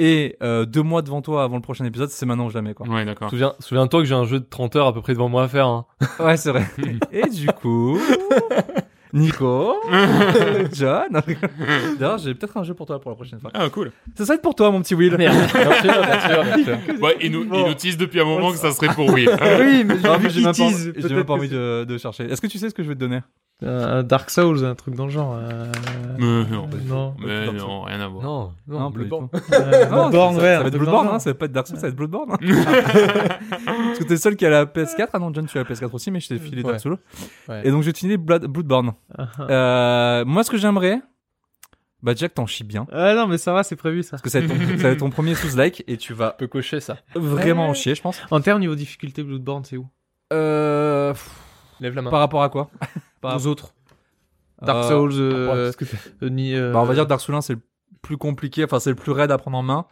et euh, deux mois devant toi avant le prochain épisode, c'est maintenant ou jamais, quoi. Ouais, d'accord. Souviens, souviens-toi que j'ai un jeu de 30 heures à peu près devant moi à faire. hein. Ouais, c'est vrai. Et du coup, Nico, John, d'ailleurs, j'ai peut-être un jeu pour toi pour la prochaine fois. Ah, cool. Ça va être pour toi, mon petit Will. Bien sûr, bien sûr, bien sûr. Ouais, il nous, il nous tease depuis un moment que ça serait pour Will. Oui, mais j'ai Ah, vu envie- j'ai qu'il même pas, tease, j'ai peut-être même pas que envie de, de chercher. Est-ce que tu sais ce que je vais te donner Un Dark Souls, un truc dans le genre. euh, Mais non. Bah, Non. Mais non, rien à voir. Non, non, pas du Bloodborne. tout. Euh, Non, Bloodborne, ça, ouais, ça va un être truc Bloodborne, dans le hein, genre. ça va pas être Dark Souls, ça va être Bloodborne. hein. Parce que t'es le seul qui a la PS4. Ah non, John, tu as la PS4 aussi, mais je t'ai filé Ouais. Dark Souls. Ouais. Et donc, j'ai utilisé Blood- Bloodborne. hein, Euh, moi, ce que j'aimerais, bah, Jack, t'en chies bien. Ah non, mais ça va, c'est prévu ça. Parce que ça va être ton, ça va être ton premier sous-like et tu vas On peut cocher ça. vraiment en chier, je pense. En termes niveau difficulté, Bloodborne, c'est où Euh, pff, Lève la main. par rapport à quoi Par Aux autres. Euh, Bah, Dark Souls, Par rapport à euh, tout ce que t'as- euh, ni, euh, bah, on va dire Dark Souls 1, c'est le plus compliqué, enfin c'est le plus raide à prendre en main.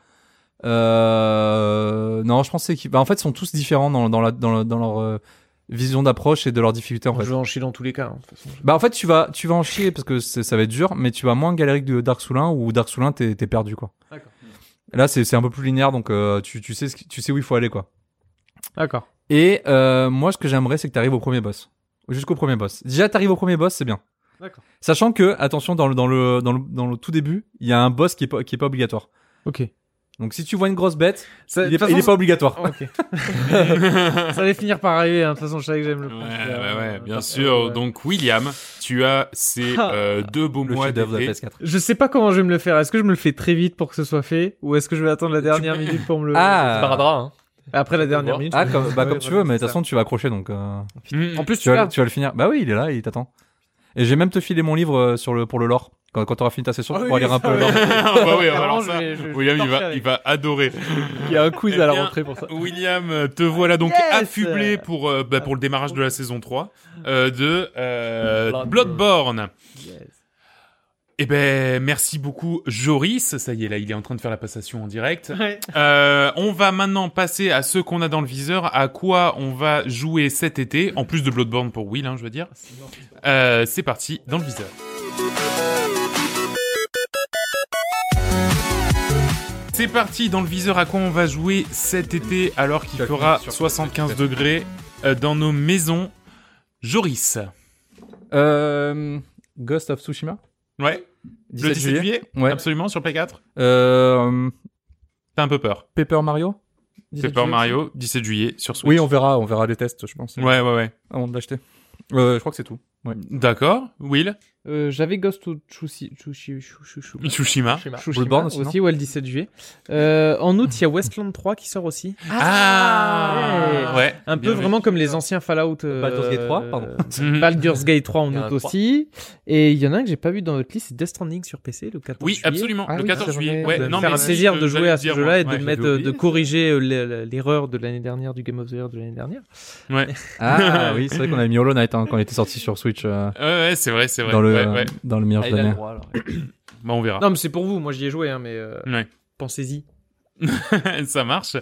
Euh, non, je pensais qu'ils, bah, en fait, ils sont tous différents dans, dans, la, dans, la- dans leur euh, vision d'approche et de leur difficulté. En fait. Je vais en chier dans tous les cas. hein, de toute façon. Bah en fait, tu vas, tu vas en chier parce que c'est- ça va être dur, mais tu vas moins galérer que de Dark Souls 1 ou Dark Souls 1 t'es t'es perdu quoi. D'accord. Là, c'est c'est un peu plus linéaire, donc euh, tu, tu sais ce qui- tu sais où il faut aller quoi. D'accord. Et euh, moi, ce que j'aimerais, c'est que tu arrives au premier boss. Jusqu'au premier boss. Déjà, t'arrives au premier boss, c'est bien. D'accord. Sachant que, attention, dans le, dans le, dans le, dans le tout début, il y a un boss qui est pas, qui est pas obligatoire. Ok. Donc, si tu vois une grosse bête, Ça, il est, de toute il est façon, pas obligatoire. Oh, ok. ça allait finir par arriver. hein, De toute façon, je savais que j'aime le. Ouais, plus, ouais, euh, ouais, bien Dark Souls, sûr. ouais. Ah. Donc, William, tu as ces euh, deux beaux Le mois chef-d'œuvre de la d'été. PS4. Je sais pas comment je vais me le faire. Est-ce que je me le fais très vite pour que ce soit fait, ou est-ce que je vais attendre la dernière minute pour me le. Ah. Baradra, hein. Après la dernière voir. minute. Ah, je- comme, bah, Ouais, comme tu voilà, veux, mais de c'est toute façon, tu vas accrocher, donc euh, Mm. ça. En plus, tu, vas, super. tu vas le finir. Bah oui, il est là, il t'attend. Et j'ai même te filé mon livre euh, sur le, pour le lore. Quand, quand t'auras fini ta session, Ah tu oui, pourras lire un ça, peu le lore. ouais. Ah, bah oui, alors Apparemment, ça, je vais- je vais William, il torcher va, avec. il va adorer. Il y a un quiz Eh à la bien, rentrée pour ça. William, euh, te voilà donc Yes affublé pour, euh, bah, pour le démarrage de la saison 3 euh, de euh, Bloodborne. Yes. Eh ben, merci beaucoup, Joris. Ça y est, là, il est en train de faire la passation en direct. Ouais. Euh, on va maintenant passer à ce qu'on a dans le viseur, à quoi on va jouer cet été, en plus de Bloodborne pour Will, hein, je veux dire. Euh, c'est parti, dans le viseur. C'est parti dans le viseur à quoi on va jouer cet été alors qu'il Tu as fera fini sur- 75 degrés euh, dans nos maisons. Joris. Euh, Ghost of Tsushima Ouais, le 17 juillet, Ouais. absolument, sur P4. Euh, T'as un peu peur. Paper Mario 17 Paper juillet Mario, 17 juillet, sur Switch. Oui, on verra, on verra les tests, je pense. Ouais, ouais, ouais. Avant de l'acheter. Euh, je crois que c'est tout. D'accord. Will Euh, J'avais Ghost of Tsushi- Tsushi- Tsushi- Tsushima. Schéma. Tsushima Bloodborne aussi, ouais, le 17 juillet. Euh, en août, il y a Westland 3 qui sort aussi. Ah ouais. Ouais. Un Bien peu vu. vraiment comme les anciens Fallout. euh, Baldur's Gate 3, pardon. Mhm. Baldur's Gate 3 en Il y en a août trois. aussi. Et il y en a un que j'ai pas vu dans votre liste, c'est Death Stranding sur PC le 14 Oui, juillet. absolument. Ah le oui, 14 c'est juillet. vrai. Ouais, Ça non, me fait mais plaisir je- de j'allais jouer à te ce dire, jeu-là et de, moi. Ouais. mettre, j'avais de oublié. corriger euh, l'e- l'erreur de l'année dernière, du Game of the Year de l'année dernière. Ouais. Ah oui, c'est vrai qu'on avait mis Hollow Knight hein, quand il était sorti sur Switch euh, Ouais, ouais, c'est vrai, c'est vrai. dans, le, euh, Ouais, ouais. dans le meilleur Ah, de il a le l'année. droit, alors. Bah, on verra. Non, mais c'est pour vous, moi j'y ai joué, hein, mais euh, Ouais. pensez-y. Ça marche.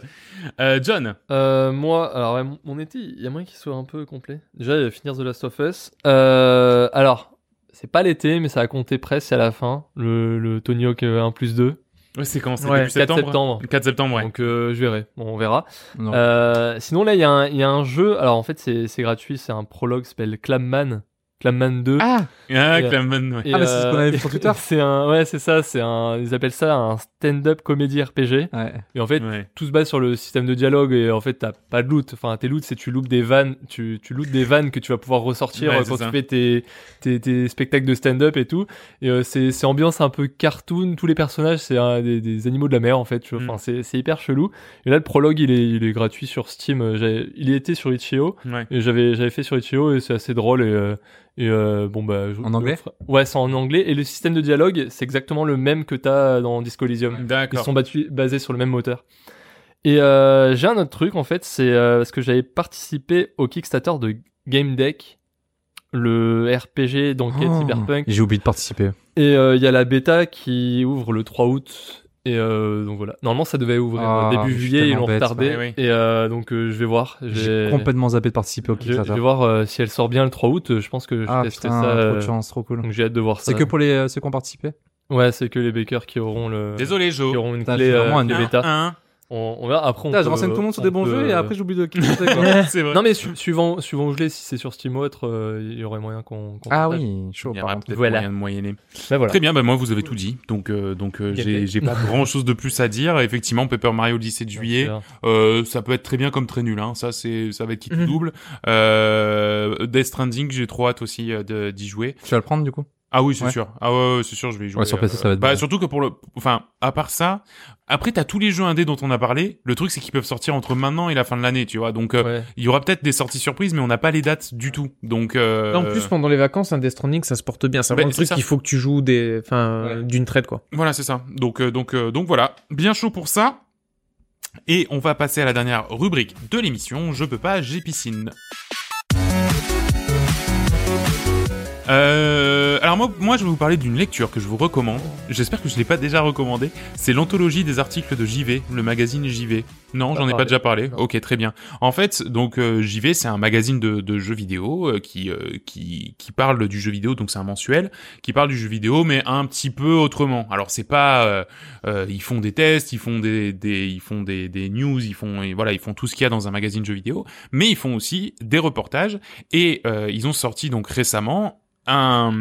Euh, John. Euh, moi, alors ouais, mon- mon été, il y a moyen qu'il soit un peu complet. Déjà, il va finir The Last of Us. Euh, alors, c'est pas l'été, mais ça a compté presque à la fin. Le, le Tony Hawk euh, 1 plus 2. Ouais, c'est quand C'est Ouais, début 4 septembre septembre. 4 septembre, ouais. Donc, euh, je verrai. Bon, on verra. Non. Euh, sinon, là, il y, a un- il y a un jeu. Alors, en fait, c'est c'est gratuit. C'est un prologue qui s'appelle Clamman. Clamman 2. Ah, Ah, Et, euh, Clamman, ouais. Et, Ah, mais c'est ce euh, qu'on avait vu sur Twitter. C'est un, ouais, c'est ça. C'est un, ils appellent ça un stand-up comédie RPG. ouais. Et en fait, Ouais. tout se base sur le système de dialogue et en fait t'as pas de loot enfin tes loots c'est tu loupes des vannes tu, tu loupes des vannes que tu vas pouvoir ressortir Ouais, euh, c'est quand ça. tu fais tes, tes, tes spectacles de stand-up et tout et euh, c'est c'est ambiance un peu cartoon tous les personnages c'est euh, des, des animaux de la mer en fait tu vois. Mm. enfin c'est c'est hyper chelou et là le prologue il est, il est gratuit sur Steam Euh, j'avais- il était sur Itch.io Ouais. et j'avais j'avais fait sur Itch.io et c'est assez drôle et, euh, et euh, bon bah je- En anglais ouais c'est en anglais et le système de dialogue c'est exactement le même que t'as dans Disco Elysium euh, ils D'accord. sont battus- basés sur le même moteur. Et euh, j'ai un autre truc en fait, c'est euh, parce que j'avais participé au Kickstarter de Game Deck, le RPG d'enquête Oh. cyberpunk. J'ai oublié de participer. Et euh, il y a la bêta qui ouvre le 3 août. Et euh, donc voilà. Normalement, ça devait ouvrir Ah, euh, je début suis juillet, ils tellement l'ont bête, retardé. ça. Oui, Et euh, donc euh, je vais voir. J'ai J'ai- complètement zappé de participer au Je, je Kickstarter. vais voir euh, si elle sort bien le 3 août. euh, Je pense que je Ah testerai putain, ça. trop euh, de chance, trop cool. donc j'ai hâte de voir ça. C'est que pour les, euh, ceux qui ont participé Ouais, c'est que les bakers qui auront le. Désolé, Joe. Qui auront une Putain, clé c'est euh, vraiment un de Un, bêta. un. On, on verra après. on Putain, je peut- renseigne tout le monde sur on des bons peut, jeux et euh, après j'oublie de quitter. quoi. C'est vrai. Ah, Non mais su- suivant suivant où je l'ai, si c'est sur Steam ou autre, euh, il y aurait moyen qu'on. qu'on Ah partage. oui, chaud. Il y par aura contre. peut-être Voilà. moyen de moyenner. Bah voilà. Très bien, bah moi vous avez tout dit, donc euh, donc euh, j'ai j'ai pas grand chose de plus à dire. Effectivement, Paper Mario le 17 juillet, Euh, ça peut être très bien comme très nul, hein. ça c'est ça va être qui Mhm. double. Euh, Death Stranding, j'ai trop hâte aussi euh, de- d'y jouer. Tu vas le prendre du coup Ah oui, c'est Ouais. sûr. Ah ouais, ouais, c'est sûr, je vais y jouer. Ouais, sur PC, ça va être bah, bon. surtout que pour le, enfin, à part ça, après t'as tous les jeux indés dont on a parlé. Le truc c'est qu'ils peuvent sortir entre maintenant et la fin de l'année, tu vois. Donc euh, Ouais. il y aura peut-être des sorties surprises, mais on n'a pas les dates du tout. Donc euh, En plus, pendant les vacances, un Death Stranding, ça se porte bien. C'est Ben, vraiment le c'est truc ça. qu'il faut que tu joues des, enfin, euh, Ouais. d'une traite, quoi. Voilà, c'est ça. Donc, euh, donc, euh, donc voilà, bien chaud pour ça. Et on va passer à la dernière rubrique de l'émission. Je peux pas, j'ai piscine. Euh, alors moi, moi, je vais vous parler d'une lecture que je vous recommande. J'espère que je l'ai pas déjà recommandée. C'est l'anthologie des articles de JV, le magazine JV. Non, Pas j'en ai pas parlé. déjà parlé. Non. Ok, très bien. En fait, donc euh, JV, c'est un magazine de, de jeux vidéo euh, qui, euh, qui qui parle du jeu vidéo. Donc c'est un mensuel qui parle du jeu vidéo, mais un petit peu autrement. Alors c'est pas, euh, euh, ils font des tests, ils font des, des ils font des, des news, ils font, et voilà, ils font tout ce qu'il y a dans un magazine jeu vidéo, mais ils font aussi des reportages et euh, ils ont sorti donc récemment un,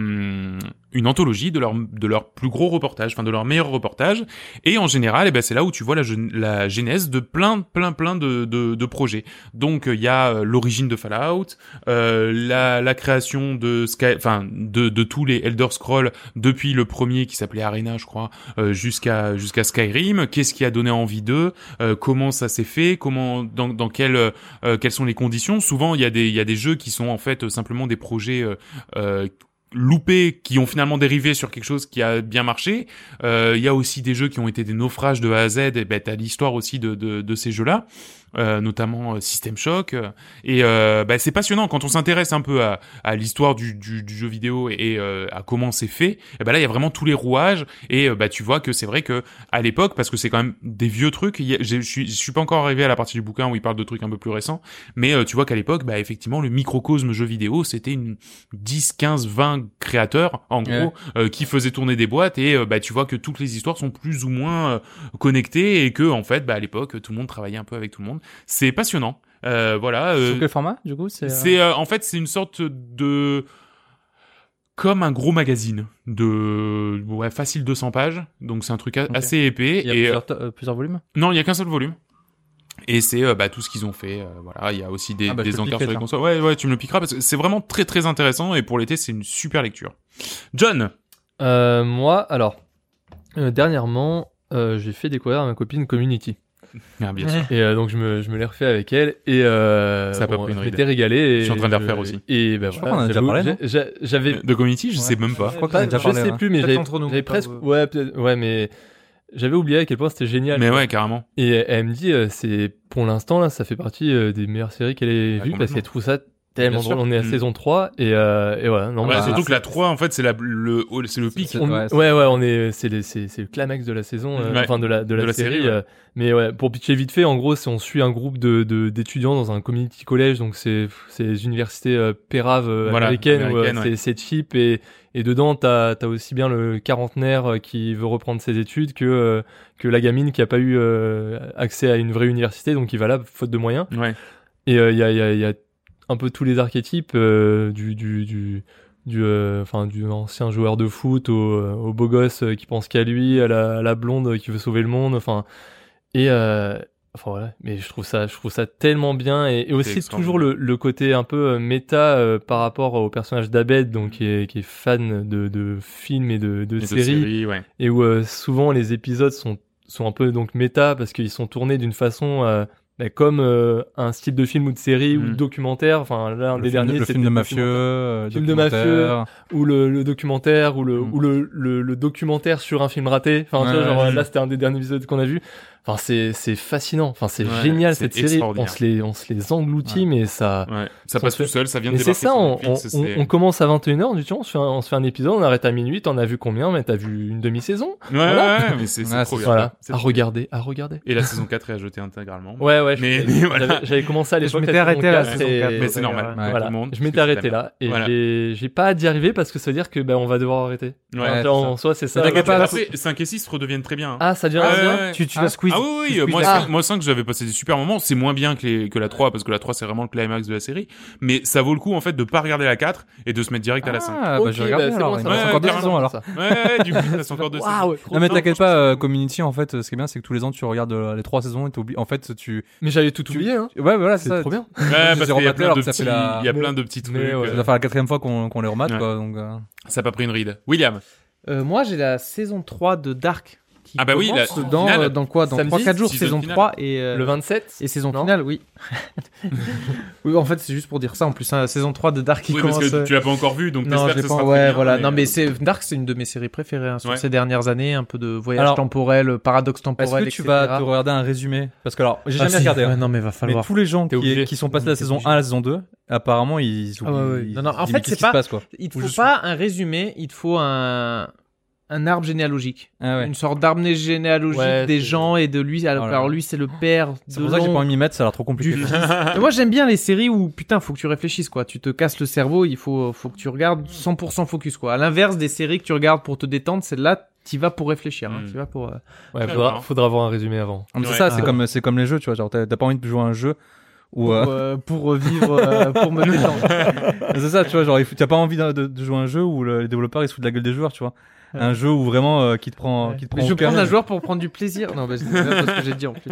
une anthologie de leur de leur plus gros reportage, enfin de leur meilleur reportage. Et en général, eh ben c'est là où tu vois la, gen- la genèse de plein plein plein de de, de projets. Donc euh, il y a euh, l'origine de Fallout, euh, la, la création de Sky, enfin de, de tous les Elder Scrolls depuis le premier qui s'appelait Arena, je crois, euh, jusqu'à jusqu'à Skyrim. Qu'est-ce qui a donné envie d'eux Euh, Comment ça s'est fait Comment dans dans quelles euh, quelles sont les conditions Souvent il y a des il y a des jeux qui sont en fait euh, simplement des projets euh, euh, loupés qui ont finalement dérivé sur quelque chose qui a bien marché. Euh, Il y a aussi des jeux qui ont été des naufrages de A à Z. Et ben t'as l'histoire aussi de de, de ces jeux-là, euh, notamment euh, System Shock. euh, et euh, bah, c'est passionnant quand on s'intéresse un peu à, à l'histoire du, du, du jeu vidéo et, et, euh, à comment c'est fait. Et bah là, il y a vraiment tous les rouages et euh, bah tu vois que c'est vrai que à l'époque, parce que c'est quand même des vieux trucs. il y a- j'ai- Je suis, je suis pas encore arrivé à la partie du bouquin où il parle de trucs un peu plus récents, mais euh, tu vois qu'à l'époque, bah effectivement, le microcosme jeu vidéo, c'était une 10, 15, 20 créateurs en gros Ouais. euh, qui faisaient tourner des boîtes et euh, bah tu vois que toutes les histoires sont plus ou moins euh, connectées et que en fait, bah à l'époque, tout le monde travaillait un peu avec tout le monde. C'est passionnant. Euh, voilà. euh, Sur quel format du coup C'est. euh, c'est euh, en fait c'est une sorte de comme un gros magazine de ouais facile 200 pages donc c'est un truc a- Ok. assez épais Il y a et euh, plusieurs, to- euh, plusieurs volumes non il y a qu'un seul volume Et c'est euh, bah, tout ce qu'ils ont fait. euh, voilà, il y a aussi des, Ah bah, je des te le encarts piquerai, sur les tiens. consoles. Ouais, ouais, tu me le piqueras parce que c'est vraiment très très intéressant et pour l'été, c'est une super lecture. John, Euh, moi, alors, euh, dernièrement, euh, j'ai fait découvrir à ma copine Community. Ah, bien sûr. Et euh, donc, je me, je me l'ai refait avec elle. Et euh, Ça a pas pris une je ride. m'étais régalé. Et Je suis en train de la refaire aussi. Euh, Et ben Je crois voilà, qu'on en a déjà j'avoue, parlé, non j'ai- j'ai- J'avais de Community, je Ouais. sais même pas. crois qu'on a déjà je parlé. sais hein. plus, mais Peut-être j'avais entre nous, j'avais pas presque. vous. Ouais, peut-être- ouais, mais j'avais oublié à quel point c'était génial. Mais ouais, carrément. Et elle me dit, euh, c'est pour l'instant, là, ça fait partie euh, des meilleures séries qu'elle ait Ah, vues parce complètement. qu'elle trouve ça tellement Bien drôle. On est à Mm. Ah saison 3 et, euh, et voilà. Non, Ouais, bah, surtout que la 3, en fait, c'est la- le, oh, c'est le pic. c'est- on- Ouais, ouais, c'est- ouais, on est, c'est les- c'est c'est le climax de la saison, euh, Ouais. enfin de la de la, la série. série, ouais. euh, mais ouais, pour pitcher vite fait, en gros, c'est on suit un groupe de de- d'étudiants dans un community college, donc c'est c'est les universités euh, péraves euh, Voilà, américaines, où, euh, américaines, c'est ouais. c'est cheap et et dedans t'as as aussi bien le quarantenaire euh, qui veut reprendre ses études que euh, que la gamine qui a pas eu euh, accès à une vraie université, donc il va là faute de moyens. Ouais. Et euh, il y, a, il y a- il y a un peu tous les archétypes euh, du du du du euh, enfin du ancien joueur de foot au, euh, au beau gosse euh, qui pense qu'à lui, à la, à la blonde euh, qui veut sauver le monde, enfin et euh, enfin voilà. Mais je trouve ça je trouve ça tellement bien et, et aussi toujours le, le côté un peu euh, méta euh, par rapport au personnage d'Abed donc qui est, qui est fan de, de films et de, de Et de séries séries, ouais. et où euh, souvent les épisodes sont, sont un peu donc méta parce qu'ils sont tournés d'une façon euh, bah, comme euh, un style de film ou de série ou Mm. de documentaire. Enfin, là, un Le des film de- derniers, le c'était film de le mafieux, documentaire. euh, Film de documentaire. Ou le, le documentaire, ou, le, Mm. ou le, le, le documentaire sur un film raté. Enfin, tu vois, Ouais, genre, ouais, là, c'était un des derniers épisodes qu'on a vu. Enfin, c'est c'est fascinant. Enfin, c'est Ouais, génial c'est cette série. On extraordinaire. se les, on se les engloutit, mais ça. Ouais. Ça Sans passe se- tout seul, ça vient de Mais c'est débarquer ça, sur on, Netflix, on- c'est- on commence à 21h du temps, on se, fait un, on se fait un épisode, on arrête à minuit, t'en as vu combien, mais t'as vu une demi-saison. Ouais, Voilà. ouais, ouais, mais c'est c'est Ah, trop c'est- bien. Voilà, C'est à trop bien. regarder, à regarder. Et la saison 4 est à jeter intégralement. Ouais, ouais. je- Mais- j'avais- voilà. J'avais commencé à Je l'époque. m'étais arrêté à la saison et- 4. Mais c'est normal. Ouais. Tout Voilà. le monde, je c'est m'étais la arrêté merde. là et Voilà. j'ai j'ai pas d'y arriver parce que ça veut dire que ben on va devoir arrêter. Ouais. Ah, Ouais, Enfin, en soi c'est ça. Mais t'inquiète pas, la- Après, 5 et 6 redeviennent très bien. hein. Ah ça devient Ouais, bien. ouais, ouais. Tu, tu Ah. l'as squeeze. Ah oui, oui, Tu euh, moi, squeeze la- cinq- moi 5, j'avais passé des super moments. C'est moins bien que, les, que la 3, parce que la 3, c'est vraiment le climax de la série. Mais ça vaut le coup, en fait, de pas regarder la 4 et de se mettre direct à la 5. Ah, bah, je Ok, regarde ben, c'est alors. bon, il ça reste va. encore deux Ouais, saisons, alors. Ouais, ouais, du coup, ça reste encore deux saisons. Ah. Waouh. Non mais Non, t'inquiète franchement, pas, euh, Community en fait, euh, ce qui est bien c'est que tous les ans tu regardes euh, les trois saisons et t'oublies. En fait tu. Mais j'avais tout oublié hein. Ouais voilà c'est C'est ça. trop bien. Ouais, je les ai parce qu'il y a rematés plein alors de que ça fait petits, la- il y a plein de petits trucs. Mais ouais. Ça euh, doit faire la quatrième fois qu'on qu'on les remate Ouais. quoi donc. euh, Ça a pas pris une ride. William. Euh, moi, j'ai la saison 3 de Dark. Qui Ah bah oui, commence la- dans, finale. euh, dans quoi Dans Samedi, 3-4 jours, saison saison finale. 3 et, euh, Le 27. et saison Non. finale, oui. oui, en fait, c'est juste pour dire ça. En plus, hein, la saison 3 de Dark qui Oui, commence. parce que euh, tu l'as pas encore vu, donc non, t'espères je que l'ai ça pas- sera ouais, très bien, voilà. non, hein, mais euh, c'est Dark, c'est une de mes séries préférées hein, sur Ouais. ces dernières années, un peu de voyage Alors, temporel, paradoxe Est-ce temporel. que tu etc.. vas te regarder un résumé Parce que alors j'ai Ah, jamais si. regardé. hein. Ouais, non, mais va Mais falloir. tous les gens T'es obligé. qui, qui sont passés de la T'es saison obligé. 1 à la saison 2, apparemment ils Ah ouais, ouais. ils- Non, non, ils disent, en fait, mais c'est qu'est-ce qui pas- se passe, quoi. Il te Où faut je pas un résumé, il te faut un un arbre généalogique. Ah ouais. Une sorte d'arbre généalogique Ouais, des c'est- gens et de lui. Alors, Oh là alors là. lui, c'est le père C'est de pour ça que j'ai pas l'oncle, envie de m'y mettre, ça a l'air trop compliqué. du Mais moi j'aime bien les séries où putain faut que tu réfléchisses quoi, tu te casses le cerveau, il faut faut que tu regardes 100% focus quoi. À l'inverse des séries que tu regardes pour te détendre, celle-là t'y vas pour réfléchir, hein, Mm. t'y vas pour. euh, Très Ouais, bien. bah, faudra, faudra avoir un résumé avant. Ah, mais C'est Ouais. ça, c'est Ah. comme c'est comme les jeux, tu vois, genre t'as t'as pas envie de jouer à un jeu où pour, euh, euh, pour vivre, euh, pour me détendre. c'est ça, tu vois, genre il faut- t'as pas envie de, de- de jouer à un jeu où le- les développeurs ils se foutent de la gueule des joueurs, tu vois. Ouais. Un jeu où vraiment euh, qui te prend qui te prend Mais je au veux cœur. prendre un joueur pour prendre du plaisir. Non, bah, c'est pas ce que j'ai dit en plus.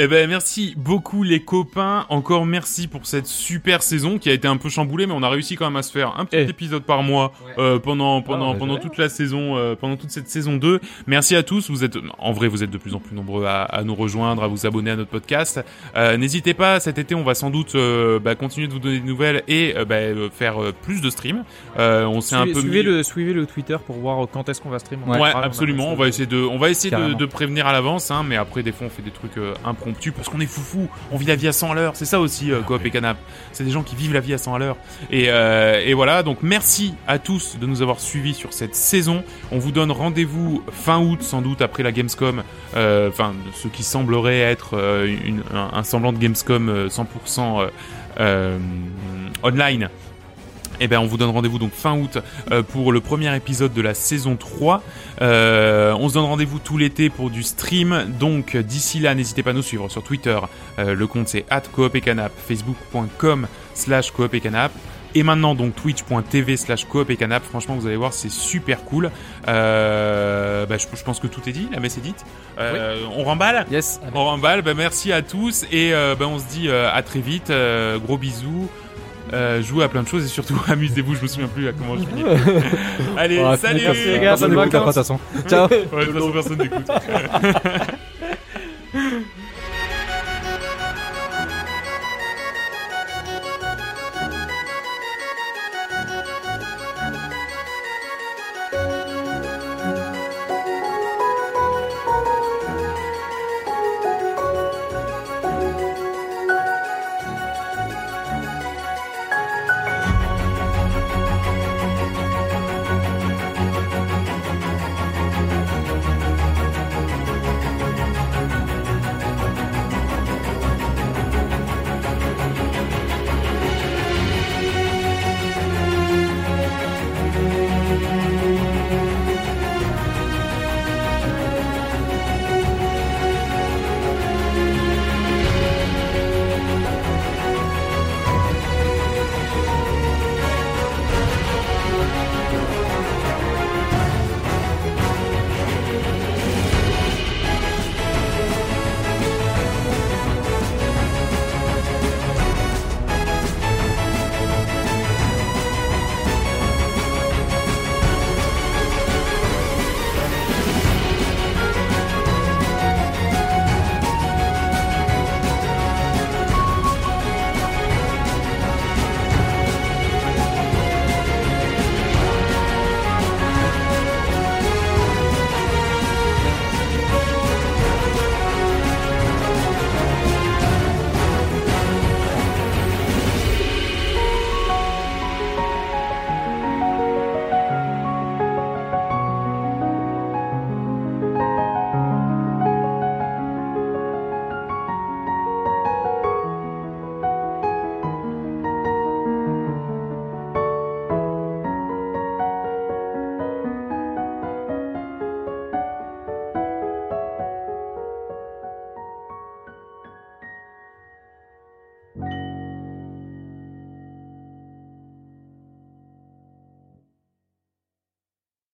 Eh ben merci beaucoup les copains, encore merci pour cette super saison qui a été un peu chamboulée mais on a réussi quand même à se faire un petit Eh. épisode par mois euh, pendant pendant Ah, bah, mais pendant c'est toute la saison euh, pendant toute cette saison 2. Merci à tous, vous êtes en vrai vous êtes de plus en plus nombreux à, à nous rejoindre, à vous abonner à notre podcast. Euh, n'hésitez pas, cet été on va sans doute euh, bah, continuer de vous donner des nouvelles et euh, bah, euh, faire euh, plus de streams. Euh, on s'est un Suivez, peu suivez mis- le suivez le Twitter pour voir euh, quand est-ce qu'on va streamer. Ouais, Grave, on a absolument. passé On le- va essayer de, on va essayer de, Carrément. de prévenir à l'avance, hein, mais après des fois on fait des trucs euh, impromptus parce qu'on est foufou. On vit la vie à 100 à l'heure. C'est ça aussi, euh, Coop et Canap. C'est des gens qui vivent la vie à 100 à l'heure. Et, euh, et voilà. Donc merci à tous de nous avoir suivis sur cette saison. On vous donne rendez-vous fin août sans doute après la Gamescom. euh, Enfin, ce qui semblerait être euh, une- un, un semblant de Gamescom euh, 100% euh, euh, online. Et ben on vous donne rendez-vous donc fin août euh, pour le premier épisode de la saison 3. Euh, on se donne rendez-vous tout l'été pour du stream. Donc d'ici là, n'hésitez pas à nous suivre sur Twitter. Euh, le compte c'est at Facebook.com slash coop et canap. Et maintenant, donc, twitch.tv slash coop et canap. Franchement, vous allez voir, c'est super cool. Euh, bah, je, je pense que tout est dit, la messe est dite. Euh, On remballe Yes. On remballe. Bah, merci à tous et euh, bah, on se dit euh, à très vite. Euh, gros bisous. Euh, jouez à plein de choses et surtout amusez-vous. Je me souviens plus à comment je finis. allez, Ah, salut putain, gars, personne bonnes n'écoute après, de toute vacances. façon. Ciao. Ouais, de toute façon, personne n'écoute.